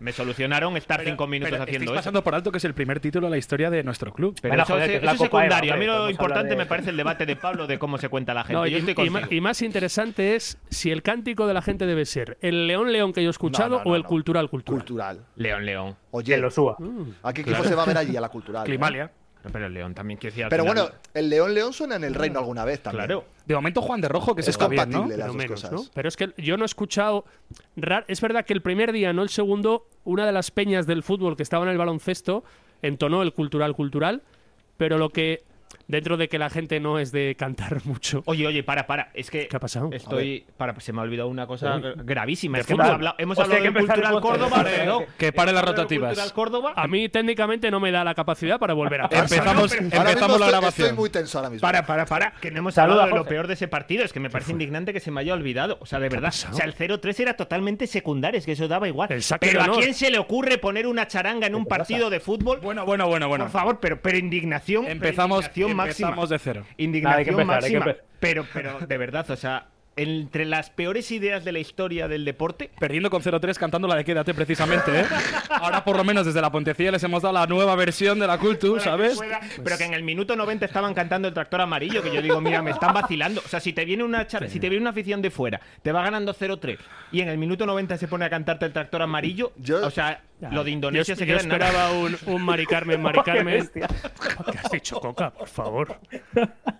[SPEAKER 3] me solucionaron estar cinco minutos
[SPEAKER 4] Pero
[SPEAKER 3] haciendo
[SPEAKER 4] estáis
[SPEAKER 3] eso.
[SPEAKER 4] pasando por alto que es el primer título de la historia de nuestro club.
[SPEAKER 3] Pero
[SPEAKER 5] Bueno,
[SPEAKER 3] eso,
[SPEAKER 5] joder,
[SPEAKER 3] es-
[SPEAKER 5] que es
[SPEAKER 3] eso
[SPEAKER 5] la
[SPEAKER 3] es
[SPEAKER 5] Copa Eva,
[SPEAKER 3] secundario. a mí
[SPEAKER 5] hombre,
[SPEAKER 3] lo
[SPEAKER 5] podemos
[SPEAKER 3] importante
[SPEAKER 5] hablar de-
[SPEAKER 3] me parece el debate de Pablo de cómo se cuenta la gente.
[SPEAKER 2] No,
[SPEAKER 3] Yo
[SPEAKER 2] y,
[SPEAKER 3] estoy
[SPEAKER 2] y ma-
[SPEAKER 3] contigo.
[SPEAKER 2] y más interesante es si el cántico de la gente debe ser el león león que yo he escuchado
[SPEAKER 1] No, no, no,
[SPEAKER 2] o el
[SPEAKER 1] no.
[SPEAKER 2] cultural cultural.
[SPEAKER 1] Cultural.
[SPEAKER 3] León, León.
[SPEAKER 1] Oye,
[SPEAKER 5] Que lo suba.
[SPEAKER 4] Mm.
[SPEAKER 1] ¿a qué equipo se va a ver allí a la cultural? eh?
[SPEAKER 4] Climalia.
[SPEAKER 3] Pero el León también quiere decir al
[SPEAKER 1] Pero
[SPEAKER 3] final-
[SPEAKER 1] bueno, el León León suena en el reino alguna vez también.
[SPEAKER 3] Claro.
[SPEAKER 4] De momento Juan de Rojo, que se
[SPEAKER 1] Es
[SPEAKER 4] está bien, ¿no?
[SPEAKER 1] compatible las
[SPEAKER 2] pero
[SPEAKER 1] dos
[SPEAKER 2] menos,
[SPEAKER 1] cosas.
[SPEAKER 2] ¿no? Pero es que yo no he escuchado. ra- Es verdad que el primer día, no el segundo, una de las peñas del fútbol que estaba en el baloncesto entonó el cultural cultural, pero lo que dentro de que la gente no es de cantar mucho.
[SPEAKER 3] Oye, oye, para, para. Es que
[SPEAKER 2] ¿Qué ha pasado?
[SPEAKER 3] estoy. Para, se me ha olvidado una cosa
[SPEAKER 2] Uy.
[SPEAKER 4] ¿Eh?
[SPEAKER 3] gra- gravísima.
[SPEAKER 2] ¿De
[SPEAKER 3] Es que
[SPEAKER 2] fútbol?
[SPEAKER 3] hemos hablado, hemos
[SPEAKER 5] Hostia,
[SPEAKER 3] hablado
[SPEAKER 5] hay que
[SPEAKER 3] del
[SPEAKER 5] empezar
[SPEAKER 3] Cultural
[SPEAKER 5] el podcast.
[SPEAKER 3] Córdoba, pero no.
[SPEAKER 4] Que pare las
[SPEAKER 3] Hemos hablado del
[SPEAKER 4] rotativas.
[SPEAKER 3] Cultural Córdoba.
[SPEAKER 2] A mí técnicamente no me da la capacidad para volver a casa.
[SPEAKER 4] Empezamos,
[SPEAKER 1] Ahora mismo
[SPEAKER 4] empezamos la
[SPEAKER 1] estoy-
[SPEAKER 4] grabación.
[SPEAKER 1] Estoy muy tenso ahora mismo.
[SPEAKER 3] Para, para, para. Que no hemos
[SPEAKER 5] Saluda,
[SPEAKER 3] hablado de lo
[SPEAKER 5] Jorge.
[SPEAKER 3] peor de ese partido. Es que me parece indignante que se me haya olvidado. O sea, de verdad. O sea, el 0-3 era totalmente secundario. Es que eso daba igual.
[SPEAKER 2] El saque
[SPEAKER 3] Pero
[SPEAKER 2] de
[SPEAKER 3] ¿a
[SPEAKER 2] honor.
[SPEAKER 3] quién se le ocurre poner una charanga en un partido de fútbol?
[SPEAKER 4] Bueno, bueno, bueno, bueno.
[SPEAKER 3] Por favor, pero, pero indignación. pero
[SPEAKER 4] Empezamos,
[SPEAKER 3] indignación máxima.
[SPEAKER 4] empezamos de cero.
[SPEAKER 3] Indignación
[SPEAKER 5] Nada, hay que empezar, hay que
[SPEAKER 3] máxima.
[SPEAKER 5] empezar.
[SPEAKER 3] Pero, pero, de verdad, o sea, entre las peores ideas de la historia del deporte.
[SPEAKER 4] Perdiendo con 0-3 cantando la de Quédate precisamente, ¿eh? Ahora por lo menos desde la Pontecilla les hemos dado la nueva versión de la Cultu, ¿sabes?
[SPEAKER 3] Pero que en el minuto 90 estaban cantando el tractor amarillo, que yo digo, mira, me están vacilando. O sea, si te viene una char- si te viene una afición de fuera, te va ganando 0-3 y en el minuto 90 se pone a cantarte el tractor amarillo, o sea, lo de Indonesia
[SPEAKER 2] Yo-
[SPEAKER 3] se
[SPEAKER 2] yo
[SPEAKER 3] queda en nada.
[SPEAKER 2] esperaba un, un Mari Carmen, Mari
[SPEAKER 3] Qué
[SPEAKER 2] Carmen.
[SPEAKER 3] bestia.
[SPEAKER 2] ¿Qué has dicho, Coca? Por favor.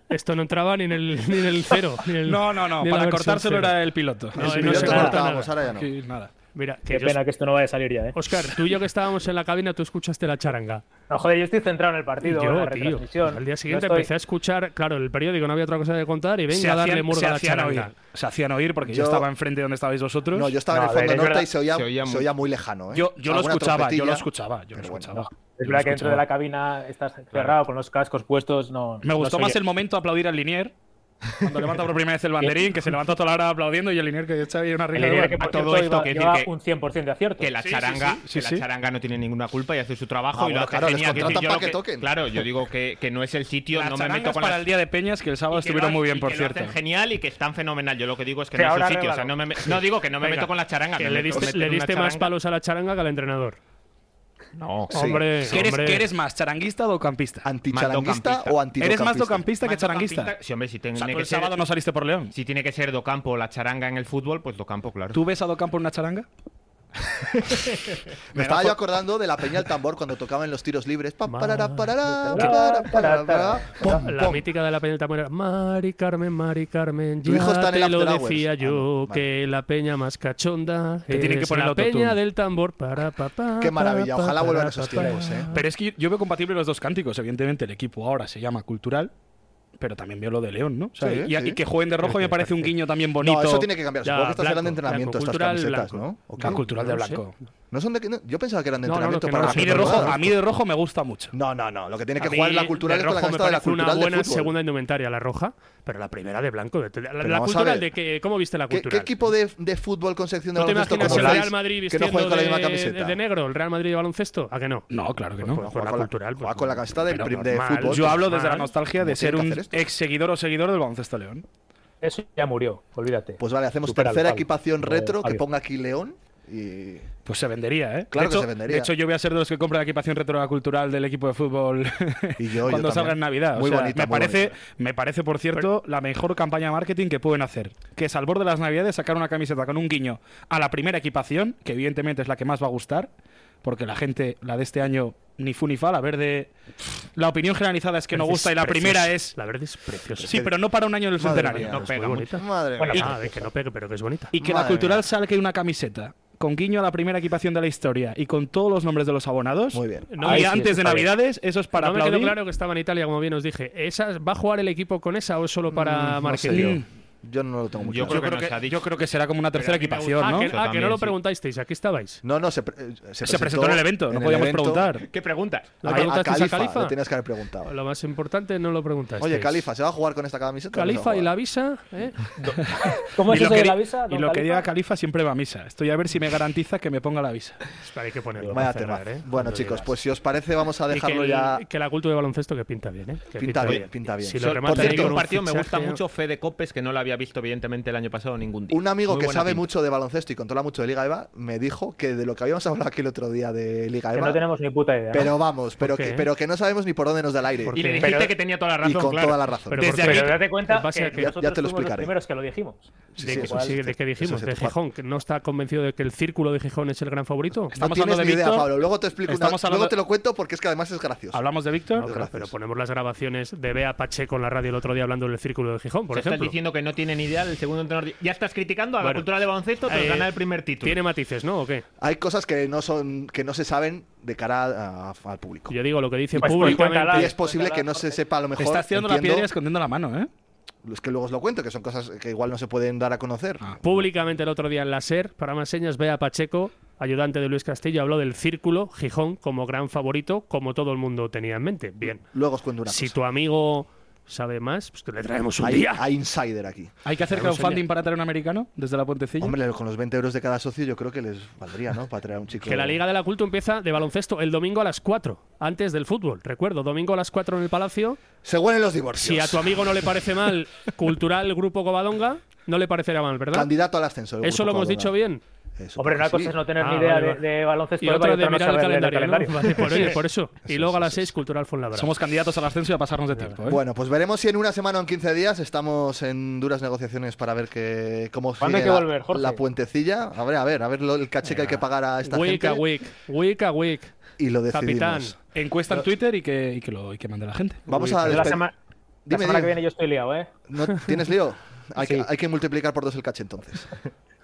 [SPEAKER 2] Esto no entraba ni en el, ni en el cero. ni en el-
[SPEAKER 4] No, no, no.
[SPEAKER 2] ni en la
[SPEAKER 4] Para
[SPEAKER 2] versión
[SPEAKER 4] cortárselo
[SPEAKER 2] cero.
[SPEAKER 4] era el piloto.
[SPEAKER 2] No,
[SPEAKER 4] El
[SPEAKER 2] no se
[SPEAKER 4] piloto
[SPEAKER 2] corta
[SPEAKER 4] cortábamos,
[SPEAKER 2] nada.
[SPEAKER 4] ahora ya no. Aquí, nada.
[SPEAKER 2] Mira,
[SPEAKER 5] Qué pena que esto no vaya a salir ya, ¿eh?
[SPEAKER 2] Oscar, tú y yo que estábamos en la cabina, tú escuchaste la charanga.
[SPEAKER 5] No, joder, yo estoy centrado en el partido,
[SPEAKER 2] Y
[SPEAKER 5] en la
[SPEAKER 2] yo, tío.
[SPEAKER 5] retransmisión.
[SPEAKER 2] Al día
[SPEAKER 5] No
[SPEAKER 2] siguiente
[SPEAKER 5] estoy-
[SPEAKER 2] empecé a escuchar, claro, el periódico no había otra cosa que contar y venga
[SPEAKER 4] Se
[SPEAKER 2] a darle
[SPEAKER 4] hacían-
[SPEAKER 2] murga
[SPEAKER 4] se
[SPEAKER 2] a la
[SPEAKER 4] hacían
[SPEAKER 2] charanga.
[SPEAKER 4] oír. Se hacían oír porque yo,
[SPEAKER 2] Yo-
[SPEAKER 4] estaba enfrente donde estabais vosotros.
[SPEAKER 1] No, yo estaba en el fondo norte y se oía, se, oía muy... lejano. ¿eh?
[SPEAKER 4] Yo, yo lo
[SPEAKER 1] Alguna
[SPEAKER 4] escuchaba, yo lo
[SPEAKER 1] trompetilla.
[SPEAKER 4] escuchaba, yo lo escuchaba.
[SPEAKER 5] Es
[SPEAKER 4] Yo lo
[SPEAKER 5] verdad que dentro
[SPEAKER 4] escuchaba.
[SPEAKER 5] de la cabina estás cerrado con los cascos puestos. No,
[SPEAKER 4] Me gustó más el momento de aplaudir al Linier. Cuando levanta por primera vez el banderín, que se levanta toda la hora aplaudiendo y el Linier que echa ahí una risa.
[SPEAKER 3] a todo esto que decir que,
[SPEAKER 5] un 100% de acierto.
[SPEAKER 3] que la
[SPEAKER 5] Sí, sí,
[SPEAKER 3] charanga
[SPEAKER 5] sí, sí,
[SPEAKER 3] que
[SPEAKER 5] sí.
[SPEAKER 3] la charanga no tiene ninguna culpa y hace su
[SPEAKER 4] Ah,
[SPEAKER 3] trabajo y
[SPEAKER 4] bueno,
[SPEAKER 3] lo hace
[SPEAKER 4] claro, les
[SPEAKER 3] genial. Quiero
[SPEAKER 4] contratan
[SPEAKER 3] yo
[SPEAKER 4] pa'
[SPEAKER 3] lo
[SPEAKER 4] que toquen.
[SPEAKER 3] Claro, yo digo que, que no es el sitio,
[SPEAKER 4] Las
[SPEAKER 3] no me meto
[SPEAKER 4] charangas
[SPEAKER 3] con
[SPEAKER 4] para
[SPEAKER 3] las-
[SPEAKER 4] el Día de Peñas, que el sábado
[SPEAKER 3] y que
[SPEAKER 4] estuvieron
[SPEAKER 3] lo-
[SPEAKER 4] muy bien,
[SPEAKER 3] y
[SPEAKER 4] por
[SPEAKER 3] que
[SPEAKER 4] cierto.
[SPEAKER 3] Lo hacen genial y que están fenomenal. Yo lo que digo es que
[SPEAKER 4] Sí,
[SPEAKER 3] no es
[SPEAKER 4] ahora
[SPEAKER 3] el sitio. O sea,
[SPEAKER 4] arréglalo.
[SPEAKER 3] no, me- no digo que no me
[SPEAKER 2] Venga,
[SPEAKER 3] meto con la charanga.
[SPEAKER 2] que
[SPEAKER 3] me
[SPEAKER 2] le
[SPEAKER 3] meto-
[SPEAKER 2] diste,
[SPEAKER 3] meto
[SPEAKER 2] le
[SPEAKER 3] una
[SPEAKER 2] diste más
[SPEAKER 3] charanga.
[SPEAKER 2] palos a la charanga que al entrenador.
[SPEAKER 3] No,
[SPEAKER 2] Hombre,
[SPEAKER 4] ¿Qué eres,
[SPEAKER 2] hombre.
[SPEAKER 4] qué eres más, charanguista o docampista?
[SPEAKER 3] ¿Anticharanguista o antidocampista?
[SPEAKER 4] ¿Eres más docampista que charanguista?
[SPEAKER 3] Sí, hombre, si tiene
[SPEAKER 4] O sea, tú
[SPEAKER 3] que
[SPEAKER 4] el
[SPEAKER 3] ser-
[SPEAKER 4] sábado no saliste por León.
[SPEAKER 3] Si tiene que ser Docampo o la charanga en el fútbol, pues Docampo, claro.
[SPEAKER 4] ¿Tú ves a Docampo en una charanga?
[SPEAKER 1] Me estaba yo acordando de la peña del tambor cuando tocaban los tiros libres. Pa, parará, parará, parará, parará, parará. Pum,
[SPEAKER 2] La
[SPEAKER 1] pum.
[SPEAKER 2] mítica de la peña de Tamar era Mari Carmen, Mari Carmen,
[SPEAKER 1] Tu hijo
[SPEAKER 2] ya
[SPEAKER 1] está en el
[SPEAKER 2] te lo
[SPEAKER 1] After Hours.
[SPEAKER 2] decía
[SPEAKER 1] Ah,
[SPEAKER 2] yo,
[SPEAKER 1] vale.
[SPEAKER 2] que la peña más cachonda
[SPEAKER 4] Te tienen que
[SPEAKER 2] es
[SPEAKER 4] poner
[SPEAKER 2] la
[SPEAKER 4] el autotune.
[SPEAKER 2] peña del tambor. Para, pa, pa,
[SPEAKER 1] Qué maravilla,
[SPEAKER 2] pa,
[SPEAKER 1] ojalá
[SPEAKER 2] pa,
[SPEAKER 1] vuelvan
[SPEAKER 2] pa,
[SPEAKER 1] esos
[SPEAKER 2] pa,
[SPEAKER 1] tiempos,
[SPEAKER 2] pa.
[SPEAKER 1] ¿eh?
[SPEAKER 4] Pero es que yo veo compatibles los dos cánticos. Evidentemente, el equipo ahora se llama cultural, pero también veo lo de León, ¿no? O sea,
[SPEAKER 1] Sí,
[SPEAKER 4] y,
[SPEAKER 1] sí.
[SPEAKER 4] y que jueguen de rojo me parece un guiño también bonito.
[SPEAKER 1] No, eso tiene que cambiar. Supongo que estás hablando de
[SPEAKER 4] blanco,
[SPEAKER 1] entrenamiento,
[SPEAKER 4] blanco,
[SPEAKER 1] estas
[SPEAKER 4] cultural
[SPEAKER 1] camisetas,
[SPEAKER 4] blanco.
[SPEAKER 1] ¿no? ¿O
[SPEAKER 4] La
[SPEAKER 1] qué?
[SPEAKER 4] cultural de blanco.
[SPEAKER 1] No son de que- no, yo pensaba que eran de
[SPEAKER 4] No, no, no,
[SPEAKER 1] entrenamiento
[SPEAKER 4] que
[SPEAKER 1] para
[SPEAKER 4] no,
[SPEAKER 1] los
[SPEAKER 4] a mí de
[SPEAKER 1] entrenadores.
[SPEAKER 4] rojo- a mí de rojo me gusta mucho.
[SPEAKER 1] No, no, no. Lo que tiene que
[SPEAKER 2] A mí,
[SPEAKER 1] jugar la cultural
[SPEAKER 2] de
[SPEAKER 1] es con la
[SPEAKER 2] rojo me
[SPEAKER 1] camiseta de la
[SPEAKER 2] parece
[SPEAKER 1] cultural
[SPEAKER 2] una buena
[SPEAKER 1] de fútbol.
[SPEAKER 2] segunda indumentaria, la roja, pero la primera de blanco. de- la- la
[SPEAKER 1] Pero vamos a ver.
[SPEAKER 2] cultural de que, ¿cómo viste la
[SPEAKER 1] ¿Qué,
[SPEAKER 2] cultural?
[SPEAKER 1] qué equipo de, de fútbol con sección de
[SPEAKER 2] ¿No te
[SPEAKER 1] baloncesto
[SPEAKER 2] imaginas
[SPEAKER 1] como
[SPEAKER 2] el
[SPEAKER 1] Leipzig
[SPEAKER 2] Real Madrid
[SPEAKER 1] que no
[SPEAKER 2] vistiendo
[SPEAKER 1] juegue con la misma
[SPEAKER 2] de-
[SPEAKER 1] camiseta?
[SPEAKER 2] de, negro, el Real Madrid de baloncesto? ¿A que no?
[SPEAKER 4] No, claro que no.
[SPEAKER 2] Pues, con la cultural. pues,
[SPEAKER 1] con la camiseta del
[SPEAKER 2] pero
[SPEAKER 1] prim- de
[SPEAKER 2] normal.
[SPEAKER 1] fútbol.
[SPEAKER 4] Yo hablo desde la
[SPEAKER 2] Normal.
[SPEAKER 4] nostalgia de
[SPEAKER 1] ¿Cómo
[SPEAKER 4] ser
[SPEAKER 1] tiene que
[SPEAKER 4] un
[SPEAKER 1] hacer esto?
[SPEAKER 4] ex seguidor o seguidor del baloncesto León.
[SPEAKER 5] Eso ya murió, olvídate.
[SPEAKER 1] Pues vale, hacemos
[SPEAKER 4] Supéralo,
[SPEAKER 1] tercera
[SPEAKER 4] Pablo.
[SPEAKER 1] equipación
[SPEAKER 4] No,
[SPEAKER 1] retro que
[SPEAKER 4] Javier.
[SPEAKER 1] ponga aquí León y
[SPEAKER 4] Pues se vendería, ¿eh?
[SPEAKER 1] Claro
[SPEAKER 4] de
[SPEAKER 1] que
[SPEAKER 4] hecho,
[SPEAKER 1] se vendería.
[SPEAKER 4] De hecho, yo voy a ser de los que compra la equipación retro cultural del equipo de fútbol
[SPEAKER 1] Y yo, yo
[SPEAKER 4] cuando salga
[SPEAKER 1] también.
[SPEAKER 4] en Navidad. O
[SPEAKER 1] Muy
[SPEAKER 4] sea,
[SPEAKER 1] bonita,
[SPEAKER 4] me
[SPEAKER 1] muy
[SPEAKER 4] parece, me parece, por cierto, la mejor campaña de marketing que pueden hacer. Que es al borde de las Navidades sacar una camiseta con un guiño a la primera equipación, que evidentemente es la que más va a gustar, porque la gente, la de este año, ni fu ni fa, la verde. La opinión generalizada es que no
[SPEAKER 2] Verde
[SPEAKER 4] gusta y
[SPEAKER 2] es
[SPEAKER 4] la
[SPEAKER 2] preciosa.
[SPEAKER 4] primera es.
[SPEAKER 2] La verde es preciosa.
[SPEAKER 4] Sí, pero no para un año del
[SPEAKER 2] Madre
[SPEAKER 4] centenario.
[SPEAKER 2] mía,
[SPEAKER 4] No
[SPEAKER 2] es
[SPEAKER 4] pega
[SPEAKER 2] muy
[SPEAKER 4] mucho.
[SPEAKER 2] bonita.
[SPEAKER 1] Madre
[SPEAKER 2] bueno, ah,
[SPEAKER 4] mía.
[SPEAKER 2] nada, de que no pegue, pero que es bonita.
[SPEAKER 4] Y que la cultural salga una camiseta con guiño a la primera equipación de la historia y con todos los nombres de los abonados. Muy bien.
[SPEAKER 2] No,
[SPEAKER 4] y
[SPEAKER 2] ahí sí, eso
[SPEAKER 4] antes de
[SPEAKER 2] está bien.
[SPEAKER 4] Navidades, eso es para
[SPEAKER 2] no me
[SPEAKER 4] aplaudir.
[SPEAKER 2] quedó claro que estaba en Italia, como bien os dije. ¿Esa, ¿Va a jugar el equipo con esa o es solo para
[SPEAKER 4] Mm, no sé,
[SPEAKER 2] marketing?
[SPEAKER 4] tío.
[SPEAKER 1] yo no lo tengo muy
[SPEAKER 3] Yo
[SPEAKER 1] claro.
[SPEAKER 3] creo que no se ha dicho.
[SPEAKER 4] yo creo que será como una tercera
[SPEAKER 3] Pero a mí me
[SPEAKER 4] equipación,
[SPEAKER 3] gusta-
[SPEAKER 4] ¿no?
[SPEAKER 2] Ah, que,
[SPEAKER 3] Eso
[SPEAKER 2] ah, que no
[SPEAKER 3] también,
[SPEAKER 2] lo
[SPEAKER 3] sí.
[SPEAKER 2] preguntasteis, aquí estabais.
[SPEAKER 1] No, no, se, pre- eh, se,
[SPEAKER 4] Se presentó en el evento, no
[SPEAKER 1] en el
[SPEAKER 4] podíamos
[SPEAKER 1] evento.
[SPEAKER 4] preguntar.
[SPEAKER 3] ¿Qué pregunta?
[SPEAKER 2] ¿La
[SPEAKER 1] A- a
[SPEAKER 2] preguntasteis a
[SPEAKER 1] Califa,
[SPEAKER 2] Califa?
[SPEAKER 1] le tenías que haber preguntado.
[SPEAKER 2] Lo más importante no lo preguntasteis.
[SPEAKER 1] Oye, Califa, ¿se va a jugar con esta camiseta? o no se va a
[SPEAKER 2] Califa y
[SPEAKER 1] jugar?
[SPEAKER 2] la visa, ¿eh?
[SPEAKER 5] ¿Cómo es
[SPEAKER 4] Y lo
[SPEAKER 5] eso
[SPEAKER 4] que
[SPEAKER 5] de
[SPEAKER 4] di-
[SPEAKER 5] la visa?
[SPEAKER 4] Y
[SPEAKER 5] don
[SPEAKER 4] lo que
[SPEAKER 5] Califa?
[SPEAKER 4] diga Califa siempre va a misa. Estoy a ver si me garantiza que me ponga la visa.
[SPEAKER 2] Espera, hay que ponerlo.
[SPEAKER 1] Vaya
[SPEAKER 2] para cerrar,
[SPEAKER 1] tema.
[SPEAKER 2] ¿eh?
[SPEAKER 1] Bueno,
[SPEAKER 2] Cuando
[SPEAKER 1] chicos,
[SPEAKER 2] digas.
[SPEAKER 1] pues si os parece, vamos a
[SPEAKER 2] Y que,
[SPEAKER 1] dejarlo
[SPEAKER 2] el-
[SPEAKER 1] ya.
[SPEAKER 2] que la cultura de baloncesto que pinta bien, ¿eh? Que
[SPEAKER 1] Pinta bien, pinta bien.
[SPEAKER 2] Si
[SPEAKER 1] Por
[SPEAKER 2] lo
[SPEAKER 3] Por
[SPEAKER 2] rematan ahí
[SPEAKER 3] cierto,
[SPEAKER 2] con
[SPEAKER 3] un partido me
[SPEAKER 2] fichaje-
[SPEAKER 3] gusta mucho Fede Copes, que no lo había visto, evidentemente, el año pasado ningún día.
[SPEAKER 1] Un amigo
[SPEAKER 3] Muy
[SPEAKER 1] que
[SPEAKER 3] buena
[SPEAKER 1] sabe
[SPEAKER 3] pinta.
[SPEAKER 1] mucho de baloncesto y controla mucho de Liga EVA me dijo que de lo que habíamos hablado aquí el otro día de Liga
[SPEAKER 5] Que
[SPEAKER 1] EVA.
[SPEAKER 5] no tenemos ni puta idea. ¿no?
[SPEAKER 1] Pero vamos, pero
[SPEAKER 2] qué?
[SPEAKER 1] que, pero que no sabemos ni por dónde nos da el aire.
[SPEAKER 3] Y le dijiste que tenía toda la razón.
[SPEAKER 1] Y con
[SPEAKER 3] claro.
[SPEAKER 1] toda la razón.
[SPEAKER 2] Pero
[SPEAKER 3] Desde
[SPEAKER 2] ¿por qué?
[SPEAKER 3] aquí-
[SPEAKER 5] Pero date cuenta
[SPEAKER 2] Lo que pasa es
[SPEAKER 5] que,
[SPEAKER 2] que-
[SPEAKER 1] Ya-
[SPEAKER 5] nosotros
[SPEAKER 1] ya te lo
[SPEAKER 5] fuimos los
[SPEAKER 1] explicaré.
[SPEAKER 5] primeros que lo dijimos.
[SPEAKER 1] Sí,
[SPEAKER 2] De,
[SPEAKER 1] sí,
[SPEAKER 2] que,
[SPEAKER 1] igual
[SPEAKER 2] sí, de
[SPEAKER 1] este-
[SPEAKER 2] que dijimos,
[SPEAKER 1] eso
[SPEAKER 2] de
[SPEAKER 1] es tu-
[SPEAKER 2] Gijón, que no está convencido de que el círculo de Gijón es el gran favorito.
[SPEAKER 1] No
[SPEAKER 4] Estamos
[SPEAKER 1] tienes
[SPEAKER 4] hablando de
[SPEAKER 1] ni idea,
[SPEAKER 4] Víctor.
[SPEAKER 1] Pablo. Luego te explico. una-
[SPEAKER 4] Estamos hablando-
[SPEAKER 1] Luego te lo cuento porque es que además es gracioso.
[SPEAKER 4] Hablamos de
[SPEAKER 2] No,
[SPEAKER 4] Víctor.
[SPEAKER 2] pero-
[SPEAKER 1] gracias.
[SPEAKER 2] pero ponemos las grabaciones de Bea Pacheco en la radio el otro día hablando del círculo de Gijón, por
[SPEAKER 3] Se estás
[SPEAKER 2] ejemplo.
[SPEAKER 3] diciendo que no tiene ni idea del segundo entrenador. Ya estás criticando a la
[SPEAKER 2] Bueno,
[SPEAKER 3] cultura de baloncesto tras
[SPEAKER 2] eh,
[SPEAKER 3] ganar el primer título.
[SPEAKER 2] Tiene matices, ¿no? ¿O qué?
[SPEAKER 1] Hay cosas que no son que no se saben de cara a- a- al público.
[SPEAKER 2] Yo digo lo que dice
[SPEAKER 5] Pues, pues,
[SPEAKER 2] públicamente.
[SPEAKER 5] cuéntala.
[SPEAKER 1] Y es posible que no se sepa a lo mejor.
[SPEAKER 4] Estás tirando la
[SPEAKER 1] entiendo,
[SPEAKER 4] piedra y escondiendo la mano, ¿eh?
[SPEAKER 1] Es que luego os lo cuento, que son cosas que igual no se pueden dar a conocer.
[SPEAKER 2] Públicamente el otro día en la SER, para más señas, Bea Pacheco, ayudante de Luis Castillo, habló del círculo Gijón como gran favorito, como todo el mundo tenía en mente. Bien.
[SPEAKER 1] Luego os cuento una
[SPEAKER 2] Si
[SPEAKER 1] cosa.
[SPEAKER 2] tu amigo sabe más, pues que le traemos un
[SPEAKER 1] hay,
[SPEAKER 2] día.
[SPEAKER 1] hay insider aquí.
[SPEAKER 4] ¿Hay que hacer
[SPEAKER 2] Vamos
[SPEAKER 4] crowdfunding
[SPEAKER 2] allá.
[SPEAKER 4] para traer un americano desde la puentecilla?
[SPEAKER 1] Hombre, con los 20 euros de cada socio yo creo que les valdría, ¿no? Para traer a un chico.
[SPEAKER 2] Que la Liga de la Culto empieza de baloncesto el domingo a las 4, antes del fútbol. Recuerdo, domingo a las 4 en el Palacio.
[SPEAKER 1] Se huelen los divorcios.
[SPEAKER 2] Si a tu amigo no le parece mal, Cultural Grupo Covadonga.
[SPEAKER 9] No le parecerá mal, ¿verdad?
[SPEAKER 1] Candidato al ascenso.
[SPEAKER 9] ¿Eso lo hemos dicho bien?
[SPEAKER 3] Hombre, una cosa es no tener ni idea de, de
[SPEAKER 9] Ah,
[SPEAKER 3] baloncesto
[SPEAKER 9] y otra
[SPEAKER 3] vale,
[SPEAKER 9] de
[SPEAKER 3] no
[SPEAKER 9] mirar el
[SPEAKER 3] saber leer
[SPEAKER 9] calendario. ¿no? Vale, por,
[SPEAKER 3] Sí.
[SPEAKER 9] oye, por eso. Y luego a las 6, Cultural Fuenlabrada.
[SPEAKER 4] Somos candidatos al ascenso y a pasarnos de tiempo. ¿eh?
[SPEAKER 1] Bueno, pues veremos si en una semana o en 15 días estamos en duras negociaciones para ver que, cómo
[SPEAKER 9] ¿Cuándo
[SPEAKER 1] sigue
[SPEAKER 9] hay que
[SPEAKER 1] la,
[SPEAKER 9] volver, Jorge?
[SPEAKER 1] la puentecilla. A ver, a ver, a ver lo- el caché que hay que pagar a esta
[SPEAKER 9] Week
[SPEAKER 1] gente.
[SPEAKER 9] a week. Week a week.
[SPEAKER 1] Y lo decidimos.
[SPEAKER 9] Capitán.
[SPEAKER 4] Encuesta en Twitter y que, y que lo y que mande la gente.
[SPEAKER 1] Vamos
[SPEAKER 3] Uy,
[SPEAKER 1] a...
[SPEAKER 3] la
[SPEAKER 1] despe-
[SPEAKER 3] sema-
[SPEAKER 1] Dime,
[SPEAKER 3] la semana
[SPEAKER 1] dime.
[SPEAKER 3] que viene yo estoy liado, ¿eh?
[SPEAKER 1] ¿No ¿Tienes lío? Hay,
[SPEAKER 3] Sí.
[SPEAKER 1] que, hay que multiplicar por dos el caché entonces.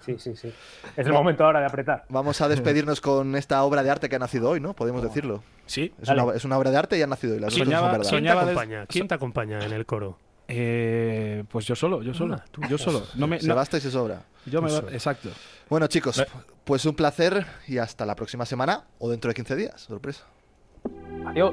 [SPEAKER 3] Sí, sí, sí. Es el momento ahora de apretar.
[SPEAKER 1] Vamos a despedirnos con esta obra de arte que ha nacido hoy, ¿no?
[SPEAKER 3] Oh.
[SPEAKER 1] Podemos decirlo.
[SPEAKER 4] Sí.
[SPEAKER 1] Es
[SPEAKER 4] dale.
[SPEAKER 1] una, es una obra de arte y ha nacido hoy. Las dos
[SPEAKER 4] Soñaba-
[SPEAKER 1] son verdad.
[SPEAKER 9] ¿Quién te
[SPEAKER 4] Soñaba des-
[SPEAKER 9] acompaña? ¿Quién te acompaña en el coro?
[SPEAKER 4] Eh, pues yo solo, yo solo.
[SPEAKER 9] Ah, tú.
[SPEAKER 4] yo solo. No me, no-
[SPEAKER 1] Sebastes es obra.
[SPEAKER 4] yo me
[SPEAKER 1] Eso.
[SPEAKER 4] Exacto.
[SPEAKER 1] Bueno, chicos, pues un placer y hasta la próxima semana o dentro de 15 días. Sorpresa.
[SPEAKER 3] Adiós.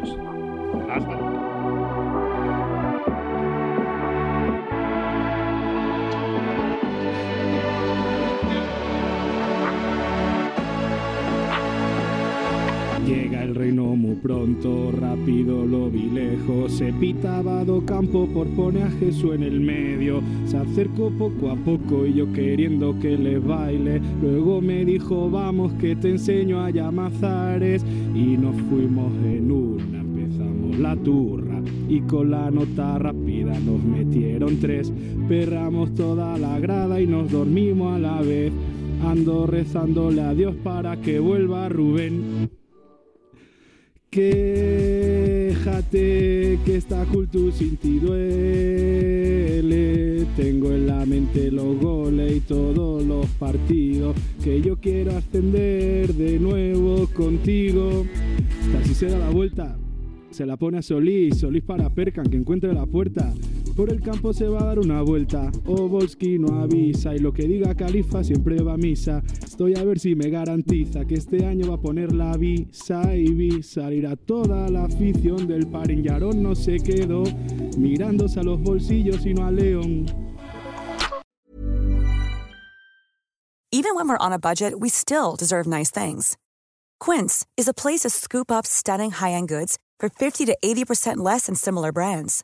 [SPEAKER 2] Llega el reino muy pronto, rápido lo vi lejos. Se pitaba do campo por poner a Jesús en el medio. Se acercó poco a poco y yo queriendo que le baile. Luego me dijo, vamos que te enseño a llamazares. Y nos fuimos en una, empezamos la turra. Y con la nota rápida nos metieron tres. Perramos toda la grada y nos dormimos a la vez. Ando rezándole a Dios para que vuelva Rubén. Quéjate que esta cultura sin ti duele. Tengo en la mente los goles y todos los partidos. Que yo quiero ascender de nuevo contigo. Casi se da la vuelta. Se la pone a Solís, Solís para Percan, que encuentre la puerta. Por el campo se va a dar una vuelta. Obolski no avisa y lo que diga Califa siempre va a misa. Estoy a ver si me garantiza que este año va a poner la visa y vi salir a toda la afición del Parinjarón. No se quedó mirándose a los bolsillos sino a León.
[SPEAKER 10] Even when we're on a budget, we still deserve nice things. Quince is a place to scoop up stunning high end goods for 50 to 80% less than similar brands.